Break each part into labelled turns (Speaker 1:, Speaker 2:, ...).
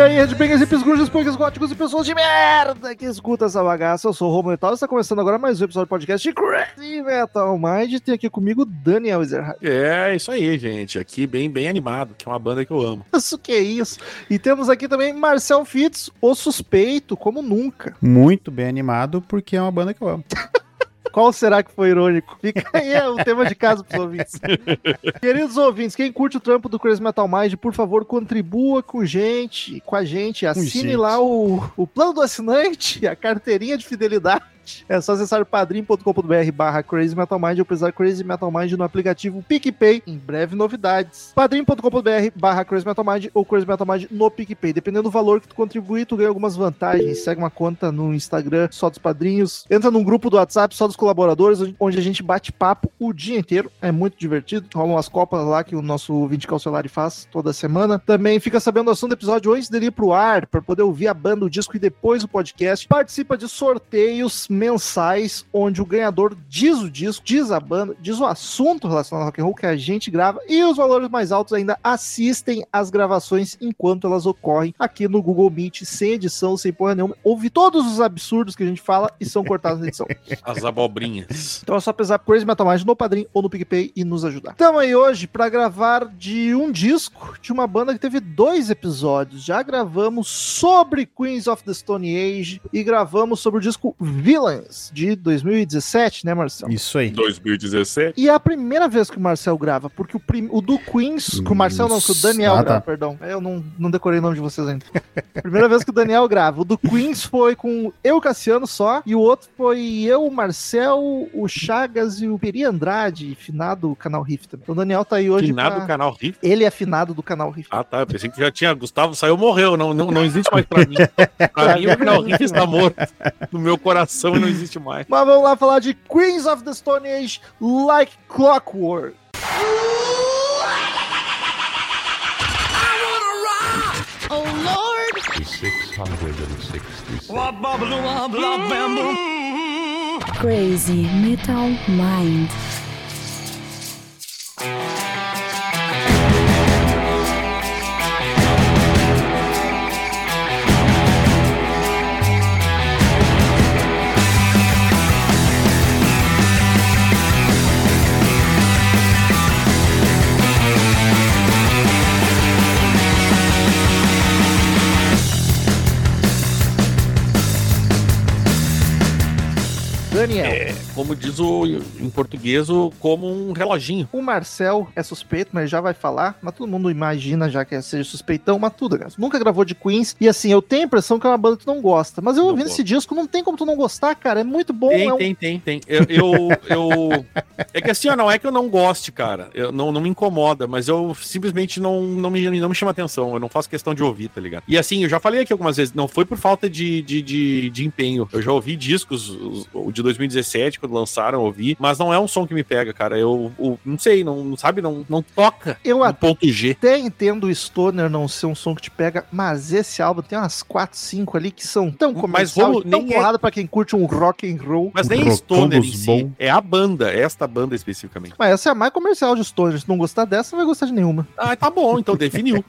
Speaker 1: aí, Redbangers, hips, grunges, punks, góticos e pessoas de merda que escuta essa bagaça. Eu sou o Romulo e tal, está começando agora mais um episódio do podcast de Crazy Metal Mind. Tem aqui comigo o Daniel Ezerhard.
Speaker 2: É, isso aí, gente. Aqui bem, bem animado, que é uma banda que eu amo.
Speaker 1: Isso que é isso. E temos aqui também Marcel Fitz, o suspeito, como nunca.
Speaker 3: Muito bem animado, porque é uma banda que eu amo.
Speaker 1: Qual será que foi irônico? Fica aí é, o tema de casa pros ouvintes. Queridos ouvintes, quem curte o trampo do Crazy Metal Mind, por favor, contribua com gente, com a gente. Assine
Speaker 3: gente.
Speaker 1: lá o, o plano do assinante, a carteirinha de fidelidade. É só acessar padrim.com.br barra Crazy Metal Mind ou pesar Crazy Metal Mind no aplicativo PicPay. Em breve, novidades. padrim.com.br barra Crazy Metal Mind ou Crazy Metal Mind no PicPay. Dependendo do valor que tu contribuir, tu ganha algumas vantagens. Segue uma conta no Instagram só dos padrinhos. Entra num grupo do WhatsApp só dos colaboradores, onde- onde a gente bate papo o dia inteiro. É muito divertido. Rolam as copas lá que o nosso 20 Calcelari faz toda semana. Também fica sabendo o assunto do episódio antes dele ir pro ar, para poder ouvir a banda, o disco e depois o podcast. Participa de sorteios mensais, onde o ganhador diz o disco, diz a banda, diz o assunto relacionado ao rock and roll que a gente grava e os valores mais altos ainda assistem às gravações enquanto elas ocorrem aqui no Google Meet, sem edição, sem porra nenhuma. Ouve todos os absurdos que a gente fala e são cortados na edição.
Speaker 2: As abobrinhas.
Speaker 1: Então é só pesar Crazy Metal Mind no Padrim ou no PicPay e nos ajudar. Estamos aí hoje para gravar de um disco de uma banda que teve dois episódios. Já gravamos sobre Queens of the Stone Age e gravamos sobre o disco Villains de 2017, né, Marcelo?
Speaker 3: Isso aí.
Speaker 2: 2017.
Speaker 1: E é a primeira vez que o Marcel grava, porque o, prim- o do Queens, que o Marcel não, que o Daniel
Speaker 3: Ah, tá.
Speaker 1: grava, perdão. Eu não, não decorei o nome de vocês ainda. primeira vez que o Daniel grava. O do Queens foi com eu, Cassiano só, e o outro foi eu, o Marcel, o Chagas e o Peri Andrade, finado do canal Riff também. Então o Daniel tá aí hoje.
Speaker 2: Que nada
Speaker 1: pra-
Speaker 2: do canal Riff.
Speaker 1: Ele é finado do canal Riff.
Speaker 2: Ah, tá. Eu pensei que já tinha. Gustavo saiu, morreu. Não, não, não existe mais pra mim. Pra mim, o canal Riff está morto. No meu coração e não existe mais.
Speaker 1: Mas vamos lá falar de Queens of the Stone Age Like Clockwork.
Speaker 4: Crazy Metal Mind.
Speaker 1: Daniel.
Speaker 2: Como diz o, em português, o, como um reloginho.
Speaker 1: O Marcel é suspeito, mas já vai falar. Mas todo mundo imagina já que seja suspeitão, mas tudo, cara. Nunca gravou de Queens. E assim, eu tenho a impressão que é uma banda que tu não gosta. Mas eu
Speaker 2: Não
Speaker 1: ouvindo
Speaker 2: gosto.
Speaker 1: esse disco, não tem como tu não gostar, cara. É muito bom. é
Speaker 2: Tem,
Speaker 1: um-
Speaker 2: tem, tem, tem. Eu, eu, eu- É que assim, ó, não é que eu não goste, cara. Eu, não, não me incomoda, mas eu simplesmente não, não, me, não me chama atenção. Eu não faço questão de ouvir, tá ligado? E assim, eu já falei aqui algumas vezes, não foi por falta de, de, de, de empenho. Eu já ouvi discos os- o de 2017, quando lançaram, eu ouvi, mas não é um som que me pega, cara. Eu, eu não sei, não sabe, não, não toca
Speaker 1: Eu
Speaker 2: no ponto G.
Speaker 1: até entendo o Stoner não ser um som que te pega, mas esse álbum tem umas 4, 5 ali que são tão
Speaker 2: Mas
Speaker 1: comercial,
Speaker 2: vamos-
Speaker 1: e tão
Speaker 2: nem é-
Speaker 1: porrada pra quem curte um rock and roll.
Speaker 2: Mas nem
Speaker 3: Rotungos
Speaker 2: Stoner em si,
Speaker 3: bom.
Speaker 2: é a banda, esta banda especificamente.
Speaker 1: Mas essa é a mais comercial de Stoner. Se não gostar dessa, não vai gostar de nenhuma.
Speaker 2: Ah, tá bom, então definiu.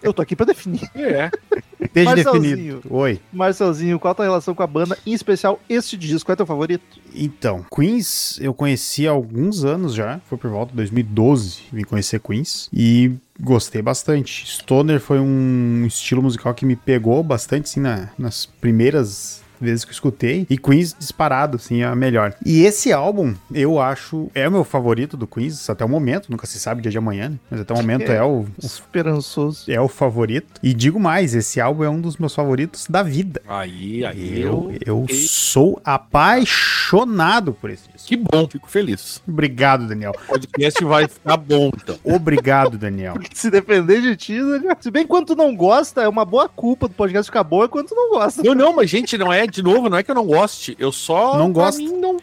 Speaker 1: Eu tô aqui pra definir.
Speaker 2: É.
Speaker 3: Esteja
Speaker 1: Marcelzinho.
Speaker 3: definido. Oi.
Speaker 1: Marcelzinho, qual a tua relação com a banda, em especial este disco? Qual é teu favorito?
Speaker 3: Então, Queens eu conheci há alguns anos já. Foi por volta de 2012 que vim conhecer Queens. E gostei bastante. Stoner foi um estilo musical que me pegou bastante, assim, na- nas primeiras vezes que eu escutei. E Queens disparado, assim, é a melhor. E esse álbum, eu acho, é o meu favorito do Queens até o momento. Nunca se sabe dia de amanhã, né? Mas até o momento é o, o
Speaker 1: Esperançoso.
Speaker 3: é o favorito. E digo mais, esse álbum é um dos meus favoritos da vida.
Speaker 2: Aí, aí
Speaker 3: Eu,
Speaker 2: eu.
Speaker 3: eu
Speaker 2: e-
Speaker 3: sou apaixonado por esse disco.
Speaker 2: Que bom, fico feliz.
Speaker 3: Obrigado, Daniel.
Speaker 2: O podcast vai ficar bom, então.
Speaker 3: Obrigado, Daniel.
Speaker 1: Se depender de ti, Daniel. Se bem quanto não gosta, é uma boa culpa do podcast ficar bom, é quanto não gosta.
Speaker 2: Eu não, mas gente, não é, de novo, não é que eu não goste. Eu só.
Speaker 3: Não
Speaker 2: pra
Speaker 3: gosto.
Speaker 2: mim não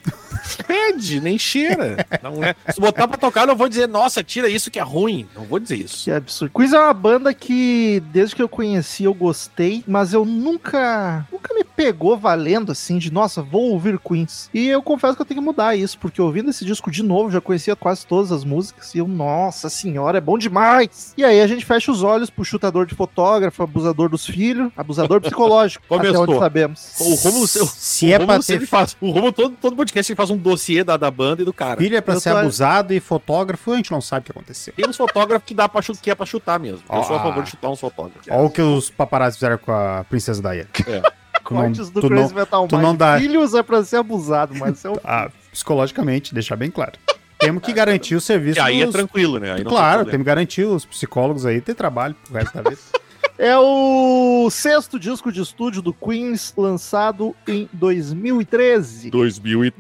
Speaker 2: pede, nem cheira. Não é. Se botar pra tocar, eu não vou dizer, nossa, tira isso que é ruim. Não vou dizer isso.
Speaker 1: Que absurdo. Quiz é uma banda que, desde que eu conheci, eu gostei, mas eu nunca. Nunca me pegou valendo, assim, de nossa, vou ouvir Queens. E eu confesso que eu tenho que mudar isso, porque ouvindo esse disco de novo, já conhecia quase todas as músicas, e eu, nossa senhora, é bom demais! E aí a gente fecha os olhos pro chutador de fotógrafo, abusador dos filhos, abusador psicológico, até
Speaker 2: Começou.
Speaker 1: onde sabemos.
Speaker 2: O Romulo,
Speaker 3: Se-
Speaker 2: o
Speaker 3: se é
Speaker 2: Romulo
Speaker 3: pra ter
Speaker 2: sempre faz. O Romulo, todo, todo podcast, ele faz um dossiê da, da banda e do cara.
Speaker 3: filho, é pra
Speaker 1: eu
Speaker 3: ser
Speaker 1: tô-
Speaker 3: abusado e fotógrafo, a gente não sabe o que aconteceu.
Speaker 2: Tem uns fotógrafos que, dá pra chu- que é pra chutar mesmo. Eu sou a
Speaker 3: Ah.
Speaker 2: favor de chutar uns fotógrafos.
Speaker 3: Olha o que os paparazzi fizeram com a princesa Diana.
Speaker 2: É.
Speaker 3: Tu não,
Speaker 1: Cortes do
Speaker 3: tu não-
Speaker 1: Crazy Metal
Speaker 3: tu
Speaker 1: Mind.
Speaker 3: não dá-
Speaker 1: Filhos é pra ser abusado, mas isso é um
Speaker 3: ah, psicologicamente, deixar bem claro. Temos que garantir o serviço
Speaker 2: E aí é
Speaker 3: dos-
Speaker 2: tranquilo, né? Aí não tem
Speaker 3: Claro,
Speaker 2: problema.
Speaker 3: temos que garantir os psicólogos aí ter trabalho pro resto da vez.
Speaker 1: É o sexto disco de estúdio do Queens, lançado em 2013.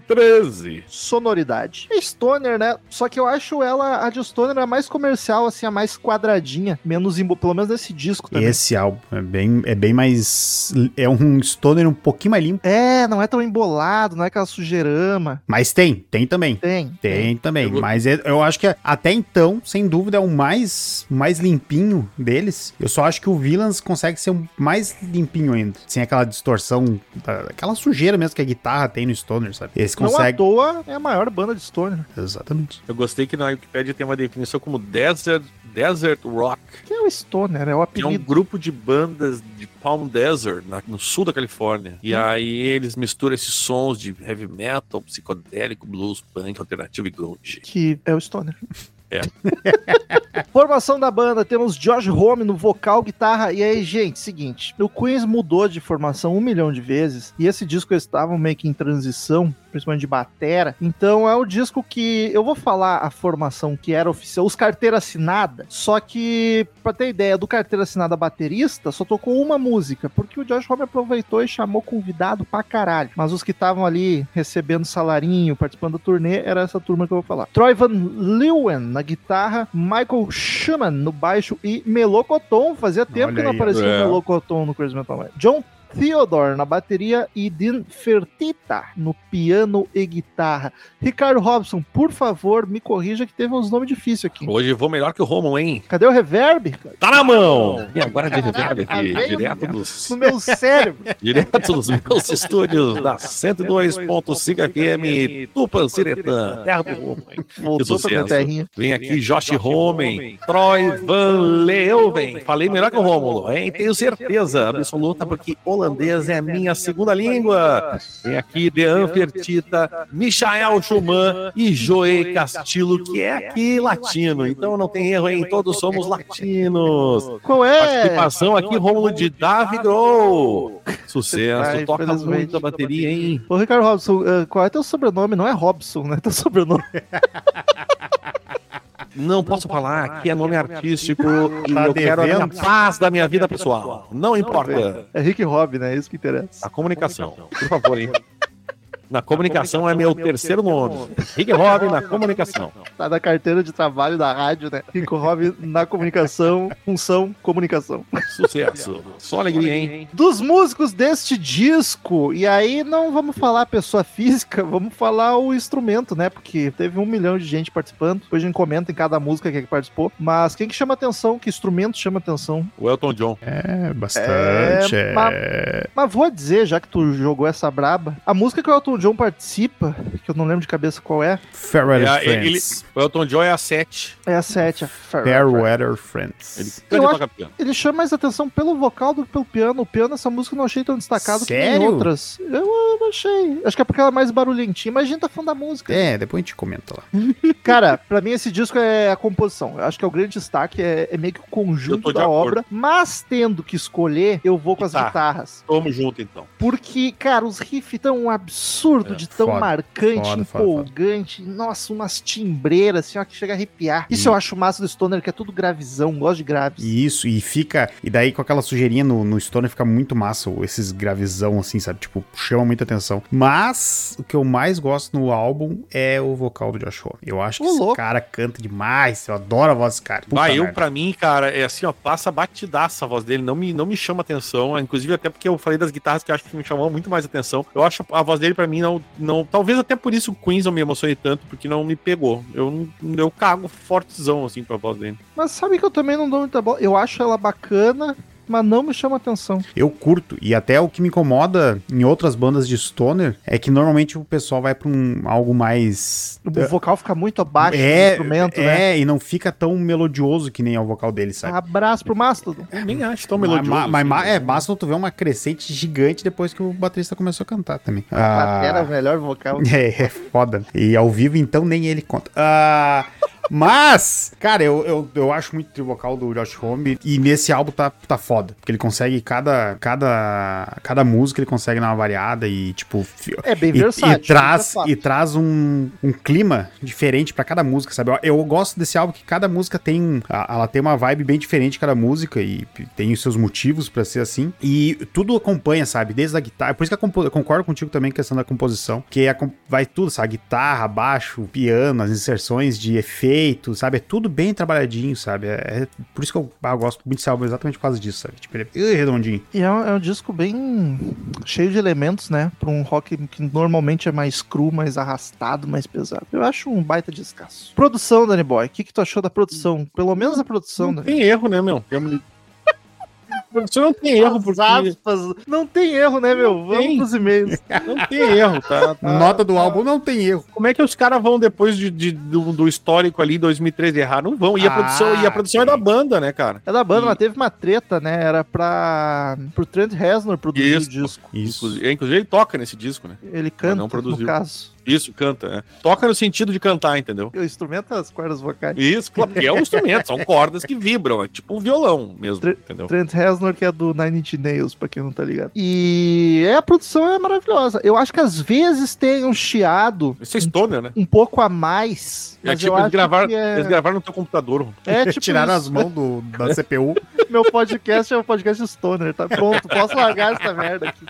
Speaker 2: 2013.
Speaker 1: Sonoridade. É Stoner, né? Só que eu acho ela, a de Stoner, a mais comercial, assim, a mais quadradinha. Menos, embo- pelo menos nesse disco também.
Speaker 3: Esse álbum é bem, é bem mais. É um stoner um pouquinho mais limpo.
Speaker 1: É, não é tão embolado, não é aquela sujeirama.
Speaker 3: Mas tem, tem também.
Speaker 1: Tem.
Speaker 3: Tem também.
Speaker 2: Eu-
Speaker 3: Mas é- eu acho que é- até então, sem dúvida, é o mais, mais limpinho deles. Eu só acho que o Villains consegue ser um mais limpinho ainda. Sem aquela distorção, da- aquela sujeira mesmo que a guitarra tem no Stoner, sabe? Esse consegue.
Speaker 1: Não à toa é a maior banda de Stoner.
Speaker 3: Exatamente.
Speaker 2: Eu gostei que na Wikipedia tem uma definição como Desert, desert Rock.
Speaker 1: Que é o Stoner, é o
Speaker 2: que é um
Speaker 1: apelido.
Speaker 2: grupo de bandas de Palm Desert, na- no sul da Califórnia. E aí eles misturam esses sons de heavy metal, psicodélico, blues, punk, alternativo e grunge.
Speaker 1: Que é o Stoner.
Speaker 2: É.
Speaker 1: Formação da banda, temos Josh Home no vocal, guitarra. E aí, gente, seguinte, o Queens mudou de formação um milhão de vezes, e esse disco eles estavam meio que em transição, principalmente de batera. Então é um disco que eu vou falar a formação que era oficial, os carteira assinada. Só que, pra ter ideia, do carteira assinada baterista, só tocou uma música, porque o Josh Home aproveitou e chamou convidado pra caralho. Mas os que estavam ali recebendo salarinho, participando da turnê, era essa turma que eu vou falar. Troy Van Leeuwen na guitarra, Michael Schumann no baixo e Melocoton. Fazia tempo
Speaker 3: Olha
Speaker 1: que não
Speaker 3: aí, ó.
Speaker 1: aparecia
Speaker 2: É.
Speaker 1: o Melocoton no Crazy Metal Mind. John Theodore na bateria e Dean Fertita no piano e guitarra. Ricardo Robson, por favor, me corrija que teve uns nomes difíceis aqui.
Speaker 2: Hoje eu vou melhor que o Romulo, hein?
Speaker 1: Cadê o reverb?
Speaker 2: Tá na mão! Tá E agora de
Speaker 1: Caraca,
Speaker 2: reverb aqui,
Speaker 1: veio
Speaker 2: direto
Speaker 1: mesmo.
Speaker 2: dos,
Speaker 1: No meu cérebro.
Speaker 2: direto dos meus estúdios da 102.5 FM, Tupanciretã, terra do Romulo. hein? Que
Speaker 1: Voltou pra minha
Speaker 2: sucesso.
Speaker 1: terrinha.
Speaker 2: Vem aqui Josh Homen, Troy Van Leeuwen. Falei melhor que o Rômulo, hein? Tenho certeza absoluta, porque holandês é minha segunda língua. Vem aqui Dean Fertita, Michael Schumann e Joey Castillo, que é aqui latino. Então não tem erro, hein? Todos somos latinos.
Speaker 1: Qual é?
Speaker 2: Participação aqui, Rômulo de Davi Grohl. Sucesso, toca muito a bateria, hein?
Speaker 1: Ô, Ricardo Robson, ah, qual é teu sobrenome? Não é Robson, né? Teu sobrenome.
Speaker 2: Não, posso falar, que é nome artístico e
Speaker 3: Tá
Speaker 2: eu quero a minha
Speaker 3: devendo.
Speaker 2: paz da minha vida pessoal. Não importa.
Speaker 1: É Rick Rob, né? É isso que interessa.
Speaker 2: A comunicação, por favor, hein? Na comunicação é meu terceiro é nome. Rick Robin na comunicação.
Speaker 1: Tá na carteira de trabalho da rádio, né? Rick Rob na comunicação, função, comunicação.
Speaker 2: Sucesso. Só alegria, hein?
Speaker 1: dos músicos deste disco. E aí não vamos falar a pessoa física, vamos falar o instrumento, né? Porque teve um milhão de gente participando. Depois a gente comenta em cada música que é que participou. Mas quem que chama atenção? Que instrumento chama atenção?
Speaker 2: O Elton John.
Speaker 3: É bastante.
Speaker 1: É,
Speaker 3: É,
Speaker 1: ma- Mas vou dizer, já que tu jogou essa braba, a música que o Elton John participa, que eu não lembro de cabeça qual é,
Speaker 3: Fairweather
Speaker 2: É, a- ele-
Speaker 3: Friends.
Speaker 2: O Elton John é a 7.
Speaker 1: é a 7, a Fair-
Speaker 3: Fairweather Friends.
Speaker 2: Ele
Speaker 1: Eu
Speaker 2: canta e
Speaker 1: acho-
Speaker 2: toca piano.
Speaker 1: Ele chama mais atenção pelo vocal do que pelo piano. O piano, essa música eu não achei tão destacado que nem
Speaker 3: Sério?
Speaker 1: outras. Eu, eu não achei. Acho que é porque ela é mais barulhentinha, mas a gente tá falando da música.
Speaker 3: É, depois a gente comenta lá.
Speaker 1: Cara, pra mim esse disco é a composição. Eu acho que é o grande destaque, é, é meio que o
Speaker 2: Eu tô
Speaker 1: conjunto
Speaker 2: de
Speaker 1: da
Speaker 2: acordo.
Speaker 1: obra. Mas tendo que escolher, eu vou com as
Speaker 2: Guitarra.
Speaker 1: guitarras.
Speaker 2: Tamo junto, então.
Speaker 1: Porque, cara, os riffs tão absurdo,
Speaker 2: É,
Speaker 1: de tão
Speaker 3: foda,
Speaker 1: marcante,
Speaker 3: foda, foda,
Speaker 1: empolgante. Nossa, umas timbreiras, assim, ó, que chega a arrepiar. Isso eu acho massa do Stoner, que é tudo gravizão, gosto de graves.
Speaker 3: E Isso, e fica. E daí com aquela sujeirinha no, no Stoner fica muito massa, o- esses gravizão assim, sabe? Tipo, chama muita atenção. Mas o que eu mais gosto no álbum é o vocal do Josh Homme. Eu acho que
Speaker 1: Ô, louco.
Speaker 3: esse cara canta demais. Eu adoro a voz desse cara. Puta
Speaker 2: Vai, eu,
Speaker 3: merda.
Speaker 2: pra mim, cara, é assim, ó, passa batidaça a voz dele, não me, não me chama atenção, inclusive até porque eu falei das guitarras que eu acho que me chamou muito mais atenção. Eu acho a voz dele, pra mim, não, não. Talvez até por isso o Queens eu me emocionei tanto, porque não me pegou. Eu, eu cago fortezão, assim, pra voz dele.
Speaker 1: Mas sabe que eu também não dou muita bola. Eu acho ela bacana, mas não me chama atenção.
Speaker 3: Eu curto. E até o que me incomoda em outras bandas de stoner é que normalmente o pessoal vai pra um algo mais.
Speaker 1: O vocal fica muito abaixo do
Speaker 3: é,
Speaker 1: instrumento,
Speaker 3: é,
Speaker 1: né?
Speaker 3: e não fica tão melodioso que nem é o vocal dele, sabe?
Speaker 1: Abraço pro Mastodon.
Speaker 2: Eu nem acho tão
Speaker 3: Hum. Mas-
Speaker 2: melodioso.
Speaker 3: Mas, mas,
Speaker 2: assim.
Speaker 3: é, basta tu ver uma crescente gigante depois que o baterista começou a cantar também.
Speaker 1: Batera,
Speaker 3: Ah,
Speaker 1: o melhor vocal.
Speaker 3: é, é foda. E ao vivo, então, nem ele conta. Ah, mas, cara, eu, eu, eu acho muito trivocal do Josh Homme e nesse álbum tá, tá foda. Porque ele consegue, cada, cada, cada música ele consegue dar uma variada e, tipo, fi-
Speaker 1: É bem
Speaker 3: e,
Speaker 1: versátil. é
Speaker 3: e traz,
Speaker 1: versátil.
Speaker 3: e traz um, um clima diferente pra cada música, sabe? Eu, eu gosto desse álbum que cada música tem. a- Ela tem uma vibe bem diferente, cada música, e p- tem os seus motivos pra ser assim. E tudo acompanha, sabe? Desde a guitarra. Por isso que eu, compo- eu concordo contigo também com a questão da composição. Que a com- vai tudo, sabe? Guitarra, baixo, piano, as inserções de efeito, sabe? É tudo bem trabalhadinho, sabe? É, é- por isso que eu, ah, eu gosto muito desse álbum exatamente por causa disso, sabe? Tipo, ele é redondinho.
Speaker 1: E é um, é um disco bem cheio de elementos, né? Pra um rock que normalmente é mais cru, mais arrastado, mais pesado. Eu acho um baita descasso. Produção, Danny Boy. O que, que tu achou da produção? Pelo menos a produção,
Speaker 2: Não
Speaker 1: Danny.
Speaker 2: tem erro, né, meu? Eu me- Você não tem erro, porque
Speaker 1: As aspas. Não tem erro, né, meu? Vamos
Speaker 2: tem.
Speaker 1: pros e-mails.
Speaker 2: não tem erro, tá? Tá-
Speaker 3: Nota do álbum não tem erro.
Speaker 2: Como é que os caras vão depois de, de- do, do histórico ali, 2013, errar? Não vão. E a
Speaker 3: Ah,
Speaker 2: produção, e a produção é da banda, né, cara?
Speaker 1: É da banda,
Speaker 2: E-
Speaker 1: mas teve uma treta, né? Era pra. pro Trent Reznor produzir
Speaker 2: Isso.
Speaker 1: o disco.
Speaker 3: Isso.
Speaker 2: Inclusive, inclusive ele toca nesse disco, né?
Speaker 1: Ele canta,
Speaker 2: não produziu.
Speaker 1: no caso.
Speaker 2: Isso, canta. né? Toca no sentido de cantar, entendeu?
Speaker 1: O instrumento é as cordas vocais.
Speaker 2: Isso, claro, porque é um instrumento, são cordas que vibram, é tipo um violão mesmo,
Speaker 1: Tre-
Speaker 2: entendeu?
Speaker 1: Trent Reznor, que é do Nine Inch Nails, pra quem não tá ligado. E é, a produção é maravilhosa. Eu acho que às vezes tem um chiado
Speaker 2: Isso é stoner, né?
Speaker 1: um pouco a mais.
Speaker 2: É
Speaker 1: Mas eu
Speaker 2: tipo,
Speaker 1: acho
Speaker 2: eles gravaram,
Speaker 1: que é...
Speaker 2: eles gravaram no teu computador.
Speaker 1: é tipo
Speaker 3: Tiraram
Speaker 1: isso.
Speaker 3: as mãos do, da CPU.
Speaker 1: Meu podcast é um podcast stoner, tá pronto. Posso largar essa merda aqui.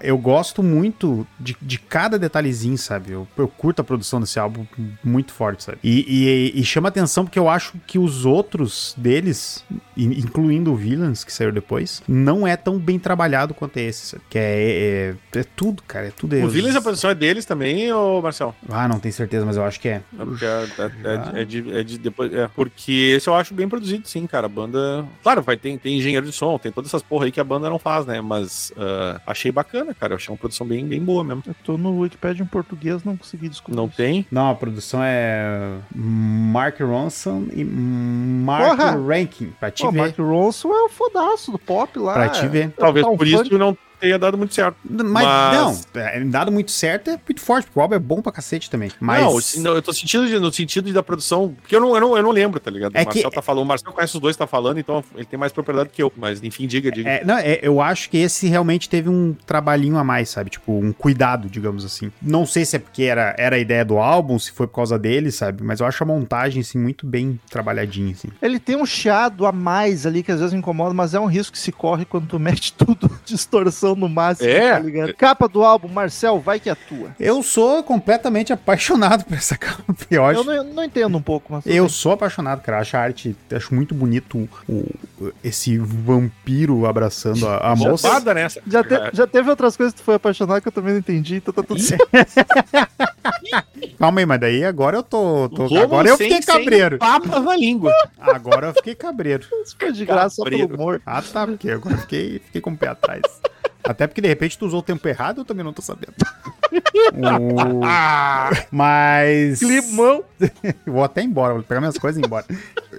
Speaker 3: Eu gosto muito de, de cada detalhezinho, sabe? Eu, eu curto a produção desse álbum muito forte, sabe? E, e- e chama atenção porque eu acho que os outros deles, in- incluindo o Villains, que saiu depois, não é tão bem trabalhado quanto esse, sabe? Que é, é, é tudo, cara. É tudo.
Speaker 2: O Villains, a produção é deles também, ô Marcel?
Speaker 3: Ah, não tenho certeza, mas eu acho que é.
Speaker 2: É porque é- é- é de- é de depois- é, porque esse eu acho bem produzido, sim, cara. A banda. Claro, vai, tem, tem engenheiro de som, tem todas essas porra aí que a banda não faz, né? Mas ah, achei bacana, cara. Eu achei uma produção bem, bem boa mesmo.
Speaker 1: Eu tô no Wikipedia em português, não consegui descobrir.
Speaker 2: Não tem?
Speaker 3: Não, a produção é Mark Ronson e Mark
Speaker 1: Porra!
Speaker 3: Rankin. Pra te
Speaker 1: Pô,
Speaker 3: ver.
Speaker 1: Mark Ronson é o fodaço do pop lá.
Speaker 3: Pra te ver.
Speaker 2: Talvez
Speaker 1: Tá um
Speaker 2: por
Speaker 1: funk.
Speaker 2: isso não tenha dado muito certo.
Speaker 3: Mas,
Speaker 2: Mas-
Speaker 3: não, é, dado muito certo é muito forte, porque o álbum é bom pra cacete também. Mas
Speaker 2: Não, se- não, eu tô sentindo de- no sentido de da produção. Porque eu não, eu não, eu não lembro, tá ligado?
Speaker 3: É
Speaker 2: o Marcel
Speaker 3: que-
Speaker 2: tá falando, o Marcel conhece os dois, tá falando, então ele tem mais propriedade que eu. Mas enfim, diga, diga.
Speaker 3: É, não, é, eu acho que esse realmente teve um trabalhinho a mais, sabe? Tipo, um cuidado, digamos assim. Não sei se é porque era, era a ideia do álbum, se foi por causa dele, sabe? Mas eu acho a montagem, assim, muito bem trabalhadinha, assim.
Speaker 1: Ele tem um chiado a mais ali que às vezes me incomoda, mas é um risco que se corre quando tu mete tudo distorção no máximo,
Speaker 2: É.
Speaker 1: tá ligado? Capa do álbum, Marcel, vai que é tua.
Speaker 3: Eu sou completamente apaixonado por essa capa, eu acho.
Speaker 1: Eu não, não entendo um pouco, mas.
Speaker 3: Eu sou apaixonado, cara. Acho a arte, acho muito bonito o, esse vampiro abraçando a, a
Speaker 2: Já
Speaker 3: moça.
Speaker 2: guarda nessa. tá
Speaker 1: Já, te- já teve outras coisas que tu foi apaixonado que eu também não entendi, então tá tudo certo.
Speaker 3: Calma aí, mas daí agora eu tô.
Speaker 2: Romulo
Speaker 3: tô- Então, agora eu
Speaker 2: sem-
Speaker 3: fiquei
Speaker 2: sem
Speaker 3: cabreiro.
Speaker 2: Papas na língua.
Speaker 3: Agora eu fiquei cabreiro.
Speaker 1: Isso foi de graça só pelo
Speaker 2: Cabreiro.
Speaker 1: humor.
Speaker 3: Ah, tá, porque agora eu fiquei, fiquei com o pé atrás. Até porque de repente tu usou o tempo errado, eu também não tô sabendo. O- Mas.
Speaker 1: Climão.
Speaker 3: Eu Vou até embora, vou pegar minhas coisas e ir embora.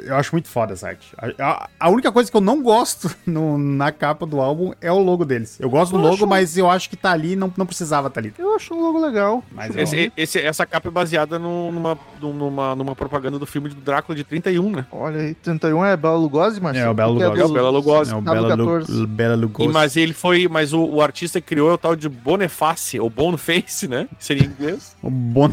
Speaker 3: Eu acho muito foda essa arte. A, a- a única coisa que eu não gosto no- na capa do álbum é o logo deles. Eu gosto do
Speaker 1: Eu
Speaker 3: logo,
Speaker 1: acho-
Speaker 3: mas eu acho que tá ali e não, não precisava tá ali.
Speaker 1: Eu acho um logo legal.
Speaker 3: Mas eu-
Speaker 2: Esse- esse- essa capa é baseada no- numa, numa, numa propaganda do filme do Drácula de 31, né?
Speaker 1: Olha aí, 31 é Bela Lugosi, Marcel?
Speaker 3: É, o Bela
Speaker 1: Que
Speaker 3: Lugosi.
Speaker 2: É o Bela Lugosi.
Speaker 3: é o
Speaker 1: tá no
Speaker 3: Bela, Lu,
Speaker 1: 14.
Speaker 3: Bela Lugosi.
Speaker 2: E, mas ele foi. Mas o, o artista que criou é o tal de Boniface, ou Boniface, né? Que Seria em inglês.
Speaker 3: O Bon...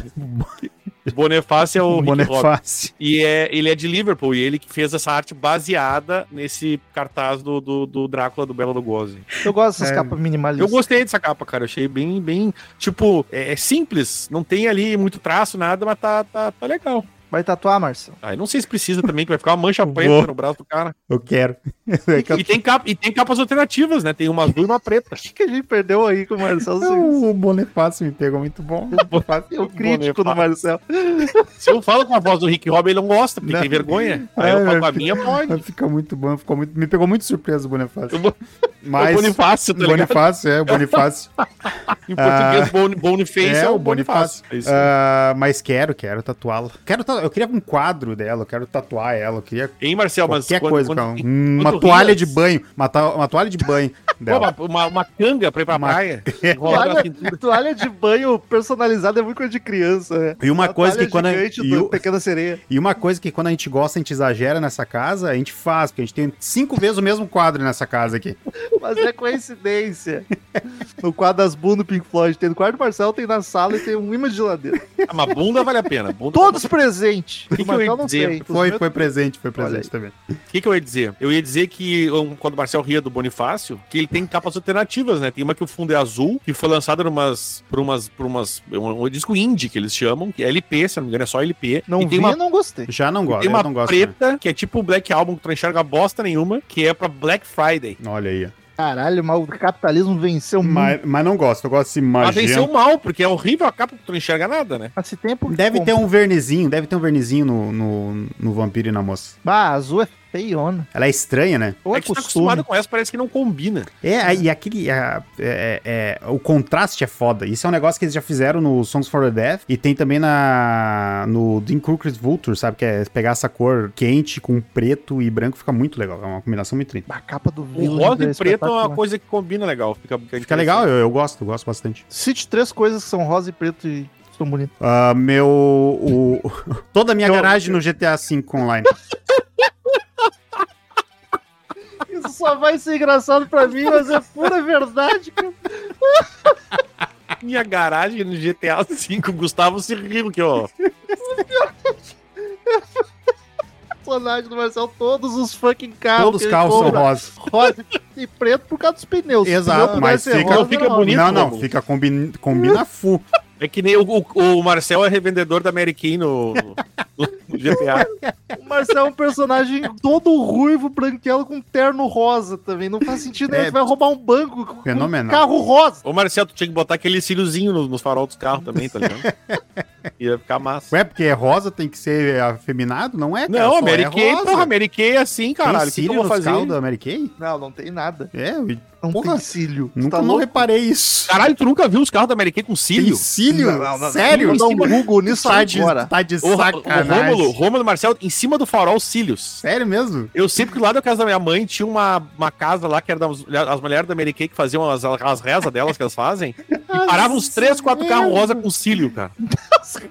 Speaker 2: Boniface é o Rick Rock.
Speaker 3: Bonifácio.
Speaker 2: E é, ele é de Liverpool, e ele que fez essa arte baseada nesse cartaz do, do, do Drácula do Bela Lugosi.
Speaker 1: Eu gosto dessas
Speaker 3: É.
Speaker 1: capas minimalistas.
Speaker 2: Eu gostei dessa capa, cara. Eu achei bem, bem. Tipo, é, é simples, não tem ali muito traço, nada, mas tá, tá, tá legal.
Speaker 1: Vai tatuar, Marcelo?
Speaker 2: Aí não sei se precisa também, que vai ficar uma mancha preta
Speaker 3: Vou.
Speaker 2: no braço do cara.
Speaker 3: Eu quero. É
Speaker 2: E tem, capa, e tem capas alternativas, né? Tem uma azul e uma preta.
Speaker 1: O que, que a gente perdeu aí com o Marcelo?
Speaker 3: o Bonifácio me pegou muito bom.
Speaker 1: Eu crítico do Marcelo.
Speaker 2: Se eu falo com a voz do Rick Robin, ele não gosta, porque
Speaker 3: Não.
Speaker 2: tem vergonha. Aí
Speaker 3: Ai,
Speaker 2: eu falo com a
Speaker 3: meu
Speaker 2: minha, pode.
Speaker 3: Fica muito bom, ficou muito... me pegou muito surpresa o Bonifácio.
Speaker 2: Eu vou-
Speaker 3: Mas...
Speaker 2: é O Bonifácio, tá ligado?
Speaker 3: Bonifácio, é, o Bonifácio.
Speaker 2: Em português, Boni- Boniface
Speaker 3: é, o Bonifácio.
Speaker 2: É isso aí.
Speaker 3: Ah, mas quero, quero tatuá-la. Quero tatu... Eu queria um quadro dela, eu quero tatuar ela, eu queria
Speaker 2: Hein, Marcel? Mas
Speaker 3: qualquer
Speaker 2: quando-
Speaker 3: coisa
Speaker 2: quando-
Speaker 3: pra ela. Uma
Speaker 2: quando
Speaker 3: toalha
Speaker 2: ria-
Speaker 3: de banho, uma, ta- uma toalha de banho
Speaker 2: Pô,
Speaker 3: dela.
Speaker 2: uma, uma, uma canga pra ir pra
Speaker 3: Uma-
Speaker 2: praia. enrolar na
Speaker 1: Toalha,
Speaker 2: cintura.
Speaker 1: toalha de banho personalizada é muito coisa de criança. né?
Speaker 3: E uma coisa que quando a-
Speaker 1: gigante
Speaker 3: e
Speaker 1: do
Speaker 3: o-
Speaker 1: Pequena Sereia.
Speaker 3: E uma coisa que quando a gente gosta, a gente exagera nessa casa, a gente faz, porque a gente tem cinco vezes o mesmo quadro nessa casa aqui.
Speaker 1: Mas é coincidência. No quadro das bundas do Pink Floyd tem no quarto do Marcelo, tem na sala e tem um imã de geladeira.
Speaker 2: Ah, mas bunda vale a pena. Bunda...
Speaker 1: Todos presentes.
Speaker 2: que
Speaker 1: O Marcelo
Speaker 2: eu ia
Speaker 1: não
Speaker 2: dizer?
Speaker 1: sei. Os
Speaker 3: Foi,
Speaker 1: meus-
Speaker 3: foi presente, foi
Speaker 1: Olha
Speaker 3: presente
Speaker 1: aí.
Speaker 3: também.
Speaker 2: O que, que eu ia dizer? Eu ia dizer que um, quando o Marcel ria do Bonifácio, que ele tem capas alternativas, né? Tem uma que o fundo é azul, que foi lançada por umas. Por umas, por umas um, um disco indie que eles chamam, que é LP, se não me engano, é só LP.
Speaker 1: Não
Speaker 2: e
Speaker 1: vi,
Speaker 2: tem uma,
Speaker 1: não gostei.
Speaker 3: Já não gosto,
Speaker 2: tem
Speaker 3: eu
Speaker 2: uma
Speaker 3: não gosto. né?
Speaker 2: preta, que é tipo um Black Album, que tu não enxerga bosta nenhuma, que é pra Black Friday.
Speaker 3: Olha aí. ó.
Speaker 1: Caralho, mas o capitalismo venceu muito.
Speaker 3: Mas, mas não gosto, eu gosto de
Speaker 2: Mas venceu
Speaker 3: magenta.
Speaker 2: mal, porque é horrível a capa que tu não enxerga nada, né?
Speaker 1: Mas se tem por
Speaker 3: Deve ter um vernizinho, deve ter um vernizinho no, no, no vampiro e na moça.
Speaker 1: Bah, azul é feiona.
Speaker 3: Ela é estranha, né?
Speaker 1: Ou é
Speaker 2: um- é que tu tá
Speaker 1: costume.
Speaker 2: acostumado com essa, parece que não combina.
Speaker 3: É, aí, e aquele. a- é- é- é- o contraste é foda. Isso é um negócio que eles já fizeram no Songs for the Deaf e tem também na, no Dean Crooked Vulture, sabe? Que é pegar essa cor quente com preto e branco, fica muito legal. É uma combinação muito linda.
Speaker 1: A capa do
Speaker 2: O
Speaker 1: Villains
Speaker 2: rosa e preto é uma
Speaker 1: espetacular.
Speaker 2: coisa que combina legal. Fica,
Speaker 3: Fica legal, eu, eu gosto, eu gosto bastante.
Speaker 1: Cite três coisas que são rosa e preto e são bonitas.
Speaker 3: Ah, meu. o- toda a minha
Speaker 1: Eu-
Speaker 3: garagem no GTA V online.
Speaker 1: Isso só vai ser engraçado pra mim, mas é pura verdade, cara.
Speaker 2: Minha garagem no GTA V, o Gustavo se riu que ó.
Speaker 1: Personagem do Marcel, todos os fucking carros.
Speaker 3: Todos
Speaker 1: que ele
Speaker 3: os carros são
Speaker 1: compra,
Speaker 3: rosas.
Speaker 1: rosa e preto por causa dos pneus. Se
Speaker 3: Exato,
Speaker 1: pneu
Speaker 3: mas
Speaker 1: pudesse ser
Speaker 3: fica-
Speaker 1: rosa,
Speaker 2: fica
Speaker 1: era rosa.
Speaker 2: bonito.
Speaker 3: Não, não,
Speaker 2: Romulo.
Speaker 3: fica combina, combina full.
Speaker 2: É que nem o, o- o Marcel é revendedor da Mary Kay no, no GTA.
Speaker 1: O Marcel é um personagem todo ruivo, branquelo, com terno rosa também. Não faz sentido, né?
Speaker 3: É,
Speaker 1: Ele vai roubar um banco com
Speaker 3: fenomenal.
Speaker 1: um carro rosa.
Speaker 2: Ô Marcel, tu tinha que botar aquele cíliozinho nos, nos farol dos carros também, tá ligado? Ia ficar massa.
Speaker 3: Ué, porque é rosa, tem que ser afeminado? Não é, cara,
Speaker 2: não,
Speaker 3: só
Speaker 2: Mary
Speaker 3: é
Speaker 2: Kay,
Speaker 3: rosa.
Speaker 2: porra, Mary Kay é assim,
Speaker 3: Caralho,
Speaker 2: caralho. O que, que eu vou fazer?
Speaker 3: carros da Mary Kay?
Speaker 1: Não, não tem nada.
Speaker 3: É, eu
Speaker 1: Não
Speaker 3: Porra,
Speaker 1: tem cílio.
Speaker 3: nunca
Speaker 1: Um
Speaker 3: um
Speaker 1: tá
Speaker 3: não
Speaker 1: louco?
Speaker 3: reparei isso.
Speaker 2: Caralho, tu nunca viu os carros da Mary Kay com Tá cílio?
Speaker 3: Tem cílio?
Speaker 1: Não, não, não.
Speaker 3: Sério?
Speaker 1: Vou dar um Google nisso
Speaker 3: tá de,
Speaker 1: agora.
Speaker 3: tá de
Speaker 2: Ô, Ra- ô,
Speaker 3: sacanagem.
Speaker 2: Rômulo, Rômulo e Marcel, em cima do farol, cílios.
Speaker 3: Sério mesmo?
Speaker 2: Eu sei porque lá da casa da minha mãe tinha uma, uma casa lá que era das as mulheres da Mary Kay que faziam as, as rezas delas que elas fazem. E paravam uns três, quatro carros rosa com cílio, cara.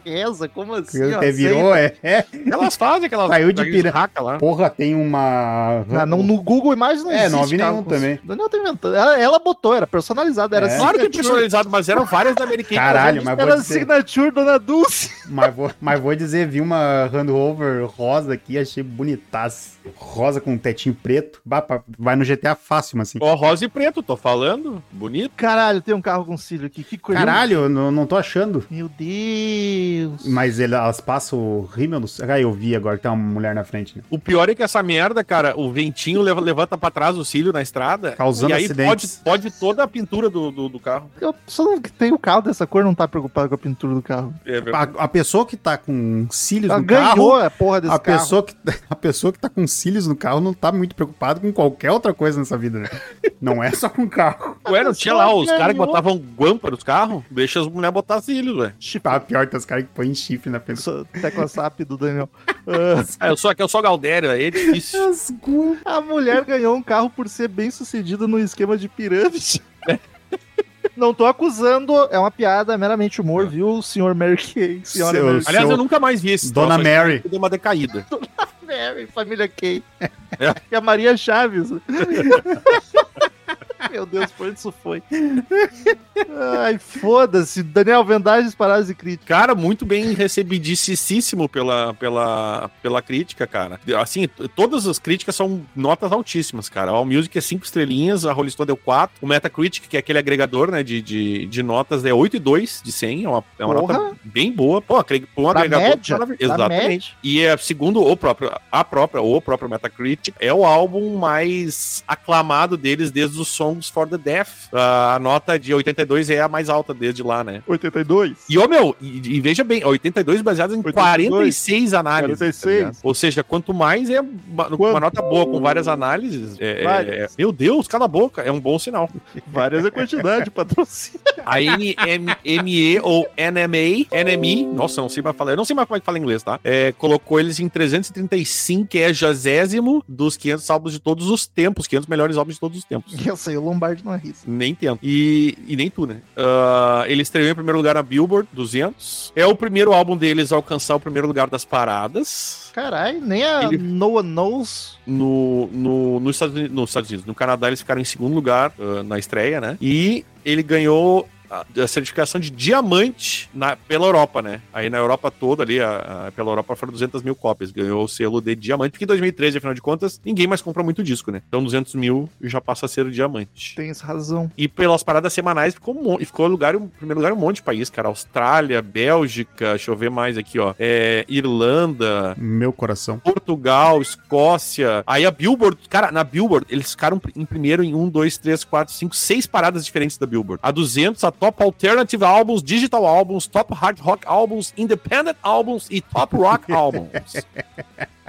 Speaker 1: Reza, como assim? ó, sei.
Speaker 3: Até virou, é, é.
Speaker 2: Elas fazem aquelas.
Speaker 3: Saiu de
Speaker 2: aquelas
Speaker 3: pira.
Speaker 2: raca lá.
Speaker 3: Porra, tem uma...
Speaker 1: Ah, não, no Google Imagens não
Speaker 3: É,
Speaker 1: existe
Speaker 3: não vi
Speaker 1: carro
Speaker 3: nenhum
Speaker 1: com-
Speaker 3: também.
Speaker 1: Não, eu tô inventando. Ela, ela botou, era personalizada, era
Speaker 3: É.
Speaker 2: Claro que é
Speaker 1: signature.
Speaker 2: personalizado, mas eram várias da Mary Kay.
Speaker 3: Caralho, mas
Speaker 1: Era
Speaker 3: vou, dizer,
Speaker 1: signature Dona Dulce.
Speaker 3: mas, vou, mas vou dizer, vi uma Land Rover rosa aqui, achei bonitaça. Rosa com um tetinho preto. Bah, pá, Vai no GTA fácil, mas assim.
Speaker 2: Ó, rosa e preto, tô falando. Bonito.
Speaker 1: Caralho, tem um carro com cílio aqui. Que coisa.
Speaker 3: Caralho, eu não, não tô achando.
Speaker 1: Meu Deus.
Speaker 3: Mas ele- elas passam o rímel no... Ah, eu vi agora que tem uma mulher na frente, né?
Speaker 2: O pior é que essa merda, cara, o ventinho leva- levanta pra trás o cílio na estrada.
Speaker 3: Causando
Speaker 2: e aí
Speaker 3: acidentes.
Speaker 2: Pode, pode toda a pintura do, do, do carro.
Speaker 1: Eu só não que tem o carro dessa cor, não tá preocupado com a pintura do carro.
Speaker 2: É verdade.
Speaker 3: A, a pessoa que tá com cílios
Speaker 1: Ela
Speaker 3: no carro...
Speaker 1: ganhou a porra desse
Speaker 3: a
Speaker 1: carro.
Speaker 3: pessoa que a pessoa que tá com cílios no carro não tá muito preocupada com qualquer outra coisa nessa vida, né? Não é só com carro.
Speaker 2: Ué, não tinha lá os caras que botavam guampa nos carros? Deixa as mulheres botar cílios, velho.
Speaker 3: Tá pior que os caras que põem chifre na pessoa.
Speaker 1: Só- Tecla SAP do Daniel. Ah,
Speaker 2: Ah, eu sou aqui, eu sou Galdério, aí é difícil.
Speaker 1: a mulher ganhou um carro por ser bem sucedida no esquema de pirâmide. Não tô acusando, é uma piada, é meramente humor, viu, senhor Mary Kay? Senhora
Speaker 3: Seu-
Speaker 1: Mary
Speaker 2: Aliás,
Speaker 3: Seu-
Speaker 2: eu nunca mais vi esse.
Speaker 3: Dona
Speaker 2: troço aí,
Speaker 3: Mary.
Speaker 2: Deu uma decaída.
Speaker 1: É, Mary, família Kay. E a Maria Chaves. Meu Deus, por onde isso foi? Ai, foda-se. Daniel Vendagens, Parásis e Crítica.
Speaker 2: Cara, muito bem recebidíssimo pela, pela, pela crítica, cara. Assim, t- todas as críticas são notas altíssimas, cara. A Music é 5 estrelinhas, a Rolling Stone deu 4. O Metacritic, que é aquele agregador, né, de, de, de notas, é 8,2 de 100. É uma, é uma
Speaker 1: Porra.
Speaker 2: nota bem boa. Pô, acre- pra um
Speaker 1: Da
Speaker 2: agregador...
Speaker 1: média,
Speaker 2: maravilhoso.
Speaker 1: da
Speaker 2: Exatamente.
Speaker 1: média.
Speaker 2: E é, segundo o próprio, a própria, o próprio Metacritic, é o álbum mais aclamado deles desde os Songs for the Deaf. Ah, a nota de 82 é a mais alta desde lá, né?
Speaker 1: 82.
Speaker 2: E, ô, meu, e, e veja bem, 82 baseados em
Speaker 1: 82,
Speaker 2: 46 análises. tá
Speaker 1: 46.
Speaker 2: ligado? Ou seja, quanto mais é uma, uma nota boa com várias análises, é- é-
Speaker 1: Várias.
Speaker 2: é- meu Deus, cala a boca, é um bom sinal.
Speaker 1: Várias a quantidade de patrocínio.
Speaker 2: A NME ou NMA, NME, nossa, não sei mais falar, eu não sei mais como é que fala em inglês, tá? É, colocou eles em 335, que é jazésimo dos 500 álbuns de todos os tempos, 500 melhores álbuns de todos os tempos.
Speaker 1: Eu sei, o Lombardi não arrisca.
Speaker 2: Nem tento. E, e nem tu, né? Ah, ele estreou em primeiro lugar na Billboard 200. É o primeiro álbum deles a alcançar o primeiro lugar das paradas.
Speaker 1: Caralho, nem a
Speaker 2: Ele-
Speaker 1: No One Knows.
Speaker 2: No, no, nos, Estados Unidos, nos Estados Unidos. No Canadá eles ficaram em segundo lugar ah, na estreia, né? E ele ganhou a, a certificação de diamante na, pela Europa, né? Aí na Europa toda ali, a- a- pela Europa foram 200 mil cópias. Ganhou o selo de diamante, porque em 2013, afinal de contas, ninguém mais compra muito disco, né? Então 200 mil já passa a ser o diamante.
Speaker 1: Tem essa razão.
Speaker 2: E pelas paradas semanais ficou, um mon- e ficou lugar, em primeiro lugar em um monte de país, cara. Austrália, Bélgica, deixa eu ver mais aqui, ó. É, Irlanda,
Speaker 3: Meu coração.
Speaker 2: Portugal, Escócia. Aí a Billboard, cara, na Billboard, eles ficaram em primeiro em 1, 2, 3, 4, 5, 6 paradas diferentes da Billboard. A 200, a Top Alternative Albums, Digital Albums, Top Hard Rock Albums, Independent Albums e Top Rock Albums.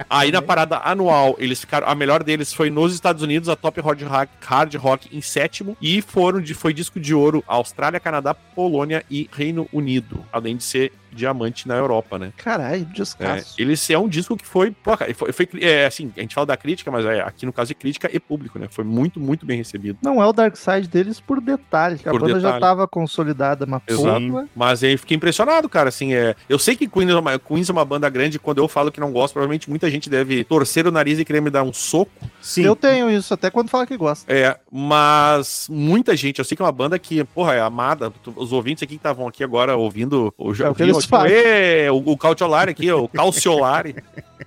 Speaker 2: Aí na parada anual, eles ficaram. A melhor deles foi nos Estados Unidos, a Top Hard Rock, Hard Rock em sétimo. E foram de, foi disco de ouro Austrália, Canadá, Polônia e Reino Unido. Além de ser diamante na Europa, né?
Speaker 1: Caralho,
Speaker 2: É,
Speaker 1: descasso.
Speaker 2: ele é um disco que foi, pô, cara, foi, foi é, assim, a gente fala da crítica, mas é, aqui no caso de crítica e público, né? Foi muito, muito bem recebido.
Speaker 1: Não é o Dark Side deles por detalhe, que a
Speaker 2: Por
Speaker 1: banda já
Speaker 2: detalhe.
Speaker 1: tava consolidada, mas
Speaker 2: Exato.
Speaker 1: porra.
Speaker 2: Mas aí eu fiquei impressionado, cara, assim, é, eu sei que Queens é, uma, Queens é uma banda grande, quando eu falo que não gosto, provavelmente muita gente deve torcer o nariz e querer me dar um soco,
Speaker 3: Sim.
Speaker 1: Eu tenho isso, até quando fala que gosta.
Speaker 2: é, mas muita gente, eu sei que é uma banda que, porra, é amada, Tu- os ouvintes aqui que estavam aqui agora ouvindo, o,
Speaker 1: É o que eles
Speaker 2: ouviram,
Speaker 1: falam.
Speaker 2: tipo, "Ê, o, o Calciolari aqui, o Calciolari,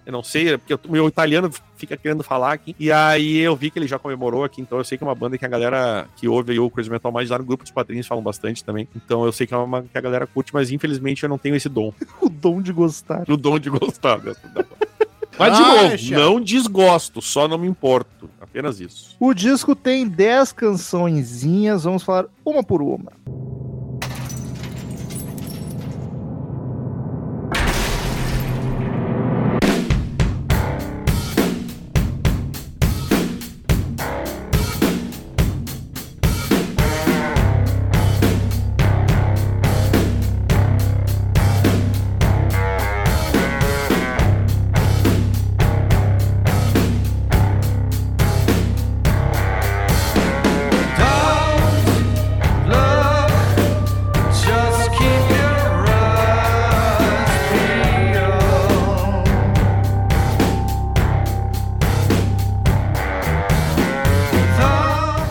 Speaker 2: Eu não sei, é porque eu- o meu italiano fica querendo falar aqui. E aí eu vi que ele já comemorou aqui, então eu sei que é uma banda que a galera que ouve aí o Crazy Metal Mind lá no grupo dos padrinhos falam bastante também. Então eu sei que é uma que a galera curte, mas infelizmente eu não tenho esse dom.
Speaker 1: O dom de gostar.
Speaker 2: O dom de gostar dessa banda.
Speaker 1: Ah,
Speaker 2: Mas de novo,
Speaker 3: Acha.
Speaker 2: não desgosto, só não me importo. Apenas isso.
Speaker 1: O disco tem 10 cançõezinhas, vamos falar uma por uma.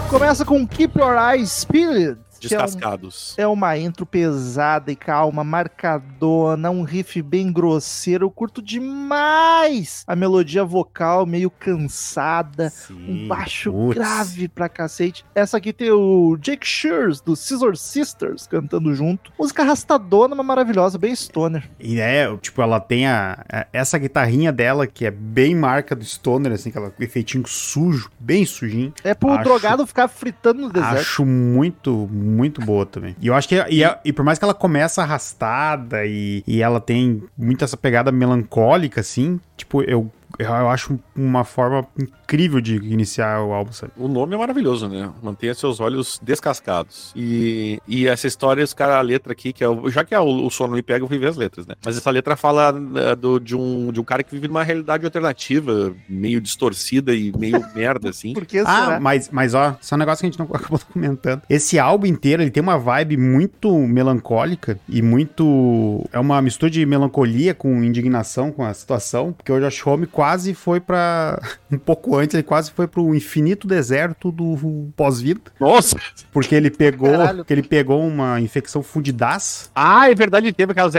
Speaker 1: Começa com Keep Your Eyes Spirit. que é um-
Speaker 2: Descascados.
Speaker 1: É uma intro pesada e calma, marcadona, um riff bem grosseiro. Eu curto demais a melodia vocal meio cansada. Um baixo
Speaker 3: putz.
Speaker 1: grave pra cacete. Essa aqui tem o Jake Shears, do Scissor Sisters, cantando junto. Música arrastadona, mas maravilhosa, bem stoner.
Speaker 3: E é, tipo, ela tem a, a- essa guitarrinha dela, que é bem marca do Stoner, assim, aquela com efeitinho sujo, bem sujinho.
Speaker 1: É pro
Speaker 3: Acho-
Speaker 1: drogado ficar fritando no deserto.
Speaker 3: Acho muito, muito boa também. E eu acho que, e, a- e por mais que ela começa arrastada e, e ela tem muito essa pegada melancólica, assim, tipo, eu, eu acho uma forma incrível de iniciar o álbum, sabe?
Speaker 2: O nome é maravilhoso, né? Mantenha seus olhos descascados. E, e essa história, os cara, a letra aqui, que é o, já que é o, o sono me pega, eu fui ver as letras, né? Mas essa letra fala né, do, de, um, de um cara que vive numa realidade alternativa, meio distorcida e meio merda, assim.
Speaker 1: Por que será?
Speaker 3: Ah, mas, mas ó, só um negócio que a gente não acabou comentando. Esse álbum inteiro, ele tem uma vibe muito melancólica e muito... É uma mistura de melancolia com indignação com a situação, porque o Josh Homme com quase foi pra. Um pouco antes, ele quase foi pro infinito deserto do pós-vida.
Speaker 2: Nossa!
Speaker 3: Porque ele pegou.
Speaker 1: Caralho.
Speaker 3: Porque ele pegou uma infecção fundidaça.
Speaker 2: Ah, é verdade, ele teve aquela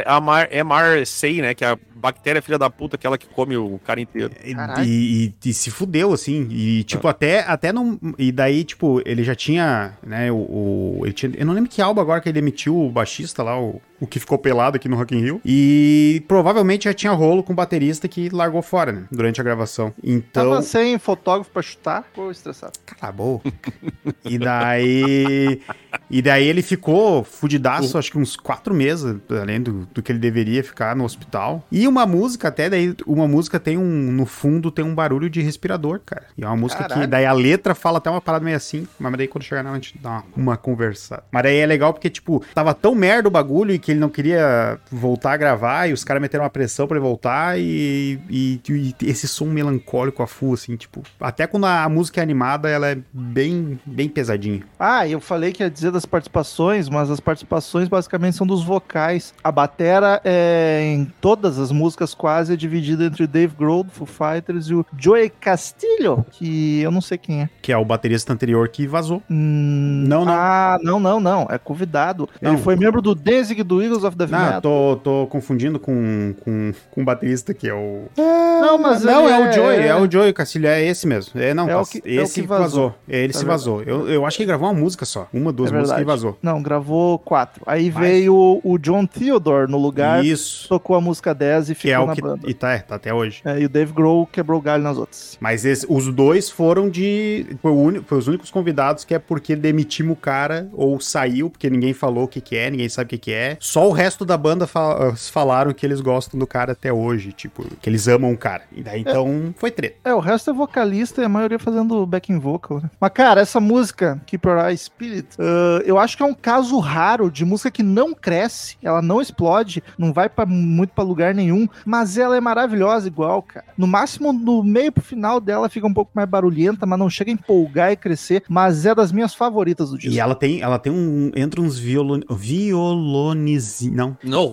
Speaker 2: MRSA, né? Que é a bactéria filha da puta, aquela que come o cara inteiro.
Speaker 3: E,
Speaker 1: Caralho.
Speaker 3: e- e se fudeu, assim. E, tipo, até, até não. E daí, tipo, ele já tinha, né? O, o- ele tinha- eu não lembro que álbum agora que ele demitiu o baixista lá, o, o que ficou pelado aqui no Rock in Rio. E provavelmente já tinha rolo com o baterista que largou fora, né? Durante a gravação. Então.
Speaker 1: Tava sem fotógrafo pra chutar, ficou estressado.
Speaker 3: Cala a boca. E daí. E daí ele ficou fudidaço, acho que uns quatro meses, além do, do que ele deveria ficar no hospital. E uma música, até daí, uma música tem um. No fundo tem um barulho de respirador, cara. E é uma música que
Speaker 1: Caralho.
Speaker 3: daí a letra fala até uma parada meio assim, mas daí quando chegar nela a gente dá uma, uma conversa. Mas daí é legal porque, tipo, tava tão merda o bagulho e que ele não queria voltar a gravar e os caras meteram uma pressão pra ele voltar e, e- e esse som melancólico a full, assim, tipo. Até quando a, a música é animada, ela é bem, bem pesadinha.
Speaker 1: Ah, eu falei que ia dizer das participações, mas as participações basicamente são dos vocais. A batera é, em todas as músicas quase é dividida entre o Dave Grohl, do Foo Fighters, e o Joey Castillo, que eu não sei quem é.
Speaker 3: Que é o baterista anterior que vazou.
Speaker 1: Hum,
Speaker 3: Não, não.
Speaker 1: Ah, não, não, não. É convidado.
Speaker 3: Não.
Speaker 1: Ele foi membro do Danzig do Eagles of the
Speaker 3: Ah,
Speaker 1: Metal.
Speaker 3: tô, tô confundindo com, com, com o baterista que é o.
Speaker 1: Não, mas
Speaker 3: não,
Speaker 1: ele
Speaker 3: é, o Joey, é,
Speaker 1: é
Speaker 3: o Joey Castilho, é esse mesmo. É, não,
Speaker 1: É
Speaker 3: tá-
Speaker 1: o que- é o
Speaker 3: esse
Speaker 1: que
Speaker 3: vazou.
Speaker 1: vazou.
Speaker 3: É, ele
Speaker 1: Tá
Speaker 3: se
Speaker 1: verdade.
Speaker 3: vazou. Eu, eu acho que ele gravou uma música só. Uma, duas
Speaker 1: É
Speaker 3: músicas e
Speaker 1: verdade.
Speaker 3: vazou.
Speaker 1: Não, gravou quatro. Aí
Speaker 3: Mais.
Speaker 1: veio o John Theodore no lugar,
Speaker 3: Isso.
Speaker 1: tocou a música 10 e
Speaker 3: Que
Speaker 1: ficou
Speaker 3: é o
Speaker 1: na
Speaker 3: que.
Speaker 1: banda.
Speaker 3: E tá, é, tá até hoje.
Speaker 1: É, e o Dave Grohl quebrou o galho nas outras.
Speaker 3: Mas esse- os dois foram de. Foi, o uni- foi os únicos convidados que é porque demitimos o cara ou saiu, porque ninguém falou o que, que é, ninguém sabe o que, que é. Só o resto da banda fa- eh, falaram que eles gostam do cara até hoje, tipo, que eles amam o cara. E daí então foi treta.
Speaker 1: É, o resto é vocalista e a maioria fazendo backing vocal, né? Mas, cara, essa música, Keep Your Eye Spirit, ah, eu acho que é um caso raro de música que não cresce, ela não explode, não vai pra, muito pra lugar nenhum, mas ela é maravilhosa igual, cara. No máximo, no meio pro final dela fica um pouco mais barulhenta, mas não chega a empolgar e crescer, mas é das minhas favoritas do disco.
Speaker 3: E ela tem, ela tem um. Entra uns violon, violones. Não.
Speaker 2: Não,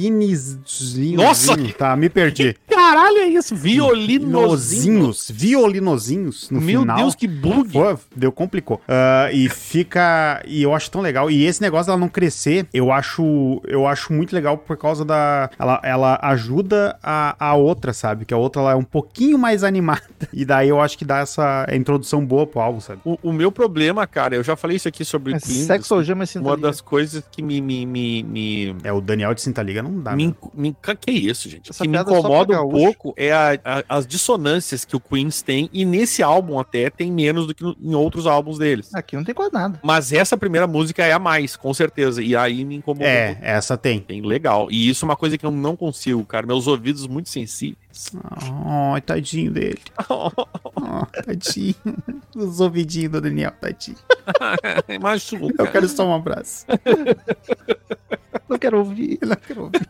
Speaker 3: Violinizinhos.
Speaker 2: Nossa!
Speaker 3: Tá, me perdi.
Speaker 2: Caralho, é isso? Violinozinho.
Speaker 3: Violinozinhos. Violinozinhos no
Speaker 2: Meu
Speaker 3: final.
Speaker 2: Deus, que bug.
Speaker 3: Pô, deu, complicou. Ah, e fica. E eu acho tão legal. E esse negócio dela não crescer, eu acho. Eu acho muito legal por causa da. Ela, ela ajuda a, a outra, sabe? Que a outra ela é um pouquinho mais animada. E daí eu acho que dá essa introdução boa pro álbum, sabe?
Speaker 2: O, o meu problema, cara, eu já falei isso aqui sobre
Speaker 1: É
Speaker 2: Queen,
Speaker 1: sexo ou gema
Speaker 2: Uma das coisas que me. me, me, me...
Speaker 3: É, o Daniel de Cinta Liga não dá.
Speaker 2: me
Speaker 3: né?
Speaker 2: inco- me inca- que isso, gente?
Speaker 1: Essa
Speaker 2: que me
Speaker 1: piada é só
Speaker 2: incomoda
Speaker 1: pra
Speaker 2: um
Speaker 1: gaúcho.
Speaker 2: pouco é a- a- as dissonâncias que o Queens tem, e nesse álbum até tem menos do que no- em outros álbuns deles.
Speaker 1: Aqui não tem quase nada.
Speaker 2: Mas essa primeira música é a mais, com certeza. E aí me incomoda um
Speaker 3: É,
Speaker 2: pouco.
Speaker 3: essa tem.
Speaker 2: Bem legal. E isso é uma coisa que eu não consigo, cara. Meus ouvidos muito sensíveis.
Speaker 3: Ai, tadinho dele. Ó, tadinho. Os ouvidinhos do Daniel, tadinho.
Speaker 2: É, Machuca.
Speaker 3: Eu quero só um abraço.
Speaker 1: Não quero ouvir.
Speaker 3: Eu não quero ouvir.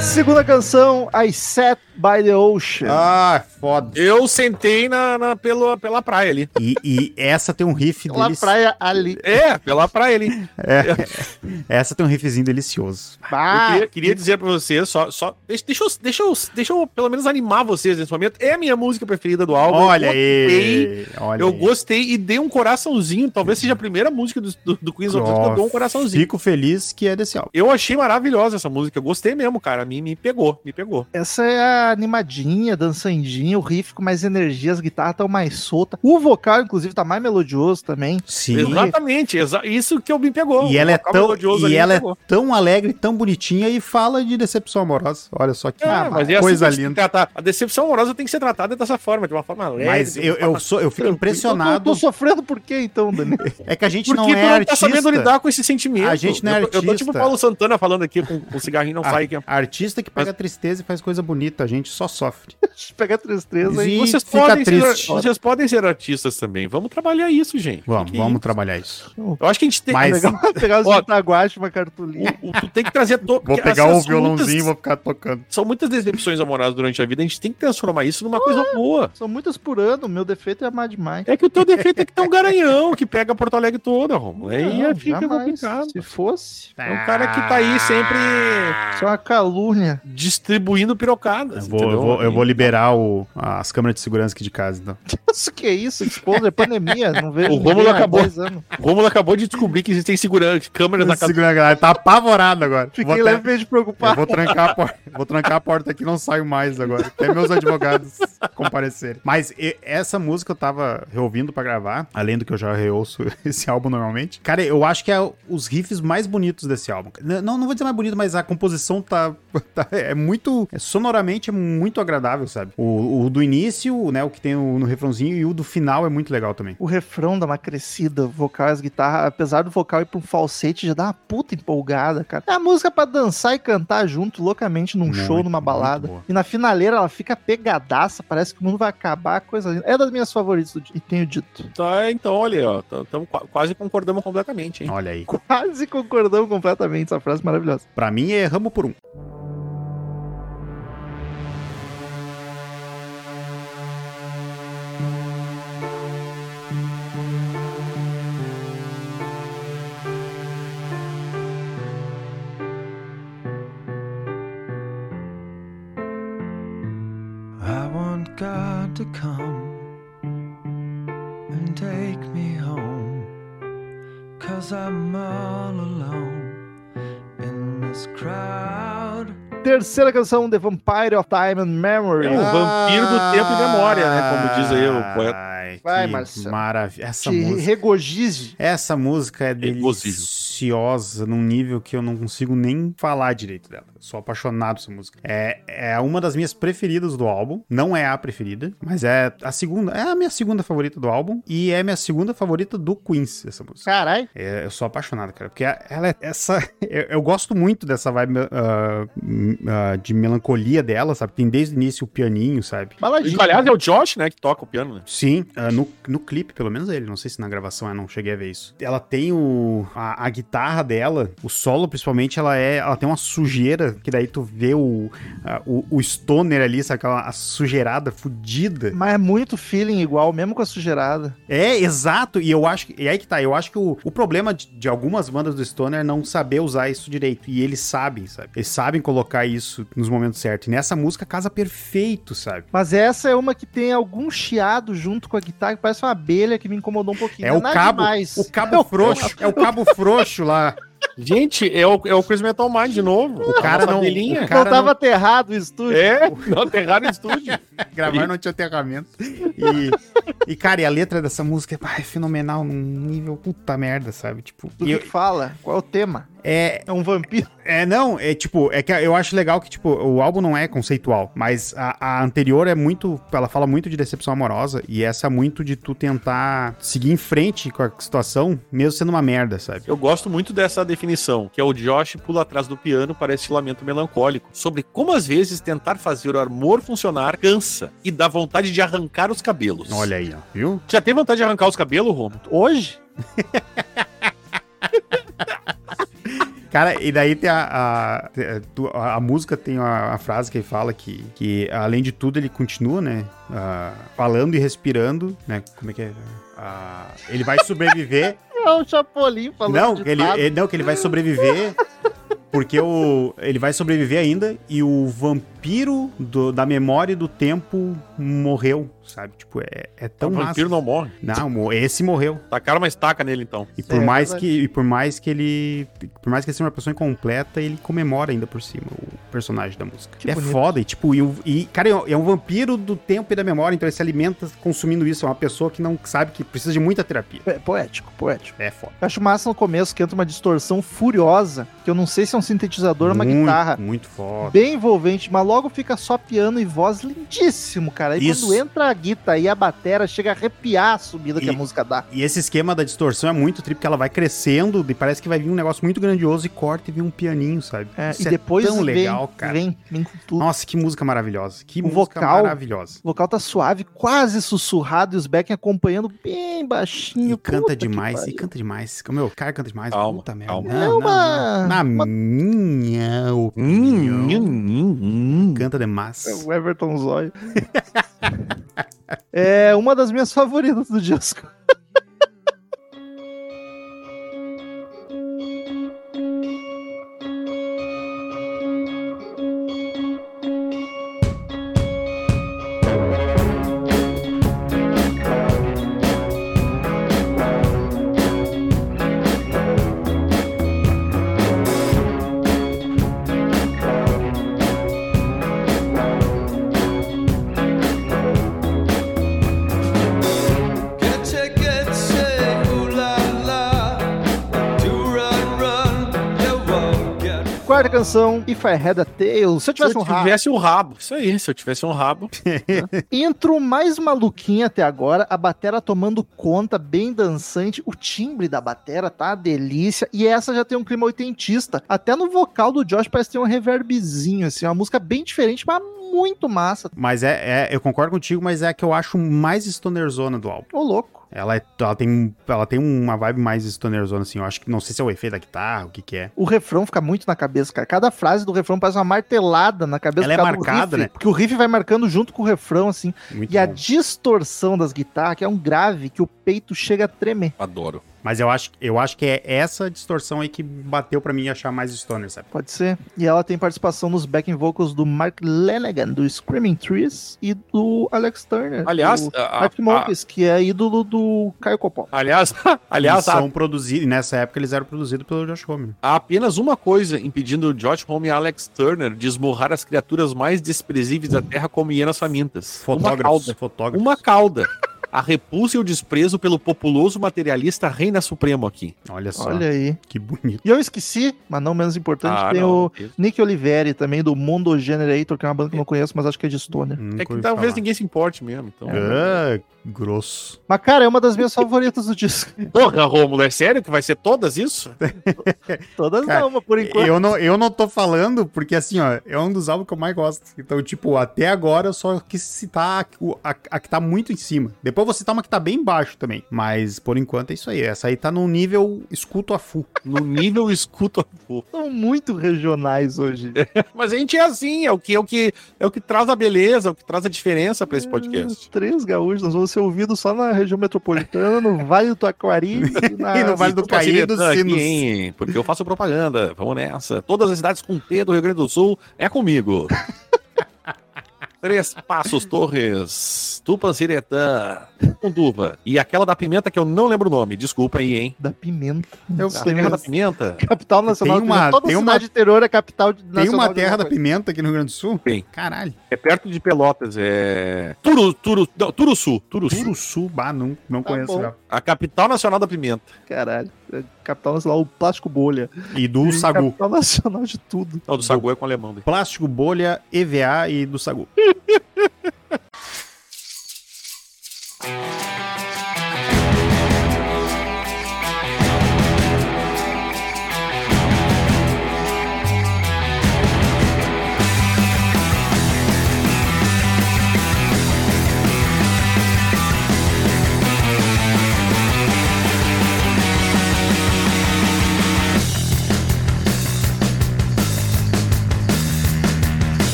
Speaker 1: Segunda canção, I Sat By The Ocean.
Speaker 3: Ah, foda.
Speaker 2: Eu sentei na, na- pelo, pela praia ali.
Speaker 3: E, e essa tem um riff
Speaker 1: Lá
Speaker 3: delici-
Speaker 1: praia ali.
Speaker 2: É, pela praia ali.
Speaker 3: Essa tem um riffzinho delicioso.
Speaker 2: Eu
Speaker 1: Bah,
Speaker 2: queria, queria dizer pra vocês, só, só deixa, deixa eu, deixa, eu, deixa eu pelo menos animar vocês nesse momento. É a minha música preferida do álbum.
Speaker 3: Olha
Speaker 2: eu gostei,
Speaker 3: aí. Olha
Speaker 2: Eu
Speaker 3: aí.
Speaker 2: gostei e dei um coraçãozinho. Talvez seja a primeira música do, do, do Queens of the Stone que eu dou um coraçãozinho.
Speaker 3: Fico feliz que é desse álbum.
Speaker 2: Eu achei maravilhosa essa música. Eu gostei mesmo, cara. Me, me pegou, me pegou.
Speaker 1: essa é a animadinha, dançandinha, o riff com mais energia, as guitarras estão mais soltas. O vocal, inclusive, tá mais melodioso também.
Speaker 3: Sim.
Speaker 2: Exatamente. exa- isso que eu me pegou.
Speaker 3: E ela é
Speaker 2: O vocal
Speaker 3: tão,
Speaker 2: melodioso
Speaker 3: e
Speaker 2: ali me
Speaker 3: ela é
Speaker 2: pegou.
Speaker 3: tão alegre, tão bonitinha e fala de decepção amorosa. Olha só que
Speaker 2: É, mas é assim
Speaker 3: Ah, coisa
Speaker 2: que tem que
Speaker 3: linda.
Speaker 2: tratar. A decepção amorosa tem que ser tratada dessa forma, de uma forma leve.
Speaker 3: Mas
Speaker 2: de
Speaker 3: eu,
Speaker 2: uma
Speaker 3: eu,
Speaker 2: forma-
Speaker 3: sou, eu fico
Speaker 2: Tranquilo.
Speaker 1: Eu tô,
Speaker 3: impressionado.
Speaker 1: tô sofrendo por quê, então, Dani?
Speaker 3: É que a gente
Speaker 2: assim, Porque
Speaker 3: não
Speaker 2: tu
Speaker 3: é
Speaker 2: não tá sabendo
Speaker 3: artista.
Speaker 2: lidar com esse sentimento.
Speaker 3: A gente não
Speaker 2: Eu
Speaker 3: é
Speaker 2: tô, eu tô
Speaker 3: artista. Ah,
Speaker 2: tipo o Paulo Santana falando aqui com o cigarrinho não
Speaker 3: A-
Speaker 2: sai. Que é...
Speaker 3: Artista artista que pega tristeza e faz coisa bonita, a gente só sofre.
Speaker 1: Pega tristeza
Speaker 3: E
Speaker 1: e...
Speaker 2: Vocês
Speaker 3: fica
Speaker 2: podem, ser,
Speaker 3: triste.
Speaker 2: vocês podem ser artistas também. Vamos trabalhar isso, gente.
Speaker 3: Vamos,
Speaker 2: Que-
Speaker 3: vamos trabalhar isso.
Speaker 2: Eu acho que um a gente tem.
Speaker 3: Mas-
Speaker 1: Pegar, pegar os
Speaker 2: Ó.
Speaker 1: metaguates, uma cartolina.
Speaker 2: o- o- tu tem que trazer. To...
Speaker 3: Vou
Speaker 2: porque,
Speaker 3: pegar
Speaker 2: assim,
Speaker 3: o
Speaker 2: são
Speaker 3: violãozinho e
Speaker 2: muitas-
Speaker 3: vou ficar tocando.
Speaker 2: São muitas decepções amorosas durante a vida. A gente tem que transformar isso numa coisa boa.
Speaker 1: São muitas por ano, meu defeito é amar demais.
Speaker 2: É que o teu defeito é que tem um garanhão que pega Porto Alegre toda, Romulo. Aí
Speaker 1: Não,
Speaker 2: fica
Speaker 1: jamais.
Speaker 2: complicado.
Speaker 1: Se fosse,
Speaker 2: É um cara que tá aí sempre Ah.
Speaker 1: isso é uma calúnia.
Speaker 2: distribuindo pirocadas.
Speaker 3: Eu vou, eu
Speaker 2: entendeu?
Speaker 3: vou, eu vou liberar o- as câmeras de segurança aqui de casa, então.
Speaker 1: Isso que é isso, exposer, pandemia, não vejo
Speaker 2: O Rômulo
Speaker 1: ninguém há
Speaker 2: acabou.
Speaker 1: dois anos.
Speaker 2: O Romulo acabou de descobrir que existem segurança, câmeras na casa.
Speaker 3: Segura- Tá apavorado agora. Vou
Speaker 1: Fiquei
Speaker 3: até-
Speaker 1: levemente
Speaker 3: Eu
Speaker 1: preocupado.
Speaker 3: vou trancar, a porta, vou trancar a porta aqui, não saio mais agora. Até meus advogados comparecerem. Mas e- essa música eu tava reouvindo pra gravar, além do que eu já reouço esse álbum normalmente. Cara, eu acho que é os riffs mais bonitos desse álbum. N- Não, não vou dizer mais bonito, mas a composição tá, tá- é muito é sonoramente é muito agradável, sabe? O, o do início, né, o que tem no, no refrãozinho e o do final é muito legal também.
Speaker 1: O refrão dá uma crescida, o vocal e as guitarras, apesar do vocal ir pra um falsete, já dá uma puta empolgada, cara. É a música pra dançar e cantar junto, loucamente, num
Speaker 3: Muito,
Speaker 1: show, numa
Speaker 3: muito
Speaker 1: balada.
Speaker 3: boa.
Speaker 1: E na finaleira ela fica pegadaça, parece que o mundo vai acabar, coisa linda. É das minhas favoritas, do dia, e tenho dito.
Speaker 2: Tá, então, olha, aí, ó. Tá- tamo qua- quase concordamos completamente, hein?
Speaker 3: Olha aí.
Speaker 1: Quase concordamos completamente, essa frase maravilhosa.
Speaker 3: Pra mim é ramo por um.
Speaker 5: I want God to come and take me home. Cause I'm all alone in this crowd.
Speaker 1: Terceira canção, The Vampire of Time and Memory.
Speaker 2: É um vampiro do tempo e memória, né? Como diz aí o poeta.
Speaker 3: Ai,
Speaker 1: Vai,
Speaker 3: que
Speaker 1: Marcelo.
Speaker 3: maravilha. Essa
Speaker 1: Te
Speaker 3: música.
Speaker 1: regozije.
Speaker 3: Essa música é
Speaker 2: Egozismo.
Speaker 3: deliciosa num nível que eu não consigo nem falar direito dela. Eu sou apaixonado por essa música. É, é uma das minhas preferidas do álbum. Não é a preferida, mas é a segunda. É a minha segunda favorita do álbum. E é minha segunda favorita do Queens, essa música.
Speaker 1: Caralho.
Speaker 3: É, eu sou apaixonado, cara. Porque a- ela é essa. Eu, eu gosto muito dessa vibe ah, hum, ah, de melancolia dela, sabe? Tem desde o início o pianinho, sabe?
Speaker 1: Baladinha.
Speaker 2: E, aliás, é o Josh, né, que toca o piano, né?
Speaker 3: Sim, ah, no, no clipe, pelo menos ele. Não sei se na gravação eu não cheguei a ver isso. Ela tem o. A, a guitarra dela, o solo principalmente, ela é. Ela tem uma sujeira, que daí tu vê o, ah, o, o stoner ali, sabe? Aquela a sujeirada fudida.
Speaker 1: Mas é muito feeling igual, mesmo com a sujeirada.
Speaker 3: É, exato. E eu acho que. E aí que tá. Eu acho que o, o problema de, de algumas bandas do Stoner é não saber usar isso direito. E eles sabem, sabe? Eles sabem colocar isso nos momentos certos. E nessa música casa perfeito, sabe?
Speaker 1: Mas essa é uma que tem algum chiado junto com a guitarra, que parece uma abelha que me incomodou um pouquinho.
Speaker 3: É
Speaker 1: Não
Speaker 3: o
Speaker 1: nada
Speaker 3: cabo.
Speaker 1: demais.
Speaker 3: O cabo frouxo. É o cabo frouxo lá.
Speaker 2: Gente, é o, é o Chris Metal Mind de novo.
Speaker 3: O cara não. O
Speaker 2: Abelhinha.
Speaker 3: cara
Speaker 1: não tava aterrado o estúdio.
Speaker 2: É, não aterraram o estúdio.
Speaker 3: Gravar não tinha aterramento. E, e, cara, e a letra dessa música pá, é fenomenal num nível puta merda, sabe? Tipo,
Speaker 1: Do
Speaker 3: e
Speaker 1: que
Speaker 3: eu-
Speaker 1: que fala? Qual é o tema?
Speaker 3: é,
Speaker 1: É um vampiro?
Speaker 3: é, não, é tipo, é que eu acho legal que, tipo, o álbum não é conceitual, mas a, a anterior é muito, ela fala muito de decepção amorosa e essa é muito de tu tentar seguir em frente com a situação, mesmo sendo uma merda, sabe?
Speaker 2: Eu gosto muito dessa definição, que é o Josh pula atrás do piano para esse lamento melancólico, sobre como às vezes tentar fazer o amor funcionar cansa e dá vontade de arrancar os cabelos.
Speaker 3: Olha aí, ó, viu?
Speaker 2: Já tem vontade de arrancar os cabelos, Romo?
Speaker 1: Hoje?
Speaker 3: Cara, e daí tem a, a, tu- a, a música tem a, a frase que ele fala que, que, além de tudo, ele continua, né? ah, falando e respirando, né? Como é que é? Ah, ele vai sobreviver.
Speaker 1: É o Chapolin falando
Speaker 3: não,
Speaker 1: de
Speaker 3: que ele, é-
Speaker 1: nada.
Speaker 3: ele- não, que ele vai sobreviver. Porque o, ele vai sobreviver ainda e o vampiro do- da memória e do tempo morreu, sabe? Tipo, é, é tão
Speaker 2: o vampiro
Speaker 3: massa.
Speaker 2: não morre.
Speaker 3: Não, mo- esse morreu.
Speaker 2: Tacaram uma estaca nele, então.
Speaker 3: E por,
Speaker 1: É,
Speaker 3: mais
Speaker 1: verdade.
Speaker 3: que, e por mais que ele. Por mais que ele seja uma pessoa incompleta, ele comemora ainda por cima o personagem da música.
Speaker 1: Que
Speaker 3: é
Speaker 1: bonito.
Speaker 3: foda, e tipo, e, o- e, cara, é um- é um vampiro do tempo e da memória, então ele se alimenta consumindo isso. É uma pessoa que não sabe que precisa de muita terapia.
Speaker 1: É poético, poético.
Speaker 3: É foda.
Speaker 1: Eu acho massa no começo que entra uma distorção furiosa, que eu não sei se é um sintetizador ou uma
Speaker 3: muito,
Speaker 1: guitarra.
Speaker 3: Muito foda.
Speaker 1: Bem envolvente, mas logo fica só piano e voz lindíssimo, cara. E
Speaker 3: Isso.
Speaker 1: quando entra a guita e a batera, chega a arrepiar a subida que
Speaker 3: E-
Speaker 1: a música dá.
Speaker 3: E esse esquema da distorção é muito trip, porque ela vai crescendo e parece que vai vir um negócio muito grandioso e corta e vem um pianinho, sabe?
Speaker 1: É,
Speaker 3: Isso
Speaker 1: e depois
Speaker 3: tão
Speaker 1: vem
Speaker 3: sensacional, cara.
Speaker 1: Vem, vem com tudo.
Speaker 3: Nossa, que música maravilhosa. Que
Speaker 1: O
Speaker 3: música
Speaker 1: vocal-
Speaker 3: maravilhosa.
Speaker 1: O vocal tá suave, quase sussurrado, e os Beck acompanhando bem baixinho.
Speaker 3: E canta
Speaker 1: Puta que
Speaker 3: demais, e
Speaker 1: pariu.
Speaker 3: canta demais. Meu, o cara canta demais.
Speaker 2: Calma,
Speaker 3: Puta merda.
Speaker 2: calma.
Speaker 3: Não,
Speaker 1: É uma-
Speaker 3: não, não. Na
Speaker 1: uma-
Speaker 3: minha
Speaker 2: Hum,
Speaker 3: opinião,
Speaker 2: hum, hum.
Speaker 3: canta demais.
Speaker 1: É o Everton Zóio. é uma das minhas favoritas do disco.
Speaker 5: Get, get, say, ooh la la. Do run, run, you won't get
Speaker 1: Quarta canção, If I Had a Tail.
Speaker 2: Se
Speaker 1: Se eu
Speaker 2: eu
Speaker 1: tivesse um rabo.
Speaker 2: tivesse um rabo. Isso aí, se eu tivesse um rabo.
Speaker 1: Intro mais maluquinha até agora, a batera tomando conta, bem dançante. O timbre da batera tá uma delícia. E essa já tem um clima oitentista. Até no vocal do Josh parece ter um reverbzinho, assim. Uma música bem diferente, mas muito massa.
Speaker 3: Mas é, é- eu concordo contigo, mas é a que eu acho mais stonerzona do álbum.
Speaker 1: Ô, louco.
Speaker 3: Ela, é- ela, tem, ela tem uma vibe mais stonerzona, assim. Eu acho que não sei se é o efeito da guitarra, o que que é.
Speaker 1: O refrão fica muito na cabeça, cara. Cada frase do refrão parece uma martelada na cabeça.
Speaker 3: Ela é
Speaker 1: por causa do
Speaker 3: marcada,
Speaker 1: riff,
Speaker 3: né?
Speaker 1: Porque o riff vai marcando junto com o refrão, assim.
Speaker 3: Muito
Speaker 1: e a
Speaker 3: bom.
Speaker 1: distorção das guitarras, que é um grave que o peito chega a tremer.
Speaker 2: Adoro.
Speaker 3: Mas eu acho, eu acho que é essa distorção aí que bateu pra mim achar mais stoner, sabe?
Speaker 1: Pode ser. E ela tem participação nos backing vocals do Mark Lanegan, do Screaming Trees, e do Alex Turner.
Speaker 2: Aliás,
Speaker 1: do
Speaker 2: a- a-
Speaker 1: Arctic Monkeys, que é ídolo do Caio Coppola.
Speaker 2: aliás, aliás
Speaker 3: Eles
Speaker 2: a
Speaker 3: são produzidos, e nessa época eles eram produzidos pelo Josh Homme.
Speaker 2: Há apenas uma coisa impedindo o Josh Homme e Alex Turner de esmurrar as criaturas mais desprezíveis da Terra como hienas famintas. Uma
Speaker 3: Fotógrafos,
Speaker 2: cauda.
Speaker 3: fotógrafos.
Speaker 2: Uma cauda. A repulsa e o desprezo pelo populoso materialista reina supremo aqui.
Speaker 3: Olha só,
Speaker 1: Olha aí.
Speaker 3: que bonito.
Speaker 1: E eu esqueci, mas não menos
Speaker 2: Então
Speaker 1: importante,
Speaker 2: Ah,
Speaker 1: tem o Nick Oliveri também, do Mondo Generator, que é uma banda que eu não conheço, mas acho que é de Stoner.
Speaker 2: É que talvez ninguém se importe mesmo. Então.
Speaker 3: Ah, grosso.
Speaker 1: Mas, cara, é uma das minhas favoritas do disco.
Speaker 2: Porra, Rômulo, é sério que vai ser todas isso?
Speaker 1: Todas
Speaker 3: Cara,
Speaker 1: não, mas por enquanto.
Speaker 3: Eu não, eu não tô falando porque, assim, ó, é um dos álbuns que eu mais gosto. Então, tipo, até agora eu só quis citar a, o- a- a que tá muito em cima. Depois eu vou citar uma que tá bem embaixo também. Mas, por enquanto, é isso aí. Essa aí tá num nível escuto a full.
Speaker 2: No nível escuto a pouco.
Speaker 1: São muito regionais hoje.
Speaker 2: Mas a gente é assim, é o que é o que é o que traz a beleza, é o que traz a diferença pra esse
Speaker 3: Hum.
Speaker 2: podcast.
Speaker 1: Três gaúchos, nós vamos ser ouvidos só na região metropolitana, no Vale do Taquari e, na...
Speaker 3: E no Vale do
Speaker 2: Desculpa se
Speaker 3: Caído,
Speaker 2: metendo aqui,
Speaker 3: Sinos.
Speaker 2: hein, porque eu faço propaganda. Vamos nessa. Todas as cidades com T do Rio Grande do Sul é comigo. Três Passos Torres, Tupanciretã, Unduva. E aquela da pimenta que eu não lembro o nome. Desculpa aí, hein?
Speaker 1: da Pimenta.
Speaker 3: Eu
Speaker 2: A
Speaker 1: Tem
Speaker 2: terra da
Speaker 1: uma-
Speaker 2: pimenta?
Speaker 1: Capital nacional
Speaker 3: É Tem
Speaker 1: da
Speaker 3: uma-
Speaker 1: Pimenta. Toda
Speaker 3: tem uma-
Speaker 1: cidade interior é capital de-
Speaker 3: Tem
Speaker 1: nacional.
Speaker 3: uma
Speaker 1: de
Speaker 3: terra da
Speaker 1: alguma coisa.
Speaker 3: pimenta aqui no Rio Grande do Sul?
Speaker 2: Tem.
Speaker 3: Caralho.
Speaker 2: É perto de Pelotas, é... Turu, Turu, não, Turuçu, Turuçu.
Speaker 3: Uruçu, bah, não, não
Speaker 1: Tá
Speaker 3: conheço.
Speaker 1: bom.
Speaker 3: já.
Speaker 2: A capital nacional da pimenta.
Speaker 1: Caralho. É Capital nacional, o plástico bolha.
Speaker 3: E do Sagu.
Speaker 1: Capital nacional de tudo.
Speaker 2: Não, do Sagu é com alemão. né?
Speaker 3: Plástico, bolha, EVA e do Sagu.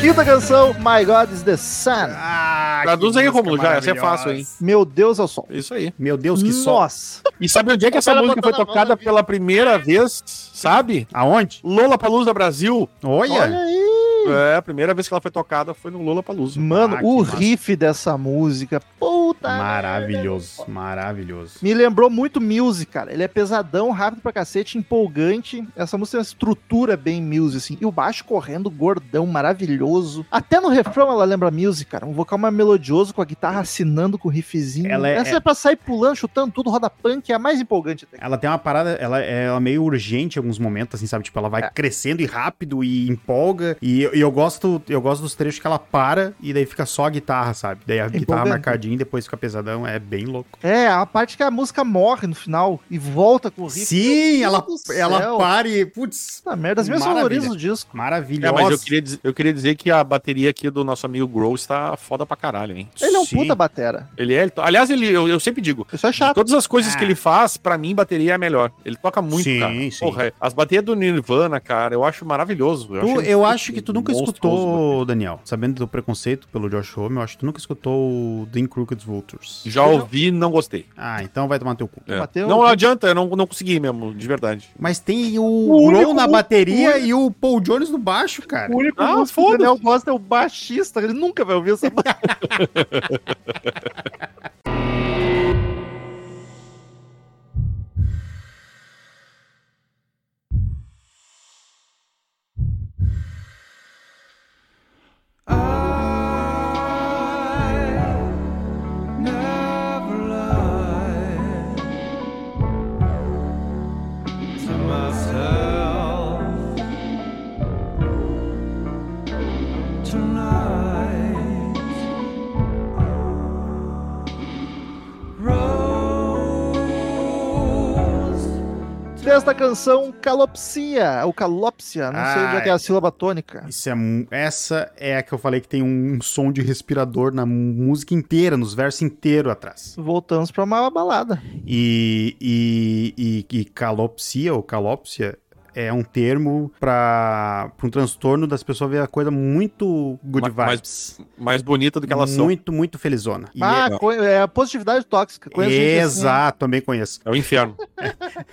Speaker 1: Quinta canção, My God is the Sun.
Speaker 3: Ah,
Speaker 2: Traduz
Speaker 3: que
Speaker 2: aí,
Speaker 3: música
Speaker 2: Romulo, já, essa é fácil, hein?
Speaker 3: maravilhosa.
Speaker 1: Meu Deus ao sol.
Speaker 2: Isso aí.
Speaker 3: Meu Deus, que sol.
Speaker 1: Nossa.
Speaker 2: E sabe onde é que essa
Speaker 1: cara
Speaker 2: música foi
Speaker 1: botou na mão
Speaker 2: tocada pela primeira vez? Sabe?
Speaker 3: Aonde?
Speaker 2: Lola Palusa Brasil.
Speaker 1: Olha
Speaker 3: Olha.
Speaker 1: aí.
Speaker 2: É, a primeira vez que ela foi tocada foi no Lola Palusa.
Speaker 1: Mano,
Speaker 3: Ah, que
Speaker 1: o
Speaker 3: massa.
Speaker 1: riff dessa música. Puta.
Speaker 3: Maravilhoso, maravilhoso.
Speaker 1: Me lembrou muito Muse, cara. Ele é pesadão, rápido pra cacete, empolgante. Essa música tem uma estrutura bem Muse, assim. E o baixo correndo, gordão, maravilhoso. Até no refrão ela lembra Muse, cara. Um vocal mais melodioso, com a guitarra assinando com o riffzinho.
Speaker 3: Ela é-
Speaker 1: Essa é... pra sair pulando, chutando tudo, roda punk. É a mais empolgante até.
Speaker 3: Ela tem uma parada, ela é ela é meio urgente em alguns momentos, assim, sabe? Tipo, ela vai
Speaker 1: É.
Speaker 3: crescendo e rápido e empolga. E, eu- e eu gosto eu gosto dos trechos que ela para e daí fica só a guitarra, sabe? Daí a guitarra
Speaker 1: É Empolgante.
Speaker 3: marcadinha e depois fica pesadão, é bem louco.
Speaker 1: É, a parte que a música morre no final e volta com o riff.
Speaker 3: Sim, ela,
Speaker 1: Deus do
Speaker 3: ela
Speaker 1: céu.
Speaker 3: para e. Putz,
Speaker 1: Puta merda, as minhas
Speaker 3: Maravilha.
Speaker 1: favoritas do disco.
Speaker 2: É,
Speaker 3: maravilhosa.
Speaker 2: mas eu queria, dizer, eu queria dizer que a bateria aqui do nosso amigo Gross tá foda pra caralho, hein?
Speaker 1: Ele é um
Speaker 3: Sim.
Speaker 1: puta batera.
Speaker 2: Ele é. ele to- aliás, ele, eu, eu sempre digo.
Speaker 1: Isso é chato.
Speaker 2: Todas as coisas
Speaker 3: Ah.
Speaker 2: que ele faz, pra mim, bateria é a melhor. Ele toca muito,
Speaker 3: Sim,
Speaker 2: cara.
Speaker 3: sim.
Speaker 2: Porra, as baterias do Nirvana, cara, eu acho maravilhoso.
Speaker 3: Tu-
Speaker 2: acho
Speaker 3: eu
Speaker 2: um-
Speaker 3: acho que tu nunca
Speaker 2: monstruoso,
Speaker 3: escutou, Daniel, sabendo do preconceito pelo Josh Homme, eu acho que tu nunca escutou o The Crooked Vultures.
Speaker 2: Já ouvi e não gostei.
Speaker 3: Ah, então vai tomar no teu cu.
Speaker 2: É.
Speaker 1: Bateu-
Speaker 2: Não, não adianta, eu não, não consegui mesmo, de verdade.
Speaker 3: Mas tem o,
Speaker 1: único-
Speaker 3: Grohl na bateria
Speaker 1: o
Speaker 3: e o Paul Jones no baixo, cara.
Speaker 1: O único
Speaker 2: Ah,
Speaker 1: músico que o Daniel gosta é o baixista. Ele nunca vai ouvir essa música. Desta canção, Calopsia. Ou Calopsia, não sei onde
Speaker 3: Ah,
Speaker 1: é que é a sílaba tônica.
Speaker 3: Isso é, mu- essa é a que eu falei que tem um som de respirador na música inteira, nos versos inteiros atrás.
Speaker 1: Voltamos pra uma balada.
Speaker 3: E, e, e, e calopsia ou calopsia é um termo para um transtorno das pessoas ver a coisa muito good
Speaker 2: Ma- mas-
Speaker 3: vibes.
Speaker 2: Mais bonita do que ela são.
Speaker 3: muito, muito felizona. E
Speaker 1: ah,
Speaker 3: é-
Speaker 1: co- é a positividade tóxica. Conheço gente assim.
Speaker 3: Exato, também conheço.
Speaker 2: É o inferno.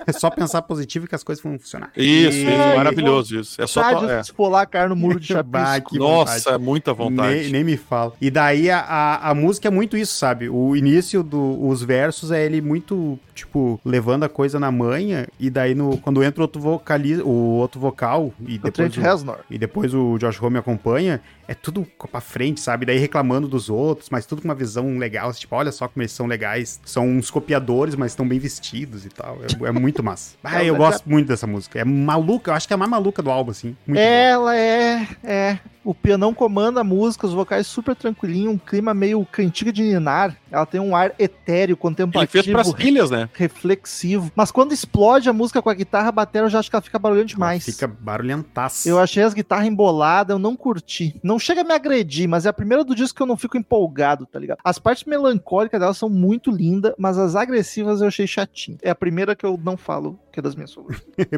Speaker 3: É só pensar positivo que as coisas vão funcionar.
Speaker 2: Isso,
Speaker 3: E-
Speaker 2: isso, maravilhoso isso. É só.
Speaker 1: Vontade
Speaker 2: to- é.
Speaker 1: de espolar a cara no muro de
Speaker 3: Bah,
Speaker 1: chapisco.
Speaker 3: que
Speaker 2: Nossa,
Speaker 3: vontade.
Speaker 2: é muita vontade.
Speaker 3: Nem, nem me fala. E daí a, a, a música é muito isso, sabe? O início dos versos é ele muito, tipo, levando a coisa na manha. E daí no, quando entra outro vocalista, o outro vocal e
Speaker 1: O
Speaker 3: depois
Speaker 1: Trent
Speaker 3: o,
Speaker 1: Reznor.
Speaker 3: e depois o Josh Homme acompanha, é tudo pra frente, sabe? Daí reclamando dos outros, mas tudo com uma visão legal. Tipo, olha só como eles são legais. São uns copiadores, mas estão bem vestidos e tal. É, é muito massa. Ah, eu gosto muito dessa música. É maluca, eu acho que é a mais maluca do álbum, assim. Muito boa.
Speaker 1: Ela é, é. O pianão comanda a música, os vocais super tranquilinho, um clima meio cantiga de ninar. Ela tem um ar etéreo,
Speaker 2: Ele fez
Speaker 1: contemplativo,
Speaker 2: pras filhas, né?
Speaker 1: reflexivo. Mas quando explode a música com a guitarra batera, eu já acho que ela fica barulhenta
Speaker 3: Ela
Speaker 1: demais.
Speaker 3: Fica barulhentaça.
Speaker 1: Eu achei as guitarras emboladas, eu não curti. Não chega a me agredir, mas é a primeira do disco que eu não fico empolgado, tá ligado? As partes melancólicas delas são muito lindas, mas as agressivas eu achei chatinho. É a primeira que eu não falo, que é das minhas favoritas.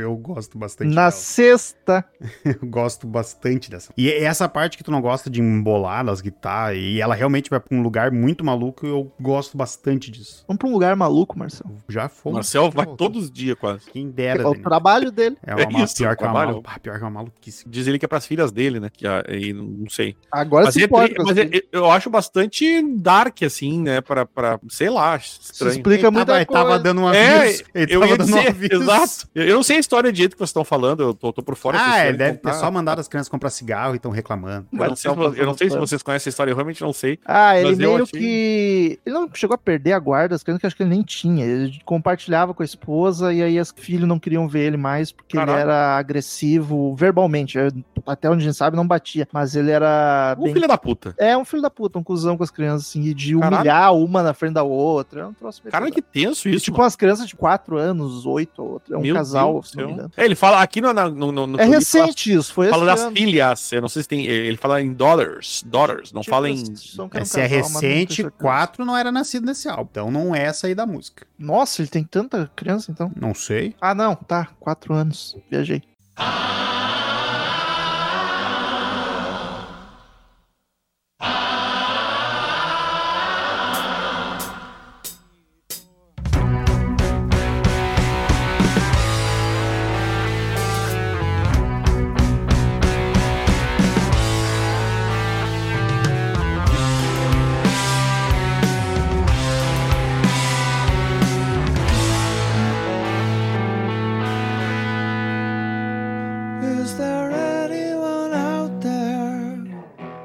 Speaker 3: Eu gosto bastante
Speaker 1: Na
Speaker 3: dela.
Speaker 1: sexta,
Speaker 3: Eu gosto bastante dessa. E essa parte que tu não gosta de embolar das guitarras, e ela realmente vai pra um lugar muito maluco, eu gosto bastante disso.
Speaker 1: vamos pra um lugar maluco, Marcelo.
Speaker 3: Já foi.
Speaker 2: Marcel
Speaker 3: já
Speaker 2: vai
Speaker 3: voltou.
Speaker 2: todos os dias quase.
Speaker 3: Quem
Speaker 1: É
Speaker 3: dera,
Speaker 1: o
Speaker 3: Dani.
Speaker 1: trabalho dele.
Speaker 3: É uma
Speaker 2: É
Speaker 3: ma-
Speaker 2: isso,
Speaker 3: pior, que uma
Speaker 2: trabalho.
Speaker 3: malu... ah, pior que uma maluquice.
Speaker 2: Diz ele que é pras filhas dele, né? Que a- e não sei.
Speaker 1: Agora
Speaker 2: Mas,
Speaker 1: se
Speaker 2: entre-
Speaker 1: pode. com as
Speaker 2: mas é
Speaker 1: coisas.
Speaker 2: eu- eu acho bastante dark, assim, né? Pra, pra sei lá,
Speaker 1: Isso
Speaker 2: estranho.
Speaker 1: explica
Speaker 3: Ele
Speaker 1: muita
Speaker 3: tava, ele
Speaker 1: coisa.
Speaker 3: tava dando um
Speaker 2: É,
Speaker 3: aviso. ele
Speaker 2: Eu
Speaker 3: tava
Speaker 2: ia
Speaker 3: dando um
Speaker 2: dizer,
Speaker 3: aviso.
Speaker 2: exato. Eu eu não sei a história do jeito que vocês estão falando, eu tô, tô por fora.
Speaker 3: Ah,
Speaker 2: vocês
Speaker 3: ele deve ter
Speaker 2: podem
Speaker 3: só
Speaker 2: contar.
Speaker 3: mandado as crianças comprar cigarro e estão reclamando.
Speaker 2: Eu não, sei, se vo- eu não sei se vocês conhecem a história, eu realmente não
Speaker 3: Tá
Speaker 2: sei.
Speaker 1: Ah, ele
Speaker 2: Mas eu
Speaker 1: meio
Speaker 2: achei-
Speaker 1: que. Ele não chegou a perder a guarda, as crianças que eu acho que ele nem tinha. Ele compartilhava com a esposa e aí os filhos não queriam ver ele mais porque
Speaker 2: Caraca.
Speaker 1: ele era agressivo verbalmente. Eu- Até onde a gente sabe, não batia. Mas ele era.
Speaker 2: Ô,
Speaker 1: bem-
Speaker 2: filho da puta.
Speaker 1: É um filho da puta, um cuzão com as crianças, assim, e de
Speaker 2: Caraca.
Speaker 1: humilhar uma na frente da outra. É um troço meio
Speaker 2: Cara, que
Speaker 1: pesado.
Speaker 2: tenso
Speaker 1: E,
Speaker 2: isso.
Speaker 1: tipo,
Speaker 2: mano.
Speaker 1: umas crianças de 4 anos, 8 ou outra. É um
Speaker 2: Meu
Speaker 1: casal,
Speaker 2: Deus
Speaker 1: se não
Speaker 2: do
Speaker 1: me
Speaker 2: céu.
Speaker 1: engano.
Speaker 2: É, ele fala aqui no. na- no, no- no
Speaker 1: É
Speaker 2: Felipe,
Speaker 1: recente isso, foi
Speaker 2: Fala, fala
Speaker 1: esse
Speaker 2: das
Speaker 1: ano.
Speaker 2: filhas, eu não sei se tem. Ele fala em dollars, dollars, não
Speaker 1: Tipo,
Speaker 2: fala em.
Speaker 1: essa discussão que era um
Speaker 3: Se é
Speaker 1: casal, mas não tenho
Speaker 3: recente,
Speaker 1: certeza.
Speaker 3: 4 não era nascido nesse álbum. Então não é essa aí da música.
Speaker 1: Nossa, ele tem tanta criança, então.
Speaker 3: Não sei.
Speaker 1: Ah, não, tá. Quatro anos. Viajei.
Speaker 5: Is there anyone out there?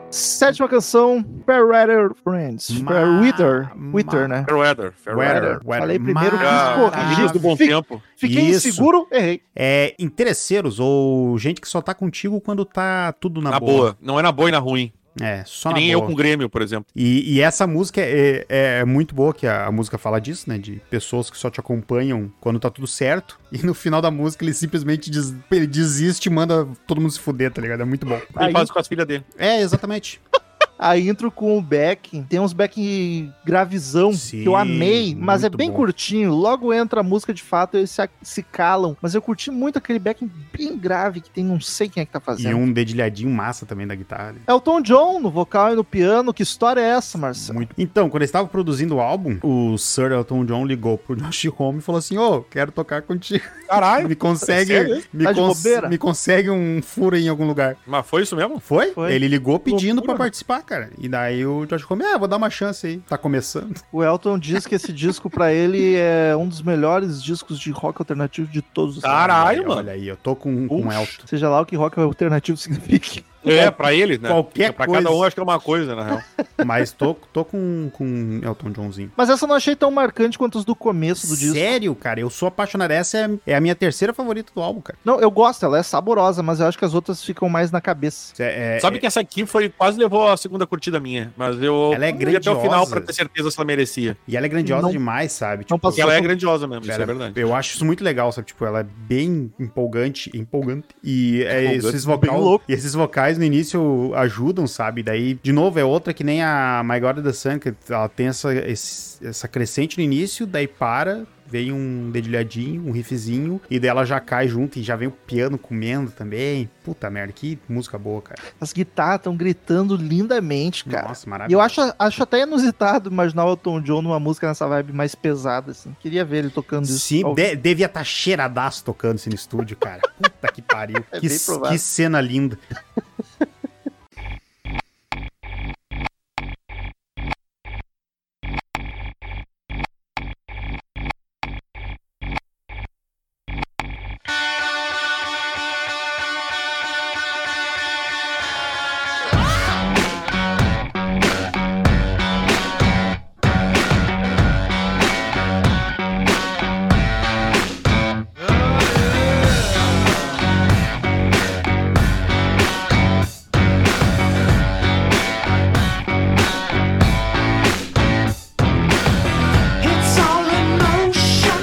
Speaker 1: Sétima canção, Fairweather Friends.
Speaker 3: Ma-
Speaker 1: Fairweather. Wither,
Speaker 3: ma-
Speaker 1: né?
Speaker 2: Fairweather. Fairweather.
Speaker 3: Weather, weather.
Speaker 1: Falei primeiro,
Speaker 2: Ah,
Speaker 1: fiz
Speaker 3: Maravilha.
Speaker 1: corrigido.
Speaker 2: amigos do bom
Speaker 1: Fique-
Speaker 2: tempo.
Speaker 1: Fiquei
Speaker 3: Isso.
Speaker 1: inseguro, errei.
Speaker 3: É interesseiros ou gente que só tá contigo quando tá tudo na,
Speaker 2: na boa. Não é na boa e na ruim.
Speaker 3: É, só
Speaker 2: Que
Speaker 3: na
Speaker 2: nem eu
Speaker 3: boa.
Speaker 2: com o Grêmio, por exemplo.
Speaker 3: E, e essa música é, é- é muito boa, que a, a música fala disso, né? De pessoas que só te acompanham quando tá tudo certo. E no final da música ele simplesmente des- ele desiste e manda todo mundo se fuder, tá ligado? É muito bom.
Speaker 2: Ele
Speaker 1: Aí-
Speaker 2: faz com as filhas dele.
Speaker 3: É, exatamente.
Speaker 1: A intro com o backing, tem uns backing gravizão
Speaker 3: Sim,
Speaker 1: que eu amei, mas é
Speaker 3: muito
Speaker 1: bem
Speaker 3: bom.
Speaker 1: curtinho. Logo entra a música de fato, eles se, se calam. Mas eu curti muito aquele backing bem grave que tem, não sei quem é que tá
Speaker 3: E
Speaker 1: fazendo.
Speaker 3: um dedilhadinho massa também da guitarra. né?
Speaker 1: Elton John no vocal e no piano, que história é essa, Marcelo?
Speaker 3: Muito. Então, quando eles estavam produzindo o álbum, o Sir Elton John ligou pro Josh Home e falou assim: Ô, quero tocar contigo.
Speaker 2: Caralho!
Speaker 3: Me
Speaker 2: sério
Speaker 3: consegue.
Speaker 2: isso?
Speaker 3: Me,
Speaker 1: Tá de
Speaker 3: cons-
Speaker 1: bobeira?
Speaker 3: me consegue um furo aí em algum lugar.
Speaker 2: Mas foi isso mesmo?
Speaker 3: Foi?
Speaker 1: Foi.
Speaker 3: Ele ligou pedindo
Speaker 2: Loucura,
Speaker 3: pra
Speaker 2: né?
Speaker 3: participar, cara. E daí o Josh Home, ah, vou dar uma chance aí. Tá começando.
Speaker 1: O Elton diz que esse disco pra ele é um dos melhores discos de rock alternativo de todos os
Speaker 2: Caralho,
Speaker 3: Olha aí,
Speaker 2: mano.
Speaker 3: Olha aí, eu tô com, Ah, com um
Speaker 1: Puxa,
Speaker 3: Elton.
Speaker 1: Seja lá o que rock alternativo signifique.
Speaker 2: É, pra ele, né?
Speaker 3: Qualquer
Speaker 2: pra
Speaker 3: coisa.
Speaker 2: cada um acho que é uma coisa, na real.
Speaker 3: Mas tô, tô com, com um Elton Johnzinho.
Speaker 1: Mas essa eu não achei tão marcante quanto os do começo do disco.
Speaker 3: Sério, cara, eu sou apaixonado. Essa é, é a minha terceira favorita do álbum, cara.
Speaker 1: Não, eu gosto, ela é saborosa, mas eu acho que as outras ficam mais na cabeça.
Speaker 3: É, é-
Speaker 2: Sabe que essa aqui foi quase levou a segunda curtida minha, mas eu
Speaker 3: Ela é
Speaker 2: fui até o final
Speaker 3: grandiosa.
Speaker 2: pra ter certeza se ela merecia.
Speaker 3: E ela é grandiosa
Speaker 1: Não-
Speaker 3: demais, sabe? Tipo,
Speaker 1: não
Speaker 2: Porque
Speaker 1: passou
Speaker 2: ela é grandiosa mesmo, isso
Speaker 3: Ela-
Speaker 2: é verdade.
Speaker 1: Uhum.
Speaker 3: Eu acho isso muito legal, sabe? Tipo, ela é bem empolgante, empolgante. E é,
Speaker 2: Empolgante,
Speaker 3: esses
Speaker 1: bem
Speaker 3: vocal,
Speaker 1: louco.
Speaker 3: e esses vocais no início ajudam, sabe? Daí, de novo, é outra que nem a My God the Sun, que ela tem essa, esse- essa crescente no início, daí para, vem um dedilhadinho, um riffzinho, e daí ela já cai junto e já vem o piano comendo também. Puta merda, que música boa, cara.
Speaker 1: As guitarras estão gritando lindamente, cara.
Speaker 3: Nossa,
Speaker 1: E
Speaker 3: maravilhoso.
Speaker 1: eu acho, acho até inusitado imaginar o Elton John numa música nessa vibe mais pesada, assim. Queria ver ele tocando isso.
Speaker 3: Sim,
Speaker 1: ao vivo.
Speaker 3: de- devia estar cheiradaço tocando isso no estúdio, cara. Puta que pariu.
Speaker 1: É
Speaker 3: que,
Speaker 1: bem provável.
Speaker 3: que cena linda.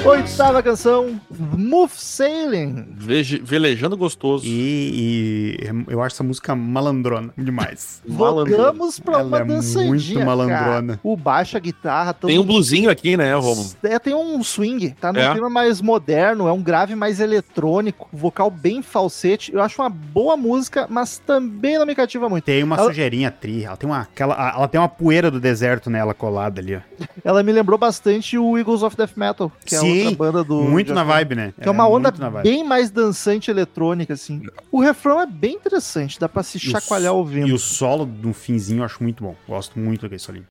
Speaker 1: Oitava canção, Move Sailing.
Speaker 2: Veje- Velejando gostoso.
Speaker 3: E, e eu acho essa música malandrona demais.
Speaker 2: Malandro.
Speaker 1: Voltamos pra
Speaker 3: Ela
Speaker 1: uma
Speaker 3: é
Speaker 1: dançadinha,
Speaker 3: muito malandrona.
Speaker 1: cara. O baixo, a guitarra, todo
Speaker 2: Tem um bluzinho aqui, né, Romulo?
Speaker 1: É, tem um swing, tá num
Speaker 2: É.
Speaker 1: clima mais moderno, é um grave mais eletrônico, vocal bem falsete. Eu acho uma boa música, mas também não me cativa muito.
Speaker 3: Tem uma
Speaker 1: Ela-
Speaker 3: sujeirinha tri, ela tem uma, aquela, a- ela tem uma poeira do deserto nela colada ali, ó.
Speaker 1: Ela me lembrou bastante o Eagles of Death Metal, que é
Speaker 3: Sim,
Speaker 1: outra banda do.
Speaker 3: muito na
Speaker 1: Jeff-
Speaker 3: vibe, né?
Speaker 1: Que é uma onda
Speaker 3: muito na vibe.
Speaker 1: bem mais dançante eletrônica, assim. O refrão é bem interessante, dá pra se
Speaker 3: E o
Speaker 1: chacoalhar
Speaker 3: so-
Speaker 1: ouvindo.
Speaker 3: E o solo do finzinho eu acho muito bom. Gosto muito daquele solinho.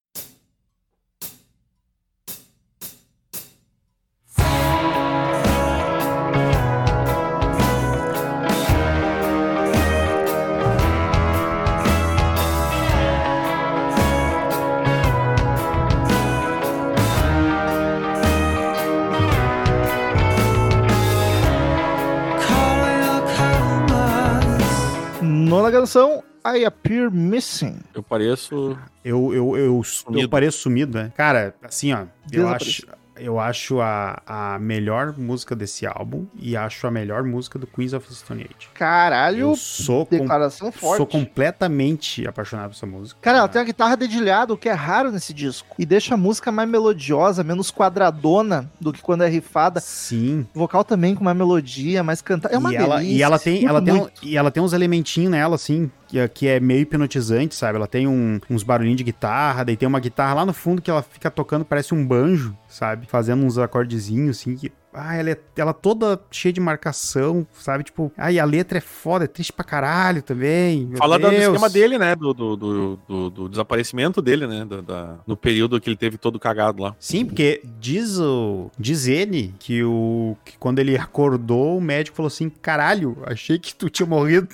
Speaker 1: Nona canção, I Appear Missing.
Speaker 2: Eu pareço.
Speaker 3: Eu, eu, eu, eu
Speaker 2: Sumido.
Speaker 3: pareço sumido, né? Cara, assim, ó, eu acho,
Speaker 1: Desaparecido.
Speaker 3: eu acho a, a melhor música desse álbum e acho a melhor música do Queens of the Stone Age.
Speaker 1: Caralho,
Speaker 3: Eu sou, com-
Speaker 1: declaração forte.
Speaker 3: sou completamente apaixonado por essa música.
Speaker 1: Cara, ela tem uma guitarra dedilhada, o que é raro nesse disco. E deixa a música mais melodiosa, menos quadradona do que quando é rifada.
Speaker 3: Sim.
Speaker 1: O vocal também com uma melodia, mais cantada. É uma
Speaker 3: e ela,
Speaker 1: delícia.
Speaker 3: e ela tem,
Speaker 1: Curto
Speaker 3: ela tem, um-
Speaker 1: muito.
Speaker 3: e ela tem uns elementinhos nela, assim, que, é- que é meio hipnotizante, sabe? Ela tem um- uns barulhinhos de guitarra, daí tem uma guitarra lá no fundo que ela fica tocando, parece um banjo, sabe? Fazendo uns acordezinhos, assim, que. Ah, ela é ela toda cheia de marcação, sabe? Tipo, ai, a letra é foda, é triste pra caralho também. meu
Speaker 2: Fala do
Speaker 3: Deus.
Speaker 2: esquema dele, né? Do, do, do, do- do desaparecimento dele, né? Da, da- no período que ele teve todo cagado lá.
Speaker 3: Sim, porque diz, o, diz ele que, o, que quando ele acordou, o médico falou assim: caralho, achei que tu tinha morrido.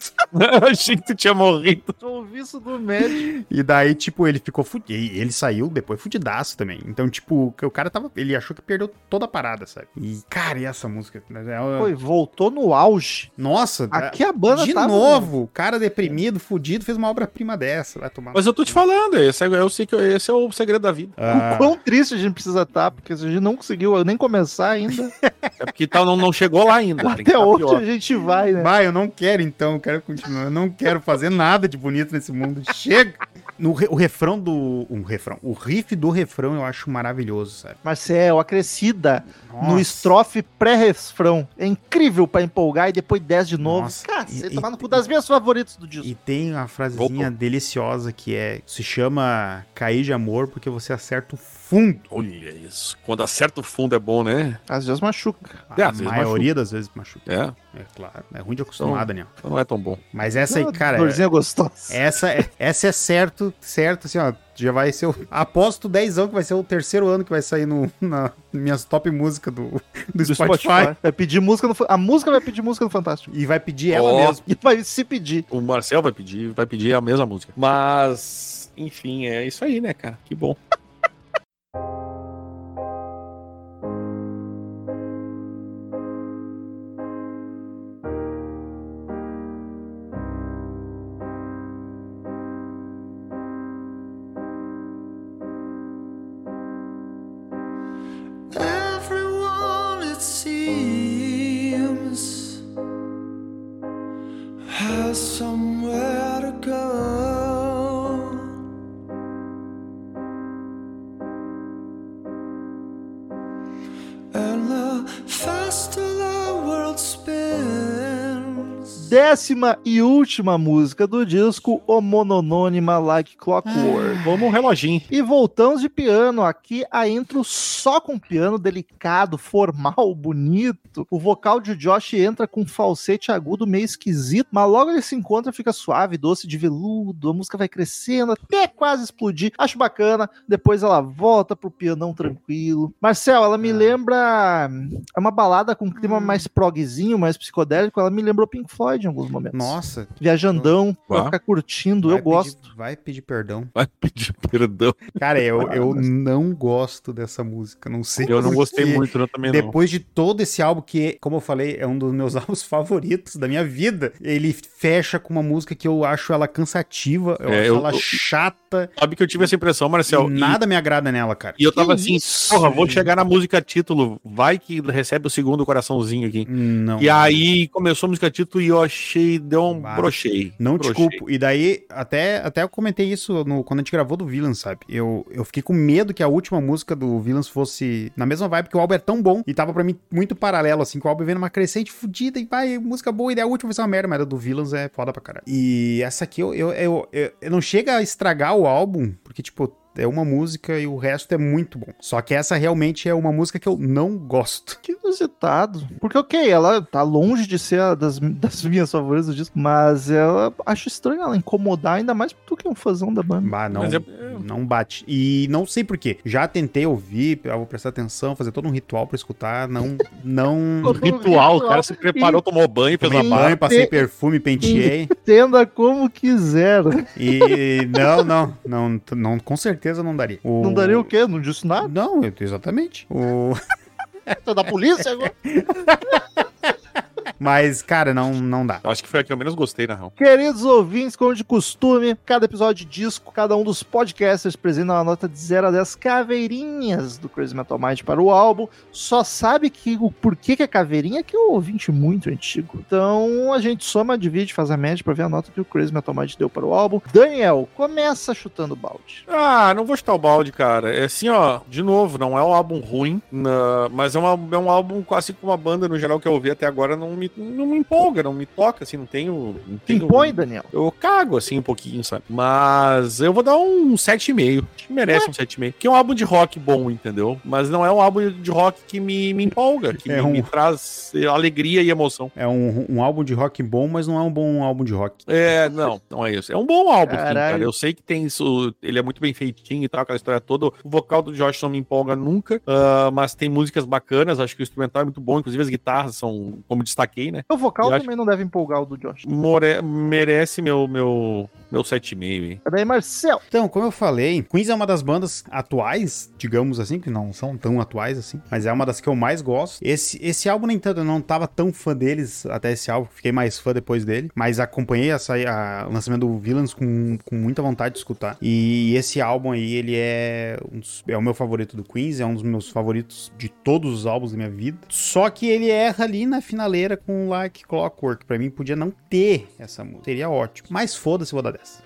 Speaker 2: Achei que tu tinha morrido.
Speaker 1: Eu ouvi isso do médico.
Speaker 3: E daí, tipo, ele ficou fudido. Ele saiu depois fudidaço também. Então, tipo, o cara tava. Ele achou que perdeu toda a parada, sabe? E, Cara, e essa música? É uma-
Speaker 1: Foi, voltou no auge.
Speaker 3: Nossa, é,
Speaker 1: Aqui a banda tá
Speaker 3: de
Speaker 1: tava-
Speaker 3: novo, cara deprimido, fudido, fez uma obra-prima dessa. Vai tomar. no
Speaker 2: Mas eu tô te falando, esse é, eu sei que esse é o segredo da vida.
Speaker 3: Ah,
Speaker 1: O quão triste a gente precisa estar, porque a gente não conseguiu nem começar ainda.
Speaker 2: É porque tal não, não chegou lá ainda. tem que
Speaker 1: Até
Speaker 2: tá
Speaker 1: hoje
Speaker 2: pior.
Speaker 1: a gente vai, né?
Speaker 3: Bah, eu não quero então, eu quero continuar. Eu não quero fazer nada de bonito nesse mundo. Chega! No re- o refrão do. Um refrão. O riff do refrão eu acho maravilhoso, sabe?
Speaker 1: Marcel, acrescida no
Speaker 3: Nossa.
Speaker 1: estrofe pré-refrão. É incrível pra empolgar e depois 10 de novo.
Speaker 3: Nossa,
Speaker 1: Cara,
Speaker 3: e-
Speaker 1: você
Speaker 3: e-
Speaker 1: tomar no cu das minhas favoritas do disco.
Speaker 3: E tem uma frasezinha
Speaker 2: Voltou.
Speaker 3: deliciosa que é. Se chama Cair de Amor porque você acerta o fundo.
Speaker 2: Olha isso. Quando acerta o fundo é bom, né?
Speaker 1: Às vezes machuca.
Speaker 2: É,
Speaker 3: a
Speaker 2: às vezes
Speaker 3: maioria das vezes machuca.
Speaker 2: É,
Speaker 3: É claro. É ruim de acostumar,
Speaker 2: Então-
Speaker 3: Daniel.
Speaker 2: então não é tão bom.
Speaker 3: Mas essa aí,
Speaker 1: Uma
Speaker 3: cara.
Speaker 1: Dorzinha gostosa.
Speaker 3: Essa, é- essa é certo, certo, assim, ó. Já vai ser o. Aposto 10 anos que vai ser o terceiro ano que vai sair no, na minhas top música do, do,
Speaker 1: Do
Speaker 3: Spotify.
Speaker 1: Vai pedir música no... Fa- A música vai pedir música no Fantástico.
Speaker 3: E vai pedir ela
Speaker 2: Ó.
Speaker 3: mesmo.
Speaker 1: E vai se pedir.
Speaker 2: O Marcel vai pedir, vai pedir a mesma música. Mas, enfim, é isso aí, né, cara? Que bom.
Speaker 5: Everyone, it seems, has somewhere to go. And the faster the world spins.
Speaker 1: Décima e última música do disco, O Mononônima Like Clockwork.
Speaker 2: Vamos um reloginho.
Speaker 1: E voltamos de piano aqui a intro só com piano delicado, formal, bonito. O vocal de Josh entra com um falsete agudo meio esquisito, mas logo ele se encontra, fica suave, doce de veludo, a música vai crescendo até quase explodir. Acho bacana. Depois ela volta pro pianão tranquilo. Marcel, ela
Speaker 3: É.
Speaker 1: me lembra é uma balada com um
Speaker 3: Hum.
Speaker 1: clima mais progzinho, mais psicodélico, ela me lembrou Pink Floyd em alguns momentos.
Speaker 3: Nossa.
Speaker 1: Viajandão, pra
Speaker 2: Uau.
Speaker 1: ficar curtindo, eu
Speaker 3: vai pedir-
Speaker 1: gosto.
Speaker 3: Vai pedir perdão.
Speaker 2: Vai pedir perdão.
Speaker 3: Cara, eu, eu não gosto dessa música. Não sei.
Speaker 2: Eu não
Speaker 3: por
Speaker 2: gostei
Speaker 3: quê.
Speaker 2: muito, não, também não.
Speaker 3: Depois de todo esse álbum, que, como eu falei, é um dos meus álbuns favoritos da minha vida, ele fecha com uma música que eu acho ela cansativa, eu
Speaker 2: É,
Speaker 3: acho
Speaker 2: eu-
Speaker 3: ela
Speaker 2: eu-
Speaker 3: chata,
Speaker 2: Sabe que eu tive essa impressão, Marcel.
Speaker 3: e
Speaker 2: e-
Speaker 3: nada me agrada nela, cara.
Speaker 2: E eu tava
Speaker 1: Que
Speaker 2: assim,
Speaker 1: isso,
Speaker 2: porra, vou
Speaker 1: gente.
Speaker 2: chegar na música título, vai que recebe o segundo coraçãozinho aqui.
Speaker 3: Não.
Speaker 2: E aí começou a música título e eu achei, deu um
Speaker 3: Bah.
Speaker 2: brochei.
Speaker 3: Não te
Speaker 2: Brochei.
Speaker 3: culpo. E daí, até, até eu comentei isso no- quando a gente gravou do Villains, sabe? Eu, eu fiquei com medo que a última música do Villains fosse na mesma vibe, porque o álbum é tão bom e tava pra mim muito paralelo, assim, que o álbum vem numa crescente fodida e vai, música boa, e daí a última vai ser uma merda, mas a do Villains é foda pra caralho. E essa aqui, eu, eu, eu, eu- eu não chega a estragar o álbum, porque, tipo. É uma música e o resto é muito bom. Só que essa realmente é uma música que eu não gosto.
Speaker 1: Que inusitado. Porque, ok, ela tá longe de ser a das, das minhas favoritas do disco, mas ela acho estranho ela incomodar, ainda mais porque tu que é um fãzão da banda.
Speaker 3: Bah, não,
Speaker 2: Mas é-
Speaker 3: Não bate. E não sei porquê. Já tentei ouvir, eu vou prestar atenção, fazer todo um ritual pra escutar. Não.
Speaker 2: Um
Speaker 3: Não.
Speaker 2: ritual, o cara se preparou, tomou banho, fez
Speaker 3: Tomei
Speaker 2: uma barra.
Speaker 3: banho, passei perfume, penteei.
Speaker 1: Entenda como quiser.
Speaker 3: e. Não, não, não, não. Com certeza não daria. O-
Speaker 1: Não daria o quê? Não disse nada?
Speaker 3: Não, eu- exatamente. O...
Speaker 1: Tá da polícia agora?
Speaker 3: Mas, cara, não, não dá.
Speaker 2: Acho que foi a que eu menos gostei, na real.
Speaker 1: Queridos ouvintes, como de costume, cada episódio de disco, cada um dos podcasters apresenta uma nota de 0 a 10 caveirinhas do Crazy Metal Mind para o álbum. Só sabe que o porquê que é caveirinha é que é um ouvinte muito antigo. Então a gente soma, divide, faz a média para ver a nota que o Crazy Metal Mind deu para o álbum. Daniel, começa chutando o balde.
Speaker 2: Ah, não vou chutar o balde, cara. É assim, ó, de novo, não é um álbum ruim, na- mas é, uma- é um álbum quase como uma banda, no geral, que eu ouvi até agora, não me, não me empolga, não me toca, assim, não tenho... Não
Speaker 1: Te
Speaker 2: tenho
Speaker 1: impõe, Daniel.
Speaker 2: Eu cago, assim, um pouquinho, sabe? Mas eu vou dar um 7,5. Acho que merece um 7,5. Que é um álbum de rock bom, entendeu? Mas não é um álbum de rock que me, me empolga, que
Speaker 3: É
Speaker 2: me,
Speaker 3: um-
Speaker 2: me traz eh, alegria e emoção.
Speaker 3: É um, um álbum de rock bom, mas não é um bom álbum de rock.
Speaker 2: É, não, não é isso. É um bom álbum, sim, cara.
Speaker 1: Caralho.
Speaker 2: Eu sei que tem isso. Ele é muito bem feitinho e tal, aquela história toda. O vocal do Josh não me empolga nunca, ah, mas tem músicas bacanas. Acho que o instrumental é muito bom. Inclusive, as guitarras são, como destaque destaquei, né?
Speaker 1: O vocal
Speaker 2: Eu acho-
Speaker 1: também não deve empolgar o do Josh.
Speaker 2: More- merece meu, meu, meu 7,5, hein?
Speaker 1: Daí, Marcel.
Speaker 3: Então, como eu falei, Queens é uma das bandas atuais, digamos assim, que não são tão atuais assim, mas é uma das que eu mais gosto. Esse, esse álbum, nem tanto, eu não tava tão fã deles até esse álbum, fiquei mais fã depois dele, mas acompanhei a, sai- a- o lançamento do Villains com, com muita vontade de escutar. E esse álbum aí, ele é, um dos- é o meu favorito do Queens, é um dos meus favoritos de todos os álbuns da minha vida. Só que ele erra ali na finaleira com Like Clockwork. Pra mim, podia não ter essa música, seria ótimo. Mas foda-se, vou dar dessa.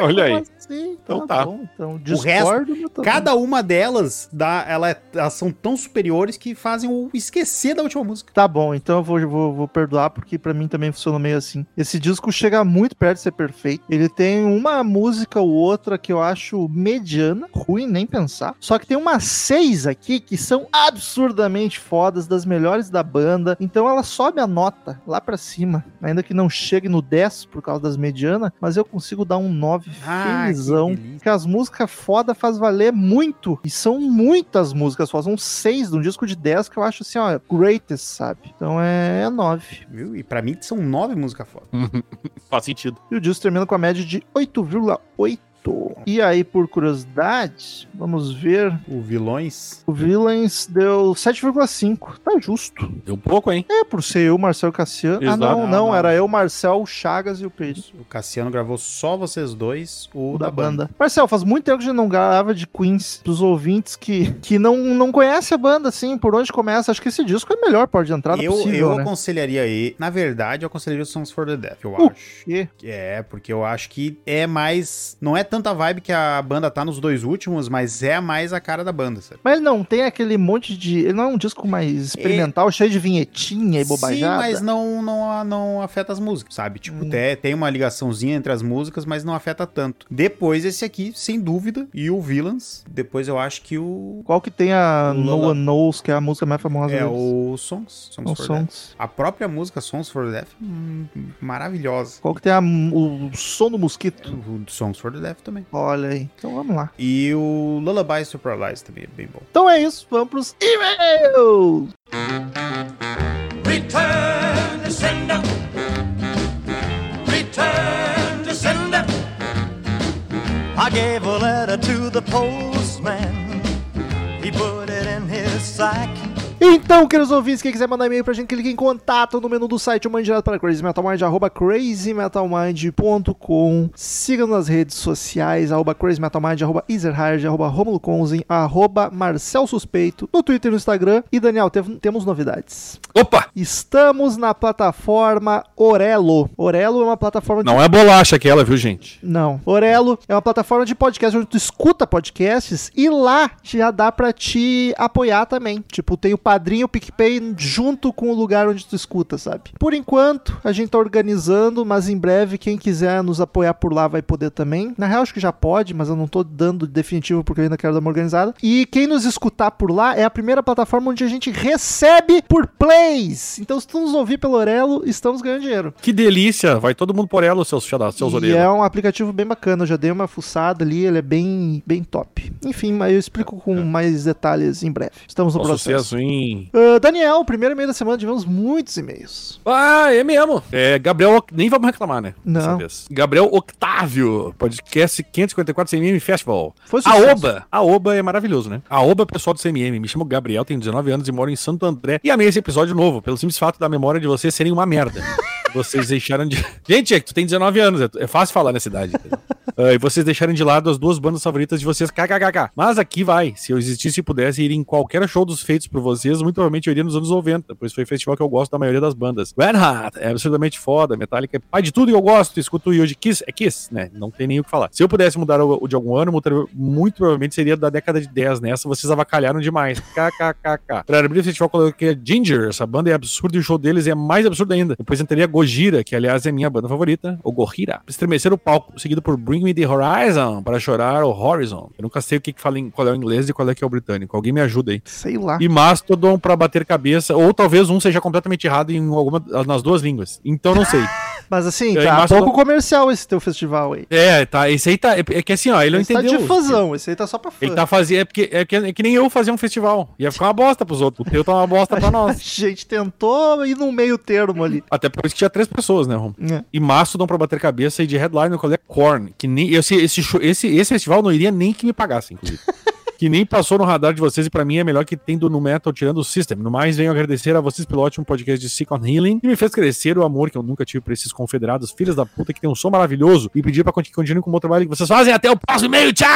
Speaker 2: Olha aí.
Speaker 1: Mas sim,
Speaker 2: Então
Speaker 1: tá.
Speaker 2: tá.
Speaker 1: Bom, então,
Speaker 3: resto-
Speaker 1: discordo. mas tá bom.
Speaker 3: Cada uma delas, dá, ela é- elas são tão superiores que fazem o esquecer da última música.
Speaker 1: Tá bom, então eu vou, vou, vou perdoar, porque pra mim também funciona meio assim. Esse disco chega muito perto de ser perfeito. Ele tem uma música ou outra que eu acho mediana, ruim nem pensar. Só que tem umas seis aqui que são absurdamente fodas, das melhores da banda. Então ela sobe a nota lá pra cima. Ainda que não chegue no 10 por causa das medianas, mas eu consigo dar um 9
Speaker 3: Ah, que
Speaker 1: felizão.
Speaker 3: delícia.
Speaker 1: Porque as músicas foda faz valer muito. E são muitas músicas fodas. São seis de um disco de 10 que eu acho assim, ó, greatest, sabe? Então é, é nove.
Speaker 3: Viu? E pra mim são nove músicas foda.
Speaker 2: Faz sentido.
Speaker 1: E o disco termina com a média de 8,8. E aí, por curiosidade, vamos ver.
Speaker 3: O Vilões.
Speaker 1: O Villains deu 7,5. Tá justo.
Speaker 2: Deu um pouco, hein?
Speaker 1: É, por ser eu, Marcel Cassiano. Ah,
Speaker 2: Exato.
Speaker 1: não, não,
Speaker 3: Não, não.
Speaker 1: Era eu, Marcel, o Chagas e o Pedro.
Speaker 3: O Cassiano gravou só vocês dois, o,
Speaker 1: O da banda. Marcel, faz muito tempo que a gente não grava de Queens dos ouvintes que, que não, não conhece a banda, assim, por onde começa. Acho que esse disco é o melhor porta de entrada
Speaker 3: Eu,
Speaker 1: possível,
Speaker 3: eu
Speaker 1: né?
Speaker 3: aconselharia ele. Na verdade, eu aconselharia o Songs for the Deaf, eu
Speaker 1: Uh.
Speaker 3: acho.
Speaker 1: E-
Speaker 3: É, porque eu acho que é mais. Não é tanta vibe que a banda tá nos dois últimos, mas é mais a cara da banda, sabe?
Speaker 1: Mas não, tem aquele monte de... Ele não é um disco mais experimental, cheio de vinhetinha e bobajada.
Speaker 3: Sim, mas não, não, não afeta as músicas, sabe? Tipo,
Speaker 1: Hum.
Speaker 3: te- tem uma ligaçãozinha entre as músicas, mas não afeta tanto. Depois esse aqui, sem dúvida, e o Villains. Depois eu acho que o...
Speaker 1: Qual que tem a
Speaker 3: Lula.
Speaker 1: No One Knows, que é a música mais famosa
Speaker 3: É
Speaker 1: deles?
Speaker 3: o né? Songs. Songs
Speaker 1: Não,
Speaker 3: for Death.
Speaker 1: Songs.
Speaker 3: A própria música Songs for the Deaf, hum, maravilhosa.
Speaker 1: Qual que tem a- o som do mosquito?
Speaker 3: O Songs for the Deaf também.
Speaker 1: Olha aí. Então vamos lá.
Speaker 3: E o Lullabies to Paralyze também é bem bom.
Speaker 1: Então é isso, vamos pros e-mails!
Speaker 5: Return to sender. Return to sender. I gave a letter to the postman. He put it in his sack.
Speaker 1: Então, queridos ouvintes, quem quiser mandar e-mail pra gente, clique em contato no menu do site ou mande direto para crazymetalmind, arroba crazymetalmind.com. Siga-nos nas redes sociais, arroba crazymetalmind, arroba ezerhard, arroba romuloconzin, arroba marcelsuspeito, no Twitter e no Instagram. E, Daniel, tev- temos novidades.
Speaker 2: Opa!
Speaker 1: Estamos na plataforma Orelo. Orelo é uma plataforma de
Speaker 2: Não é bolacha aquela, viu, gente?
Speaker 1: não. Orelo é uma plataforma de podcast onde tu escuta podcasts e lá já dá pra te apoiar também. Tipo, tem o padrinho o PicPay junto com o lugar onde tu escuta, sabe? Por enquanto, a gente tá organizando, mas em breve quem quiser nos apoiar por lá vai poder também. Na real, acho que já pode, mas eu não tô dando definitivo porque eu ainda quero dar uma organizada. E quem nos escutar por lá é a primeira plataforma onde a gente recebe por plays. Então, se tu nos ouvir pelo Orelo, estamos ganhando dinheiro.
Speaker 2: Que delícia! Vai todo mundo por ela, seus, chada- seus
Speaker 1: E é
Speaker 2: orelhas.
Speaker 1: um aplicativo bem bacana, eu já dei uma fuçada ali, ele é bem, bem top. Enfim, mas eu explico com mais detalhes em breve. Estamos no
Speaker 2: Um
Speaker 1: processo.
Speaker 2: É, sucesso, hein?
Speaker 1: Ah, Daniel, primeiro e-mail da semana, tivemos muitos e-mails.
Speaker 2: Ah, é mesmo. É, Gabriel, Oc- nem vamos reclamar, né?
Speaker 1: Não.
Speaker 2: Dessa vez. Gabriel Octávio, podcast 554 CMM Festival.
Speaker 1: Foi um
Speaker 2: a
Speaker 1: sucesso.
Speaker 2: Oba, a Oba é maravilhoso, né? A Oba é pessoal do CMM. Me chamo Gabriel, tenho 19 anos e moro em Santo André. E amei esse episódio novo, pelo simples fato da memória de vocês serem uma merda. Vocês deixaram de. Gente, é que tu tem 19 anos, é- é fácil falar nessa idade. entendeu? Ah, e vocês deixaram de lado as duas bandas favoritas de vocês, kkkk. Mas aqui vai. Se eu existisse e pudesse ir em qualquer show dos feitos por vocês, muito provavelmente eu iria nos anos 90, pois foi o festival que eu gosto da maioria das bandas. Red Hot é absolutamente foda, Metallica é pai de tudo que eu gosto, escuto Yuji Kiss, é Kiss, né? Não tem nem o que falar. Se eu pudesse mudar o o de algum ano, mudaria- muito provavelmente seria da década de 10 nessa, vocês avacalharam demais. KKKK. Pra abrir o festival, coloquei Ginger, essa banda é absurda e o show deles é mais absurdo ainda. Depois entraria Gojira, que aliás é minha banda favorita, ou Gorira. Estremecer o palco, seguido por Bring Me The Horizon, para chorar o Horizon. Eu nunca sei o que, que fala em, qual é o inglês e qual é que é o britânico. Alguém me ajuda aí
Speaker 1: Sei lá.
Speaker 2: e Mastodon pra bater cabeça, ou talvez um seja completamente errado em alguma nas duas línguas. Então não sei.
Speaker 1: Mas assim,
Speaker 2: Eu
Speaker 1: tá
Speaker 2: imagino-
Speaker 1: pouco comercial esse teu festival aí.
Speaker 2: É, tá. Esse aí tá. É, é que assim, ó, ele não
Speaker 1: esse tá
Speaker 2: entendeu.
Speaker 1: difusão, esse aí tá só pra fã.
Speaker 2: Ele tá fazendo. É, porque, é, que, é que nem eu fazer um festival. Ia ficar uma bosta pros outros. O teu tá uma bosta pra
Speaker 1: A
Speaker 2: nós.
Speaker 1: gente tentou ir num meio termo ali.
Speaker 2: Até por isso que tinha três pessoas, né, Rom?
Speaker 1: É.
Speaker 2: E Mastodon pra bater cabeça e de headline eu colei Korn. Que nem. Esse, esse, show- esse, esse festival não iria nem que me pagasse, inclusive. que nem passou no radar de vocês e pra mim é melhor que tem do No Metal tirando o System. No mais, venho agradecer a vocês pelo ótimo podcast de Seek on Healing que me fez crescer o amor que eu nunca tive pra esses confederados filhos da puta que tem um som maravilhoso e pedir pra que continuem com o bom trabalho que vocês fazem. Até o próximo e-mail. Tchau!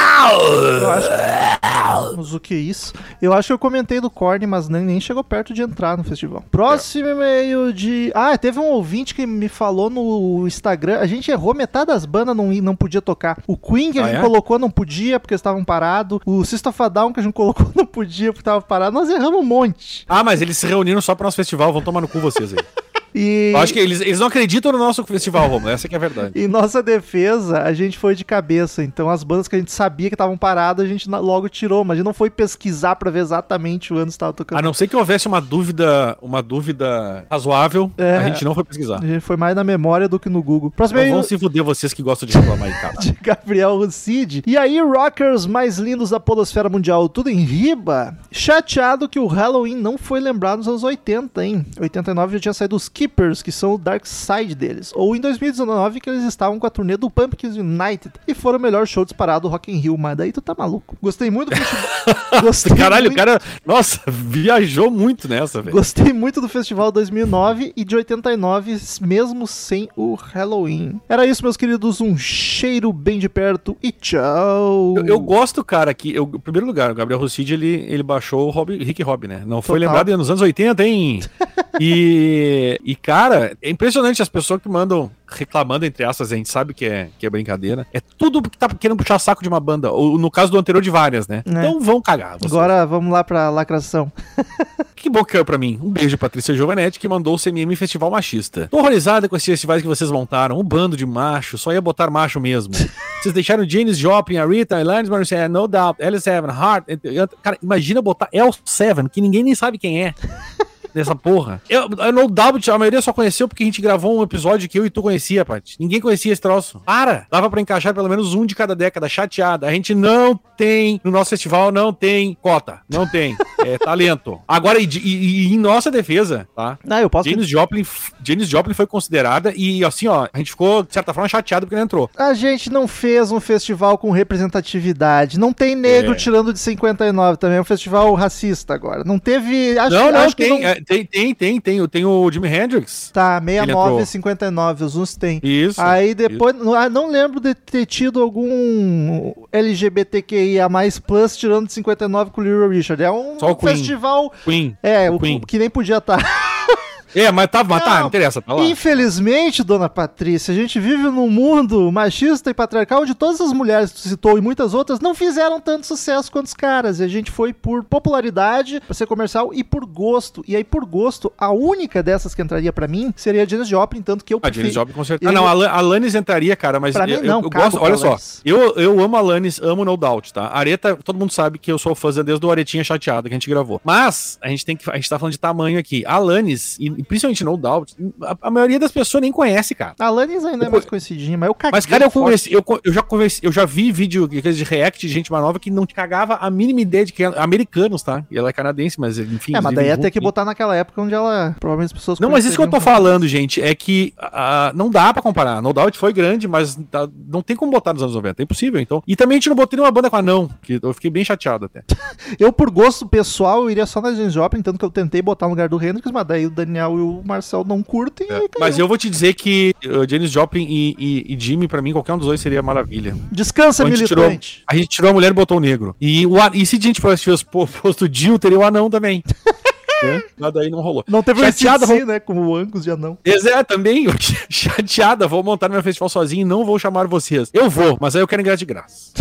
Speaker 1: Eu acho Mas o que é isso? Eu acho que eu comentei do Korn, mas nem, nem chegou perto de entrar no festival. Próximo
Speaker 2: É.
Speaker 1: e-mail de. Ah, teve um ouvinte que me falou no Instagram. A gente errou metade das bandas, não, não podia tocar. O Queen que a
Speaker 2: Ah,
Speaker 1: gente
Speaker 2: é?
Speaker 1: colocou não podia porque estavam parados. O System of a Down que a gente colocou não podia porque estava parado. Nós erramos um monte.
Speaker 2: Ah, mas eles se reuniram só pro nosso festival, vão tomar no cu vocês aí.
Speaker 1: E.
Speaker 2: Eu acho que eles, eles não acreditam no nosso festival, Romulo. Essa que é a verdade.
Speaker 1: Em nossa defesa, a gente foi de cabeça. Então, as bandas que a gente sabia que estavam paradas, a gente na- logo tirou. Mas a gente não foi pesquisar pra ver exatamente o ano que estava tocando.
Speaker 2: A não ser que houvesse uma dúvida, uma dúvida razoável,
Speaker 1: É.
Speaker 2: a gente não foi pesquisar.
Speaker 1: A gente foi mais na memória do que no Google. Próximo
Speaker 2: Então
Speaker 1: e-mail
Speaker 2: vão se fuder vocês que gostam de reclamar aí, cara.
Speaker 1: de Gabriel Rucid. E aí, rockers mais lindos da polosfera mundial, tudo em riba? Chateado que o Halloween não foi lembrado nos anos 80, hein? 89 já tinha saído os Keepers, que são o Dark Side deles. Ou em 2019, que eles estavam com a turnê do Pumpkins United e foram o melhor show disparado do Rock in Rio. Mas daí tu tá maluco. Gostei muito do festival. Gostei
Speaker 2: Caralho, o
Speaker 1: muito-
Speaker 2: cara, nossa, viajou muito nessa, velho.
Speaker 1: Gostei muito do festival 2009 e de 89, mesmo sem o Halloween. Era isso, meus queridos. Um cheiro bem de perto e tchau.
Speaker 2: Eu, eu gosto, cara, que. Eu, em primeiro lugar, o Gabriel Rossidi, ele, ele baixou o Rob, Rick Rob, né? Não foi
Speaker 1: Total.
Speaker 2: lembrado nos anos 80, hein? E, e, cara, é impressionante as pessoas que mandam reclamando, entre aspas, a gente sabe que é, que é brincadeira. É tudo que tá querendo puxar saco de uma banda. Ou no caso do anterior, de várias, né?
Speaker 1: É.
Speaker 2: Então vão cagar. vocês.
Speaker 1: Agora vamos lá pra lacração.
Speaker 2: Que bom que caiu pra mim. Um beijo, Patrícia Giovanetti, que mandou o CMM Festival Machista. Tô horrorizada com esses festivais que vocês montaram. Um bando de macho, só ia botar macho mesmo. vocês deixaram Janis Joplin, a Rita, Alanis Morissette, No Doubt, L7, Heart. entre- entre- Cara, imagina botar L7, que ninguém nem sabe quem é. Nessa porra. Eu, eu No Doubt, a maioria só conheceu porque a gente gravou um episódio que eu e tu conhecia, Paty. Ninguém conhecia esse troço. Para! Dava pra encaixar pelo menos um de cada década, chateada. A gente não tem, no nosso festival, não tem cota. Não tem. É talento. Agora, e, de- e- e em nossa defesa, tá?
Speaker 1: Ah, eu posso.
Speaker 2: Janis Joplin, Janis Joplin foi considerada e assim, ó, a gente ficou, de certa forma, chateado porque não entrou.
Speaker 1: A gente não fez um festival com representatividade. Não tem negro
Speaker 2: É.
Speaker 1: tirando de 59 também. É um festival racista agora. Não teve. Acho,
Speaker 2: não, não,
Speaker 1: acho
Speaker 2: tem,
Speaker 1: que não.
Speaker 2: é, tem, tem, tem, tem, tem o Jimi Hendrix.
Speaker 1: Tá,
Speaker 2: Ele
Speaker 1: 69
Speaker 2: entrou.
Speaker 1: e 59. Os uns tem.
Speaker 2: Isso.
Speaker 1: Aí depois, não- ah, não lembro de ter tido algum LGBTQIA+, plus, tirando de 59 com o Little Richard. É um
Speaker 2: Só o Queen.
Speaker 1: festival...
Speaker 2: Queen.
Speaker 1: É, o,
Speaker 2: Queen.
Speaker 1: o que nem podia tá estar.
Speaker 2: É, mas tá, mas tá,
Speaker 1: Não.
Speaker 2: não interessa, tá lá.
Speaker 1: Infelizmente, dona Patrícia, a gente vive num mundo machista e patriarcal onde todas as mulheres que tu citou e muitas outras não fizeram tanto sucesso quanto os caras. E a gente foi por popularidade, pra ser comercial e por gosto. E aí, por gosto, a única dessas que entraria pra mim seria a Janis Joplin, tanto que eu
Speaker 2: A Janis
Speaker 1: prefiro-
Speaker 2: Joplin com certeza.
Speaker 1: Eu-
Speaker 2: Ah, não, a Lan- a Lannis entraria, cara, mas
Speaker 1: Pra mim,
Speaker 2: eu,
Speaker 1: não,
Speaker 2: eu
Speaker 1: cago
Speaker 2: gosto.
Speaker 1: pra
Speaker 2: Olha só,
Speaker 1: Alanis.
Speaker 2: eu, eu amo a Lannis, amo No Doubt, tá? Areta, todo mundo sabe que eu sou fã desde o Aretinha Chateada que a gente gravou. Mas, a gente tem que. A gente tá falando de tamanho aqui. A Lannis, e e principalmente No Doubt, a, a maioria das pessoas nem conhece, cara.
Speaker 1: A Alanis ainda é mais conhecidinha, mas eu caguei.
Speaker 2: Mas, cara, eu,
Speaker 1: forte.
Speaker 2: conversei, eu, co- eu já conversei, eu já vi vídeo aqueles de react de gente mais nova que não cagava a mínima ideia de que era americanos, tá? E ela é canadense, mas enfim.
Speaker 1: É, mas daí ia
Speaker 2: até
Speaker 1: ter que botar naquela época onde ela. Provavelmente as pessoas.
Speaker 2: Não, mas isso que eu tô
Speaker 1: conheceriam.
Speaker 2: falando, gente, é que ah, não dá pra comparar. No Doubt foi grande, mas tá- não tem como botar nos anos 90. É impossível, então. E também a gente não botou nenhuma banda com anão, que eu fiquei bem chateado até.
Speaker 1: Eu, por gosto pessoal, eu iria só na James Joplin, tanto que eu tentei botar no lugar do Hendrix, mas daí o Daniel e o Marcel não
Speaker 2: É.
Speaker 1: curtem. e aí tá caiu.
Speaker 2: Mas eu vou te dizer que uh, Janis Joplin e, e- e Jimmy, pra mim, qualquer um dos dois seria maravilha.
Speaker 1: Descansa,
Speaker 2: a, gente tirou,
Speaker 1: militante.
Speaker 2: a gente tirou a mulher e botou o negro. E, o, a- e se a gente fosse os po- posto Jill, teria o anão também. é, mas daí não rolou.
Speaker 1: Não teve um
Speaker 2: Chateado,
Speaker 1: assim, né? Como o Angus de anão.
Speaker 2: Pois É, também, eu ch- chateada, vou montar meu festival sozinho e não vou chamar vocês. Eu vou, mas aí eu quero ingresso de graça.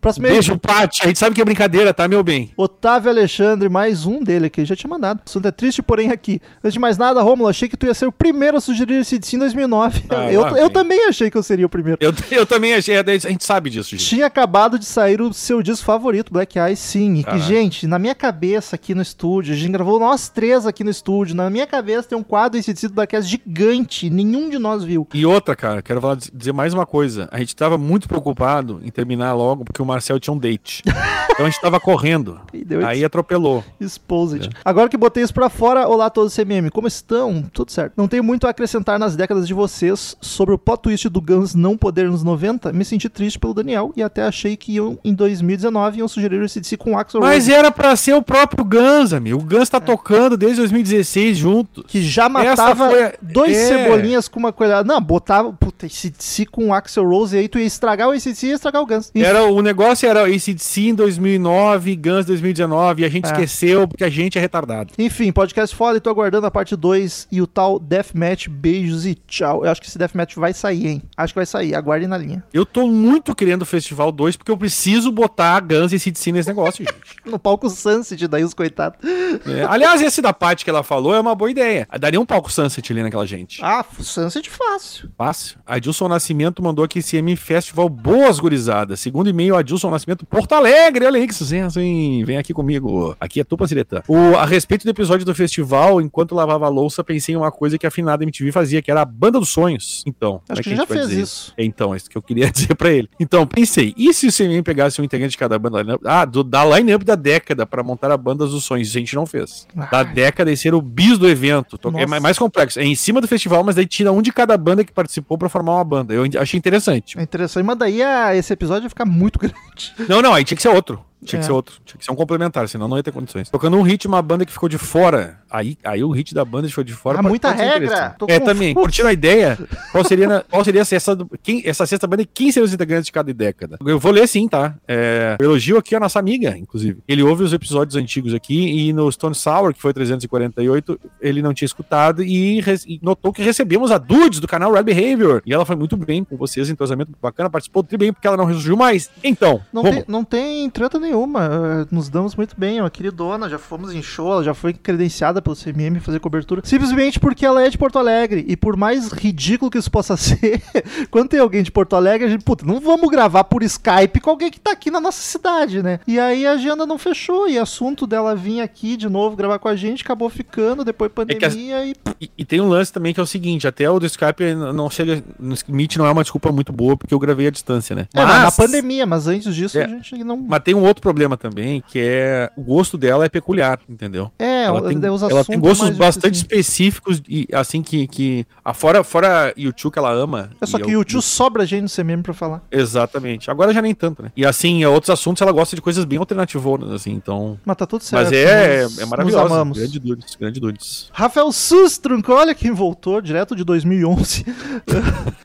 Speaker 1: Próximo aí,
Speaker 2: Beijo, Paty. A gente sabe que é brincadeira, tá, meu bem?
Speaker 1: Otávio Alexandre, mais um dele aqui, já tinha mandado. O assunto é triste, porém aqui. Antes de mais nada, Romulo, achei que tu ia ser o primeiro a sugerir esse DC em 2009.
Speaker 2: Ah,
Speaker 1: eu,
Speaker 2: lá
Speaker 1: eu
Speaker 2: vem.
Speaker 1: também achei que eu seria o primeiro.
Speaker 2: Eu, eu também achei. A gente sabe disso, gente.
Speaker 1: Tinha acabado de sair o seu disco favorito, Black Eyes, sim. E, que,
Speaker 2: Caralho.
Speaker 1: gente, na minha cabeça aqui no estúdio, a gente gravou nós três aqui no estúdio. Na minha cabeça tem um quadro esse título da Cast gigante, nenhum de nós viu.
Speaker 2: E outra, cara, quero falar- dizer mais uma coisa. A gente tava muito preocupado em terminar logo, porque o Marcel tinha um date. Então a gente tava correndo.
Speaker 1: E deu
Speaker 2: Aí é atropelou.
Speaker 1: Exposed. Agora que botei isso pra fora, olá a todos CMM, como estão? Tudo certo. Não tenho muito a acrescentar nas décadas de vocês sobre o plot twist do Guns não poder nos 90. Me senti triste pelo Daniel e até achei que iam, em 2019 iam sugerir o CDC com Axel
Speaker 2: Mas era pra ser o próprio Guns, amigo. O
Speaker 1: É.
Speaker 2: Guns tá tocando desde 2016 junto.
Speaker 1: que já matava
Speaker 2: foi a-
Speaker 1: dois
Speaker 2: é.
Speaker 1: cebolinhas com uma colherada. Não, botava, puta, ACDC com o Axel Rose e aí tu ia estragar o ACDC e ia estragar o Guns. Enfim,
Speaker 2: Era, o negócio era ACDC em 2009, Guns 2019, e a gente
Speaker 1: É.
Speaker 2: esqueceu porque a gente é retardado.
Speaker 1: Enfim, podcast foda e tô aguardando a parte 2 e o tal Deathmatch. Beijos e tchau. Eu acho que esse Deathmatch vai sair, hein? Acho que vai sair, aguardem na linha.
Speaker 2: Eu tô muito querendo o Festival 2 porque eu preciso botar Guns e ACDC nesse negócio, gente.
Speaker 1: No palco Sunset, daí os coitados.
Speaker 2: É. Aliás, esse da parte que ela falou é uma boa ideia. Daria um palco Sunset ali naquela gente.
Speaker 1: Ah, Sunset fácil.
Speaker 2: Fácil. Adilson Nascimento mandou aqui CM Festival Boas Gurizadas. Segundo e-mail, Adilson Nascimento, Porto Alegre. Olha aí que sucesso, hein? Vem aqui comigo. Aqui é Tupa Siretã. O, a respeito do episódio do festival, enquanto lavava a louça, pensei em uma coisa que a afinada MTV fazia, que era a Banda dos Sonhos. Então, como
Speaker 1: Acho
Speaker 2: é
Speaker 1: que,
Speaker 2: a
Speaker 1: já
Speaker 2: gente vai
Speaker 1: fez
Speaker 2: dizer
Speaker 1: isso.
Speaker 2: Então, é isso que eu queria dizer pra ele. Então, pensei, e se o CMM pegasse um integrante de cada banda lineup- ah, do, da line-up da década pra montar a banda dos sonhos? Isso a gente não fez. Da
Speaker 1: Ah.
Speaker 2: década e ser o bis do evento. Tô-
Speaker 1: Nossa.
Speaker 2: É ma- mais complexo. É em cima do festival, mas daí tira um de cada banda que participou pra formar uma banda. Eu in- achei interessante.
Speaker 1: É interessante, mas daí ah, esse episódio ia ficar muito grande.
Speaker 2: Não, não, aí tinha que ser outro. Tinha
Speaker 1: É.
Speaker 2: que ser outro. Tinha que ser um complementar, senão não ia ter condições. Tocando um hit, uma banda que ficou de fora. Aí, aí o hit da banda ficou de fora.
Speaker 1: Ah,
Speaker 2: pode-
Speaker 1: muita
Speaker 2: pode ser
Speaker 1: regra.
Speaker 2: interessante.
Speaker 1: Tô
Speaker 2: É,
Speaker 1: confuso.
Speaker 2: também. Curtindo a ideia, qual seria, na- qual seria essa, essa, do- quem, essa sexta banda e quem seriam os integrantes de cada década? Eu vou ler sim, tá? É, eu elogio aqui a nossa amiga, inclusive. Ele ouve os episódios antigos aqui e no Stone Sour, que foi 348, ele não tinha escutado e, res- e notou que recebemos a Dudes do canal Red Behavior. E ela foi muito bem com vocês, entrosamento bacana, participou do bem porque ela não resurgiu mais. Então,
Speaker 1: Não,
Speaker 2: vamos.
Speaker 1: tem, não tem treta nenhuma. eh, Nos damos muito bem. É uma queridona. Já fomos em show. Ela já foi credenciada pelo CMM fazer cobertura. Simplesmente porque ela é de Porto Alegre. E por mais ridículo que isso possa ser, quando tem alguém de Porto Alegre, a gente, puta, não vamos gravar por Skype com alguém que tá aqui na nossa cidade, né? E aí a agenda não fechou. E assunto dela vir aqui de novo gravar com a gente acabou ficando. Depois
Speaker 2: É que as-
Speaker 1: pandemia e
Speaker 2: E, e tem um lance também que é o seguinte, até o do Skype eh, não chega, no Meet não é uma desculpa muito boa porque eu gravei à distância, né?
Speaker 1: É, na- na pandemia, mas antes disso
Speaker 2: É.
Speaker 1: a gente não.
Speaker 2: Mas tem um outro problema também, que é o gosto dela é peculiar, entendeu?
Speaker 1: É,
Speaker 2: ela
Speaker 1: o-
Speaker 2: tem,
Speaker 1: os
Speaker 2: ela tem
Speaker 1: assuntos
Speaker 2: gostos
Speaker 1: mais
Speaker 2: bastante
Speaker 1: difíceis.
Speaker 2: específicos e assim que que afora fora YouTube que ela ama.
Speaker 1: É só
Speaker 2: e
Speaker 1: que
Speaker 2: eu-
Speaker 1: o tio sobra gente no CMM pra falar.
Speaker 2: Exatamente. Agora já nem tanto, né? E assim, outros assuntos ela gosta de coisas bem alternativonas assim, então
Speaker 1: Mas tá tudo certo.
Speaker 2: Mas é,
Speaker 1: nós
Speaker 2: é maravilhosa.
Speaker 1: Nos amamos.
Speaker 2: Grande dudes, grande dudes.
Speaker 1: Rafael Sustrunco, olha quem voltou, direto de 2011.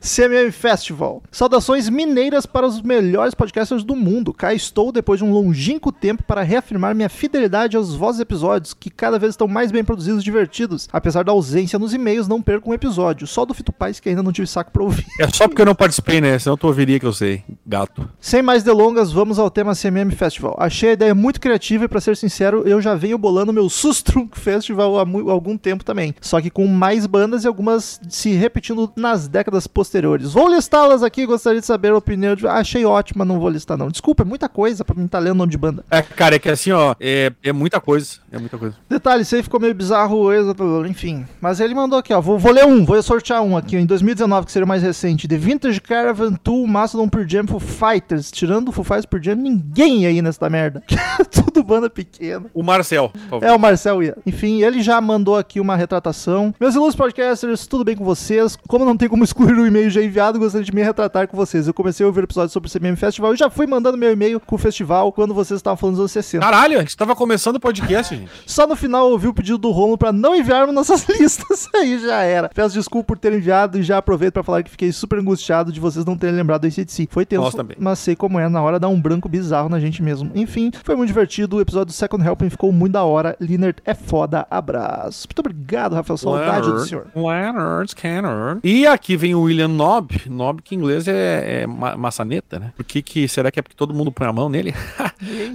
Speaker 1: CMM Festival. Saudações mineiras para os melhores podcasters do mundo. Cá estou depois de um longínquo tempo para reafirmar minha fidelidade aos vossos episódios, que cada vez estão mais bem produzidos e divertidos. Apesar da ausência nos e-mails, não perco um episódio. Só do Fito Paz que ainda não tive saco pra ouvir.
Speaker 2: É só porque eu não participei, né? Senão tu ouviria que eu sei. Gato.
Speaker 1: Sem mais delongas, vamos ao tema CMM Festival. Achei a ideia muito criativa e, pra ser sincero, eu já venho bolando meu Sustrunk Festival há mu- algum tempo também. Só que com mais bandas e algumas se repetindo nas décadas posteriores. Vou listá-las aqui, gostaria de saber a opinião de... Achei ótima, não vou listar não. Desculpa, é muita coisa pra mim estar lendo nome de banda.
Speaker 2: É, cara, é que assim, ó, é, é muita coisa. É muita coisa.
Speaker 1: Detalhe, isso aí ficou meio bizarro, exa- enfim. Mas ele mandou aqui, ó. Vou, vou ler um, vou sortear um aqui, ó, em 2019, que seria o mais recente. The Vintage Caravan Tool, Mastodon Pearl Jam, Foo Fighters. Tirando o Foo Fighters Pearl Jam, ninguém aí nessa merda. Tudo banda pequena.
Speaker 2: O Marcel, por favor.
Speaker 1: É o Marcel Ia. Enfim, ele já mandou aqui uma retratação. Meus ilustres podcasters, tudo bem com vocês? Como não tem como excluir o e-mail já enviado, gostaria de me retratar com vocês. Eu comecei a ouvir episódios sobre o CMM Festival e já fui mandando meu e-mail com o festival quando vocês estavam falando dos anos 60.
Speaker 2: Caralho, a gente tava começando o podcast, gente.
Speaker 1: Só no final eu ouvi o pedido do Romulo pra não enviarmos nossas listas. Aí já era. Peço desculpa por ter enviado e já aproveito pra falar que fiquei super angustiado de vocês não terem lembrado do ACDC. Foi tenso,
Speaker 2: Nós também.
Speaker 1: mas sei como é. Na hora dá um branco bizarro na gente mesmo. Enfim, foi muito divertido. O episódio do Second Helping ficou muito da hora. Leonard é foda. Abraço. Muito obrigado, Rafael. Saudade do senhor.
Speaker 2: Leonard Scanner. E aqui vem o William Nob. Nob que em inglês é, é ma- maçaneta, né? Por que, que será que é porque todo mundo põe a mão nele?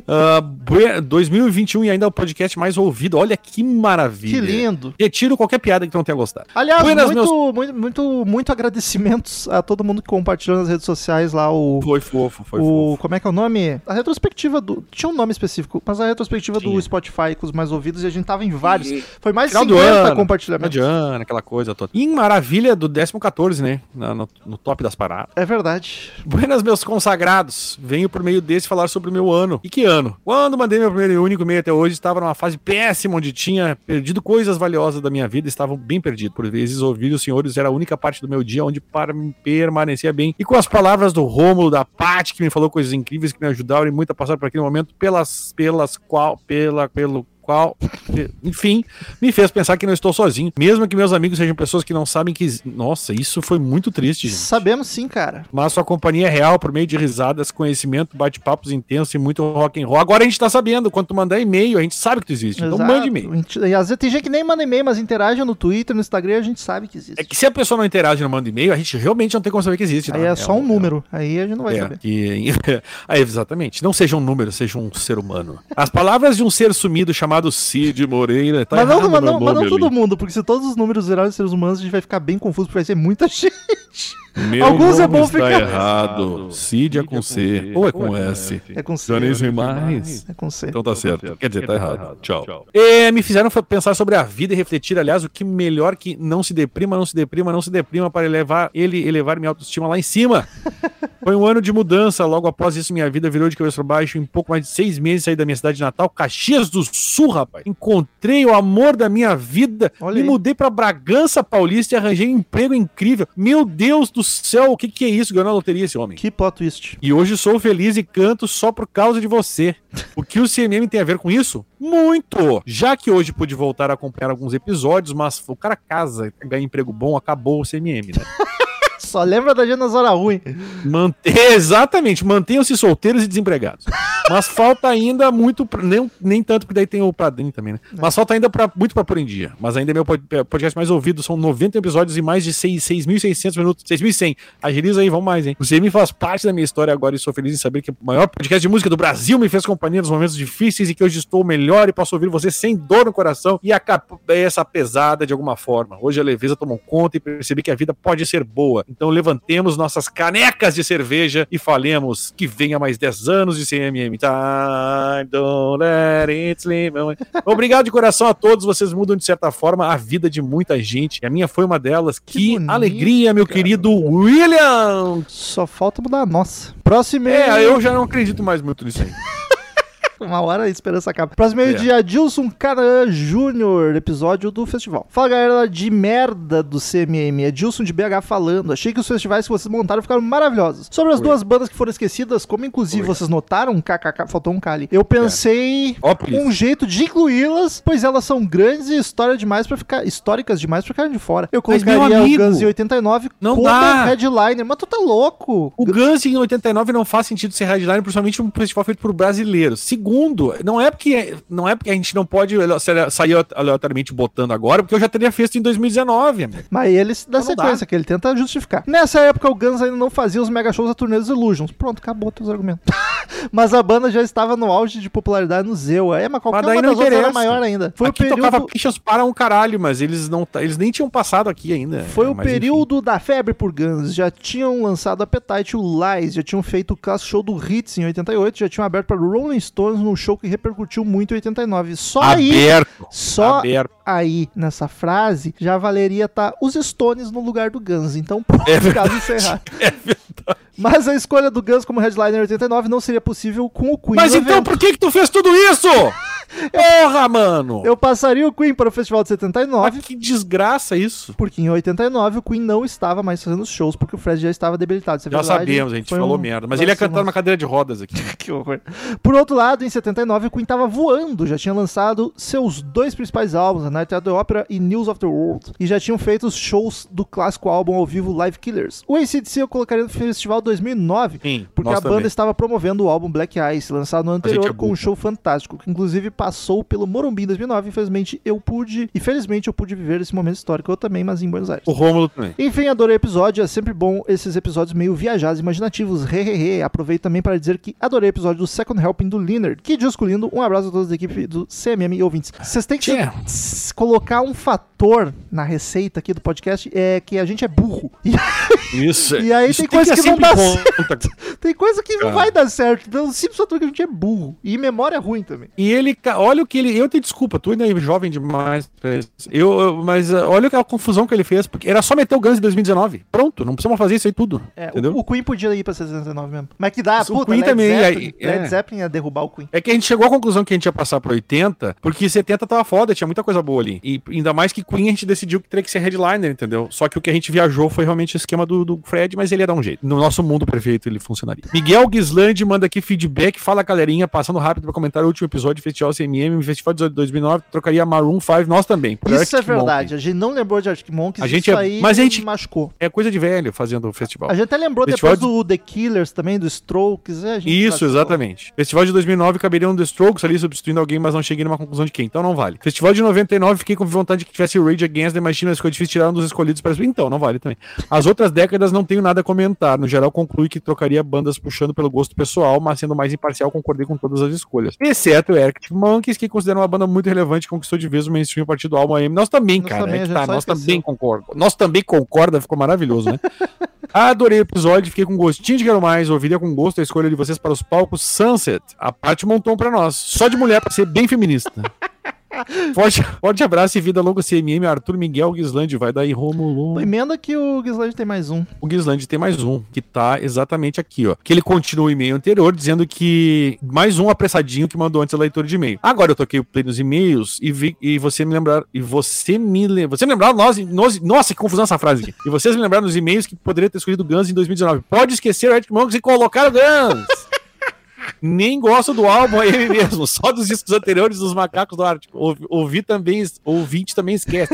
Speaker 2: Ah, bue- 2021 e ainda é o podcast mais ouvido. Olha que maravilha.
Speaker 1: Que lindo.
Speaker 2: Retiro qualquer piada que tu não tenha gostado.
Speaker 1: Aliás,
Speaker 2: Buenas,
Speaker 1: muito,
Speaker 2: meus-
Speaker 1: muito, muito, muito agradecimentos a todo mundo que compartilhou nas redes sociais lá o.
Speaker 2: Foi fofo, foi
Speaker 1: o
Speaker 2: fofo.
Speaker 1: como é que é o nome? A retrospectiva do. Tinha um nome específico, mas a retrospectiva do
Speaker 2: Tinha.
Speaker 1: Spotify com os mais ouvidos e a gente tava em vários. Foi mais de
Speaker 2: Final do
Speaker 1: 50
Speaker 2: ano.
Speaker 1: compartilhamentos.
Speaker 2: Adiana, aquela coisa toda. E em maravilha do 14, né? Na- no- no top das paradas.
Speaker 1: É verdade.
Speaker 2: Buenas, meus consagrados. Venho por meio desse falar sobre o meu ano. E que ano? Quando mandei meu primeiro e único e-mail até hoje, estava numa fase péssima onde tinha perdido coisas valiosas da minha vida, estavam bem perdido. Por vezes, ouvir os senhores era a única parte do meu dia onde par- permanecia bem. E com as palavras do Rômulo, da Paty, que me falou coisas incríveis que me ajudaram e muito a passar por aquele momento, pelas, pelas qual, pela, pelo qual, pe- enfim, me fez pensar que não estou sozinho, mesmo que meus amigos sejam pessoas que não sabem que, exi- nossa, isso foi muito triste, gente
Speaker 1: Sabemos sim, cara.
Speaker 2: mas sua companhia é real por meio de risadas, conhecimento, bate-papos intensos e muito rock and roll. Agora a gente tá sabendo, quando tu mandar e-mail, a gente sabe que tu existe. Então mande e-mail.
Speaker 1: E às vezes tem gente que nem manda e-mail, mas interage no Twitter, no Instagram, a gente sabe que existe.
Speaker 2: É que se a pessoa não interage e não manda e-mail, a gente realmente não tem como saber que existe.
Speaker 1: Aí
Speaker 2: né?
Speaker 1: é só um número. Aí a gente não vai
Speaker 2: É,
Speaker 1: saber.
Speaker 2: que- é, exatamente. Não seja um número, seja um ser humano. As palavras de um ser sumido chamado Cid Moreira. Tá
Speaker 1: mas não,
Speaker 2: errado
Speaker 1: mas
Speaker 2: meu
Speaker 1: não, mas não
Speaker 2: nome
Speaker 1: todo
Speaker 2: ali.
Speaker 1: mundo, porque se todos os números virarem seres humanos, a gente vai ficar bem confuso, porque vai ser muita gente.
Speaker 2: Meu
Speaker 1: Alguns é
Speaker 2: nome
Speaker 1: bom
Speaker 2: está
Speaker 1: ficar-
Speaker 2: errado. Cid é com C. Ou é com S.
Speaker 1: É com C.
Speaker 2: Já nem sei mais.
Speaker 1: É com C.
Speaker 2: Então tá certo. Quer dizer, tá errado. Tchau. É, me fizeram fa- pensar sobre a vida e refletir, aliás, o que melhor que não se deprima, não se deprima, não se deprima para elevar ele, elevar minha autoestima lá em cima. Foi um ano de mudança. Logo após isso, minha vida virou de cabeça para baixo. Em pouco mais de seis meses, saí da minha cidade natal, Caxias do Sul, rapaz. Encontrei o amor da minha vida.
Speaker 1: Olha
Speaker 2: me
Speaker 1: aí.
Speaker 2: mudei para Bragança Paulista e arranjei um emprego incrível. Meu Deus do céu, o que, que é isso? Ganhou na loteria esse homem.
Speaker 1: Que plot twist.
Speaker 2: E hoje sou feliz e canto só por causa de você. O que o CMM tem a ver com isso? Muito! Já que hoje pude voltar a acompanhar alguns episódios, mas o cara casa, ganha emprego bom, acabou o CMM, né?
Speaker 1: Só lembra da gente nas horas ruins.
Speaker 2: Mante- Exatamente, mantenham-se solteiros e desempregados. Mas falta ainda muito, pra- nem, nem tanto, porque daí tem o padrinho também, né? Mas falta ainda pra, muito pra pôr em dia. Mas ainda é meu pod- podcast mais ouvido, são 90 episódios e mais de seis- 6.600 minutos, 6.100. Agiliza aí, vamos mais, hein? O CM faz parte da minha história agora e sou feliz em saber que o maior podcast de música do Brasil me fez companhia nos momentos difíceis e que hoje estou melhor e posso ouvir você sem dor no coração e acabei essa pesada de alguma forma. Hoje a leveza tomou conta e percebi que a vida pode ser boa. Então levantemos nossas canecas de cerveja e falemos que venha mais 10 anos de CMM. Time, don't let it slip away. Obrigado de coração a todos. Vocês mudam, de certa forma, a vida de muita gente. E a minha foi uma delas. Que,
Speaker 1: bonito,
Speaker 2: alegria, meu
Speaker 1: cara.
Speaker 2: querido William!
Speaker 1: Só falta mudar a nossa. Próximo
Speaker 2: É,
Speaker 1: e-mail.
Speaker 2: eu já não acredito mais muito nisso aí.
Speaker 1: Uma hora a esperança acaba. Próximo meio
Speaker 2: É.
Speaker 1: dia, Dilson Caran Júnior, episódio do festival. Fala galera de merda do CMM, é Dilson de BH falando. Achei que os festivais que vocês montaram ficaram maravilhosos. Sobre as duas bandas que foram esquecidas, como inclusive vocês notaram, kkk, faltou um Kali. Eu pensei
Speaker 2: Ó, please.
Speaker 1: um jeito de incluí-las, pois elas são grandes e história demais para ficar históricas demais pra ficarem de fora. Eu
Speaker 2: Mas, meu
Speaker 1: colocaria o
Speaker 2: amigo,
Speaker 1: Guns em 89
Speaker 2: não
Speaker 1: como
Speaker 2: dá.
Speaker 1: headliner, mas tu tá louco.
Speaker 2: O Guns em 89 não faz sentido ser headline, principalmente um festival feito por brasileiros. Segundo, não é porque não é porque a gente não pode ser- sair aleatoriamente botando agora, porque eu já teria feito em 2019, amigo.
Speaker 1: Mas ele se dá
Speaker 2: Então não
Speaker 1: sequência, que ele tenta justificar. Nessa época, o Guns ainda não fazia os mega shows da turnê dos Illusions. Pronto, acabou teus argumentos. mas a banda já estava no auge de popularidade no Zewa. É, mas qualquer
Speaker 2: Mas daí
Speaker 1: uma
Speaker 2: não
Speaker 1: das outras era
Speaker 2: interessa.
Speaker 1: maior ainda. Foi
Speaker 2: Foi aqui
Speaker 1: o período...
Speaker 2: tocava pichas para um caralho, mas eles não tá- eles nem tinham passado aqui ainda.
Speaker 1: Foi o
Speaker 2: Mas, enfim.
Speaker 1: período da febre por Guns. Já tinham lançado Appetite, o Lies, já tinham feito o Class Show do Hits em 88, já tinham aberto para Rolling Stones num show que repercutiu muito em 89. Só aí,
Speaker 2: aberto,
Speaker 1: só
Speaker 2: aberto.
Speaker 1: aí, nessa frase, já valeria estar os Stones no lugar do Guns. Então, pronto, caso encerrado.
Speaker 2: É verdade.
Speaker 1: Mas a escolha do Guns como headliner Tipo, em 89 não seria possível com o Queen.
Speaker 2: Mas
Speaker 1: no
Speaker 2: então
Speaker 1: evento.
Speaker 2: por que que tu fez tudo isso? Porra, mano!
Speaker 1: Eu passaria o Queen para o festival de
Speaker 2: Mas
Speaker 1: 79,
Speaker 2: que desgraça isso.
Speaker 1: porque em 89 o Queen não estava mais fazendo shows, porque o Fred já estava debilitado. Isso é
Speaker 2: Já
Speaker 1: verdade.
Speaker 2: sabemos, a gente
Speaker 1: Foi
Speaker 2: falou
Speaker 1: um-
Speaker 2: merda. Mas ele ia
Speaker 1: lance-
Speaker 2: cantar numa cadeira de rodas aqui. né?
Speaker 1: Que horror. Por outro lado, em 79, o Queen tava voando, já tinha lançado seus dois principais álbuns, A Night at the Opera e News of the World, e já tinham feito os shows do clássico álbum ao vivo Live Killers. O ACDC eu colocaria no festival 2009,
Speaker 2: Sim,
Speaker 1: porque
Speaker 2: nós
Speaker 1: a banda
Speaker 2: também.
Speaker 1: estava promovendo o álbum Black Ice, lançado no ano
Speaker 2: A gente
Speaker 1: anterior,
Speaker 2: é
Speaker 1: com um
Speaker 2: burro.
Speaker 1: show fantástico, que inclusive passou pelo Morumbi em 2009. Infelizmente eu pude, e felizmente eu pude viver esse momento histórico, eu também, mas em Buenos Aires.
Speaker 2: O Rômulo também.
Speaker 1: Enfim, adorei o episódio. É sempre bom esses episódios meio viajados, imaginativos. Re, re, re. Aproveito também para dizer que adorei o episódio do Second Helping do Leonard. Que disco lindo. Um abraço a todos da equipe do CMM e ouvintes. Vocês têm que
Speaker 2: Tchê.
Speaker 1: s- colocar um fator na receita aqui do podcast é que a gente é burro. E
Speaker 2: Isso.
Speaker 1: E aí
Speaker 2: isso
Speaker 1: tem coisa que não
Speaker 2: sempre
Speaker 1: dá
Speaker 2: conta.
Speaker 1: tem coisa que não
Speaker 2: Ah.
Speaker 1: vai dar certo. Pelo simples fator que a gente é burro. E memória ruim também.
Speaker 2: E ele, ca- olha o que ele. Eu te desculpa, tu ainda é jovem demais. pra isso. Eu, eu- mas ah, olha a confusão que ele fez, porque era só meter o Guns em 2019. Pronto, não precisamos fazer isso aí tudo.
Speaker 1: É,
Speaker 2: entendeu?
Speaker 1: o, o Queen podia ir pra 69 mesmo. Mas que dá,
Speaker 2: Mas o
Speaker 1: puta,
Speaker 2: Queen
Speaker 1: Led
Speaker 2: também,
Speaker 1: Zeppelin,
Speaker 2: aí- é.
Speaker 1: Led Zeppelin ia derrubar o Queen.
Speaker 2: É que a gente chegou à conclusão que a gente ia passar pro 80, porque 70 tava foda, tinha muita coisa boa ali. E ainda mais que Queen a gente decidiu que teria que ser headliner, entendeu? Só que o que a gente viajou foi realmente o esquema do, do Fred, mas ele ia dar um jeito. No nosso mundo perfeito ele funcionaria. Miguel Guislandi manda aqui feedback, fala galerinha, passando rápido pra comentar o último episódio do Festival CMM, um Festival 18 de 2009, trocaria Maroon 5, nós também. por
Speaker 1: Isso é
Speaker 2: Arctic Monkey.
Speaker 1: verdade. A gente não lembrou de Arctic Monkeys.
Speaker 2: A gente
Speaker 1: isso
Speaker 2: é-
Speaker 1: aí
Speaker 2: mas a gente-
Speaker 1: machucou.
Speaker 2: É coisa de velho fazendo o festival.
Speaker 1: A gente até lembrou
Speaker 2: Festival
Speaker 1: depois do The Killers também, do Strokes. é, a gente
Speaker 2: Isso,
Speaker 1: tratou.
Speaker 2: exatamente. Festival de 2009 caberia um The Strokes ali substituindo alguém, mas não cheguei numa conclusão de quem, então não vale. Festival de 99 fiquei com vontade que tivesse Rage Against the Machine, mas ficou difícil tirar um dos escolhidos para então não vale também. As outras décadas não tenho nada a comentar, no geral conclui que trocaria bandas puxando pelo gosto pessoal, mas sendo mais imparcial concordei com todas as escolhas, exceto o Arctic Monkeys, que considero uma banda muito relevante, conquistou de vez o mainstream a partir do álbum AM. Nós também,
Speaker 1: Nós
Speaker 2: cara,
Speaker 1: também,
Speaker 2: é que
Speaker 1: a gente
Speaker 2: tá,
Speaker 1: só
Speaker 2: nós
Speaker 1: esqueceu.
Speaker 2: também concordo. Nós também concorda, ficou maravilhoso, né? Adorei o episódio, fiquei com gostinho de quero mais, ouviria com gosto a escolha de vocês para os palcos Sunset. A parte montou um pra nós, só de mulher pra ser bem feminista. Forte, forte abraço e vida longa CMM, Arthur Miguel Guislande, vai daí Romulo.
Speaker 1: Emenda que o Guislande tem mais um.
Speaker 2: O Guislande tem mais um, que tá exatamente aqui, ó. Que ele continua o e-mail anterior dizendo que mais um apressadinho que mandou antes a leitura de e-mail. Agora eu toquei o play nos e-mails e vi e você me lembrar e você me lem- você me lembraram nós, nós- nossa que confusão essa frase aqui. E vocês me lembraram nos e-mails que poderia ter escolhido o Guns em 2019. Pode esquecer o Arctic Monkeys e colocar o Guns. Nem gosto do álbum é ele mesmo, só dos discos anteriores dos Macacos do Ártico. Ouvi, ouvi também, ouvinte também esquece.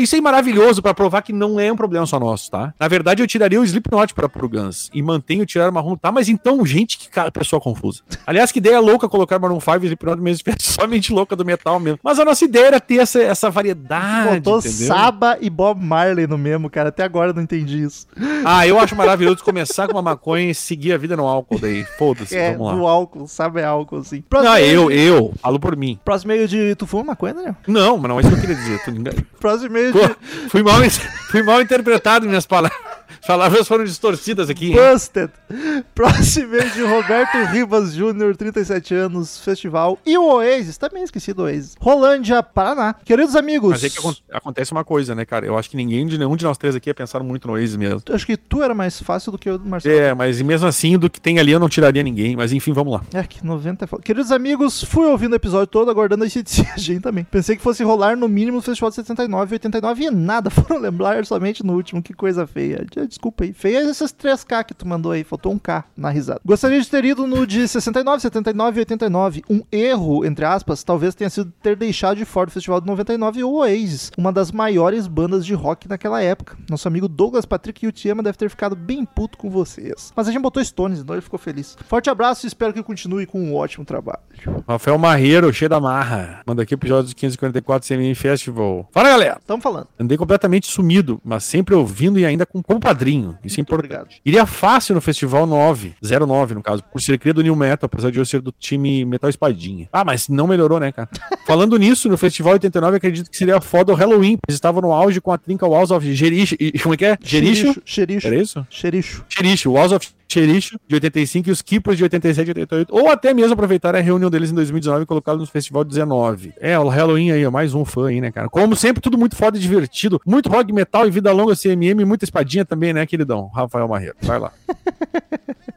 Speaker 2: Isso é maravilhoso pra provar que não é um problema só nosso, tá? Na verdade, eu tiraria o Slipknot para pro Guns e mantenho tirar o Marrom, tá? Mas então, gente, que cara, pessoa confusa. Aliás, que ideia louca colocar Maroon 5 e Slipknot mesmo, é somente louca do metal mesmo. Mas a nossa ideia era ter essa, essa variedade,
Speaker 1: Botou
Speaker 2: entendeu?
Speaker 1: Saba e Bob Marley no mesmo, cara. Até agora eu não entendi isso.
Speaker 2: Ah, eu acho maravilhoso começar com uma maconha e seguir a vida no álcool daí. Foda-se,
Speaker 1: é,
Speaker 2: vamos lá.
Speaker 1: do álcool, Saba é álcool, assim. Próximo
Speaker 2: Não, eu,
Speaker 1: e-mail-
Speaker 2: eu, falo por mim.
Speaker 1: Próximo meio de. Tu fuma maconha, Daniel?
Speaker 2: Não, mas não é isso que eu queria dizer. Tu engan-
Speaker 1: né? Próximo meio de.
Speaker 2: Pô, fui, mal, fui mal interpretado minhas palavras. Palavras foram distorcidas aqui. hein?
Speaker 1: Busted. Próximo e-mail de Roberto Ribas Júnior, 37 anos, festival. E o Oasis, também esqueci do Oasis. Rolândia, Paraná. Queridos amigos.
Speaker 2: Mas é que acon- acontece uma coisa, né, cara? Eu acho que ninguém de nenhum de nós três aqui ia pensar muito no Waze mesmo.
Speaker 1: Acho que tu era mais fácil do que o do Marcelo.
Speaker 2: É, mas mesmo assim, do que tem ali, eu não tiraria ninguém. Mas enfim, vamos lá.
Speaker 1: É, que 90 é foda. Queridos amigos, fui ouvindo o episódio todo, aguardando a gente a gente também. Pensei que fosse rolar no mínimo o Festival de 79 e 89 e nada. Foram lembrar somente no último. Que coisa feia. De- Desculpa aí. Feia essas 3K que tu mandou aí. Faltou um K na risada. Gostaria de ter ido no de 69, 79 e 89. Um erro, entre aspas, talvez tenha sido ter deixado de fora o Festival de 99 ou Oasis, uma das maiores bandas de rock naquela época. Nosso amigo Douglas Patrick Yutiama deve ter ficado bem puto com vocês. Mas a gente botou Stones, então ele ficou feliz. Forte abraço e espero que continue com um ótimo trabalho.
Speaker 2: Rafael Marreiro, cheio da marra. Manda aqui o episódio de 544 CMM Festival. Fala, galera!
Speaker 1: Tamo falando.
Speaker 2: Andei completamente sumido, mas sempre ouvindo e ainda com, como padrinho. Isso é
Speaker 1: Muito
Speaker 2: importante.
Speaker 1: obrigado.
Speaker 2: Iria fácil no Festival 9, 09 no caso, por ser cria do New Metal, apesar de eu ser do time Metal Espadinha. Ah, mas não melhorou, né, cara? Falando nisso, no Festival 89, acredito que seria foda o Halloween, pois estavam no auge com a trinca Walls of Jericho. e- Como é que é? Jericho?
Speaker 1: Xericho.
Speaker 2: Era isso?
Speaker 1: Xericho.
Speaker 2: Jericho, Walls of Jericho de 85 e os Keepers de 87 e 88. Ou até mesmo aproveitar a reunião deles em 2019 e colocá-los no Festival 19. É, o Halloween aí, ó, mais um fã aí, né, cara? Como sempre, tudo muito foda e divertido. Muito rock metal e vida longa CMM, muita espadinha também, né, queridão? Rafael Marreiro, vai lá.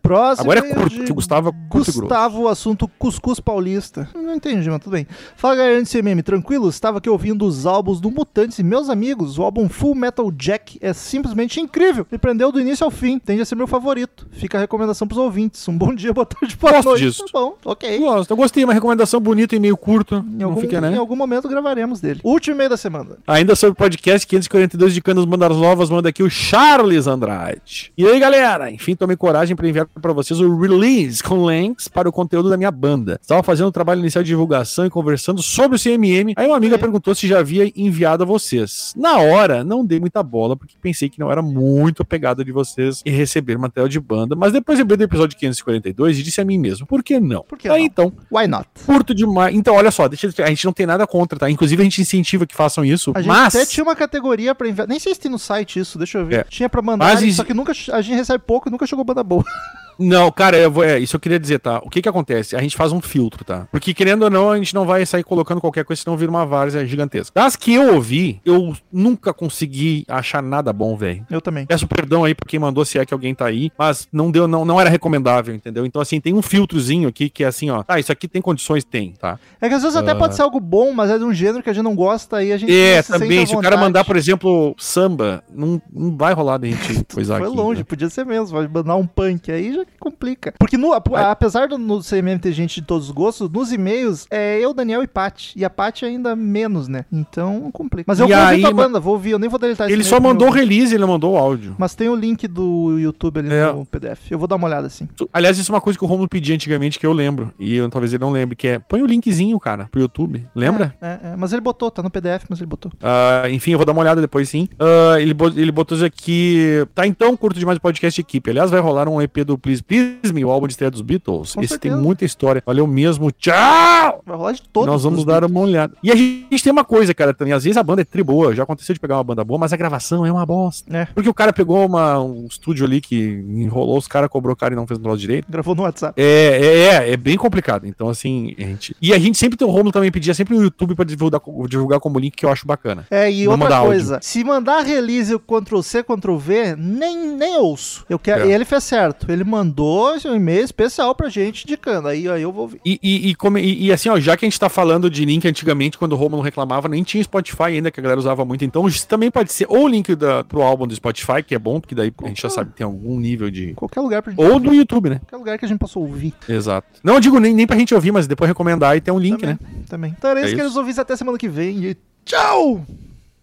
Speaker 1: Próximo.
Speaker 2: Agora é
Speaker 1: e-mail
Speaker 2: curto,
Speaker 1: de
Speaker 2: que o Gustavo é curto e grosso.
Speaker 1: Gustavo, assunto cuscuz paulista. Não entendi, mas tudo bem. Fala galera do CMM, tranquilo? Estava aqui ouvindo os álbuns do Mutantes e meus amigos. O álbum Full Metal Jack é simplesmente incrível. Me prendeu do início ao fim. Tende a ser meu favorito. Fica a recomendação pros ouvintes. Um bom dia, boa tarde, boa
Speaker 2: Gosto
Speaker 1: noite.
Speaker 2: disso.
Speaker 1: Tá bom, ok.
Speaker 2: Eu gosto, eu gostei, uma recomendação bonita e meio curta.
Speaker 1: Em
Speaker 2: não
Speaker 1: algum,
Speaker 2: fica,
Speaker 1: em
Speaker 2: né?
Speaker 1: algum momento gravaremos dele. Último e-mail da semana.
Speaker 2: Ainda sobre o podcast 542 de Canas Bandas Novas, manda aqui o Charles Andrade. E aí, galera? Enfim, tomei coragem para enviar para vocês o release com links para o conteúdo da minha banda. Estava fazendo o trabalho inicial de divulgação e conversando sobre o CMM. Aí uma amiga perguntou se já havia enviado a vocês. Na hora, não dei muita bola porque pensei que não era muito pegada de vocês e receber material de banda, mas depois lembrei do episódio 542 e disse a mim mesmo: "Por que não?".
Speaker 1: Por que
Speaker 2: aí
Speaker 1: não?
Speaker 2: então,
Speaker 1: Why not?
Speaker 2: curto demais. Então, olha só, deixa eu- a gente não tem nada contra, tá? Inclusive, a gente incentiva que façam isso.
Speaker 1: A gente
Speaker 2: mas.
Speaker 1: até tipo- tinha uma categoria pra enviar. Nem sei se tem no site isso, deixa eu ver.
Speaker 2: É.
Speaker 1: Tinha pra mandar,
Speaker 2: Mas
Speaker 1: só
Speaker 2: exi-
Speaker 1: que nunca a gente recebe pouco e nunca chegou banda boa.
Speaker 2: Não, cara, eu vou- é, isso eu queria dizer, tá? O que que acontece? A gente faz um filtro, tá? Porque, querendo ou não, a gente não vai sair colocando qualquer coisa, senão vira uma várzea gigantesca. Das que eu ouvi, eu nunca consegui achar nada bom, velho.
Speaker 1: Eu também.
Speaker 2: Peço perdão aí pra quem mandou, se é que alguém tá aí, mas não deu, não, não era recomendável, entendeu? Então, assim, tem um filtrozinho aqui que é assim, ó. Ah, isso aqui tem condições? Tem, tá?
Speaker 1: É que às vezes até pode ser algo bom, mas é de um gênero que a gente não gosta e a gente
Speaker 2: É,
Speaker 1: não sente à
Speaker 2: também, se o cara
Speaker 1: vontade.
Speaker 2: mandar, por exemplo, samba, não, não vai rolar da gente coisar
Speaker 1: Foi
Speaker 2: aqui,
Speaker 1: longe,
Speaker 2: né?
Speaker 1: podia ser mesmo, vai mandar um punk, aí já que complica. Porque no, ap- apesar do no CMM ter gente de todos os gostos, nos e-mails é eu, Daniel e Paty. E a Paty ainda menos, né? Então complica. Mas eu
Speaker 2: E
Speaker 1: vou ouvir
Speaker 2: aí,
Speaker 1: tua
Speaker 2: ma-
Speaker 1: banda, vou ouvir, eu nem vou deletar
Speaker 2: Ele
Speaker 1: e-mail
Speaker 2: só
Speaker 1: pro meu-
Speaker 2: mandou um o release, ele não mandou o áudio.
Speaker 1: Mas tem o link do YouTube ali
Speaker 2: É.
Speaker 1: no PDF. Eu vou dar uma olhada assim.
Speaker 2: Tu- Aliás, isso é uma coisa que o Romulo pedia antigamente que eu lembro. E eu- talvez ele não lembre, que é põe o linkzinho, cara, pro YouTube. Lembra?
Speaker 1: É, é, é. Mas ele botou, tá no PDF, mas ele botou.
Speaker 2: Ah, enfim, eu vou dar uma olhada depois sim. Ah, ele, bo- ele botou isso aqui. Tá então, curto demais o podcast equipe. Aliás, vai rolar um EP do Please Please Me, o álbum de estreia dos Beatles.
Speaker 1: Com
Speaker 2: Esse
Speaker 1: certeza.
Speaker 2: tem muita história. Valeu mesmo. Tchau!
Speaker 1: Vai rolar de todos.
Speaker 2: Nós vamos
Speaker 1: os
Speaker 2: dar uma olhada. E a gente tem uma coisa, cara, também. Às vezes a banda é triboa. Já aconteceu de pegar uma banda boa, mas a gravação é uma bosta.
Speaker 1: É.
Speaker 2: Porque o cara pegou uma- um estúdio ali que enrolou os caras, cobrou o cara e não fez o negócio direito.
Speaker 1: Gravou no WhatsApp.
Speaker 2: É, é, é, é bem complicado. Então, assim, a gente. E a gente sempre tem o Romulo também pedia sempre o YouTube pra divulgar, co- divulgar como link que eu acho bacana.
Speaker 1: É, e
Speaker 2: Vou
Speaker 1: outra
Speaker 2: mandar
Speaker 1: coisa, se mandar release o Ctrl C, Ctrl V, nem, nem ouço. Eu quero,
Speaker 2: É.
Speaker 1: Ele fez certo. Ele mandou um e-mail especial pra gente indicando. Aí, aí eu vou ouvir.
Speaker 2: E, e, e come- e- e assim, ó, já que a gente tá falando de link antigamente, quando o Romulo reclamava, nem tinha Spotify ainda, que a galera usava muito. Então, isso também pode ser ou o link da, pro álbum do Spotify, que é bom, porque daí a gente já sabe que tem algum nível de.
Speaker 1: Qualquer lugar pra gente.
Speaker 2: Ou do YouTube, né?
Speaker 1: Qualquer lugar que a gente possa ouvir
Speaker 2: Exato. Não, eu digo nem, nem pra gente ouvir, mas depois recomendar e tem um link,
Speaker 1: também,
Speaker 2: né?
Speaker 1: também. Então era
Speaker 2: É
Speaker 1: isso, que
Speaker 2: isso.
Speaker 1: eles ouvintes até semana que vem. E tchau!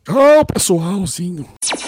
Speaker 2: Oh, pessoalzinho.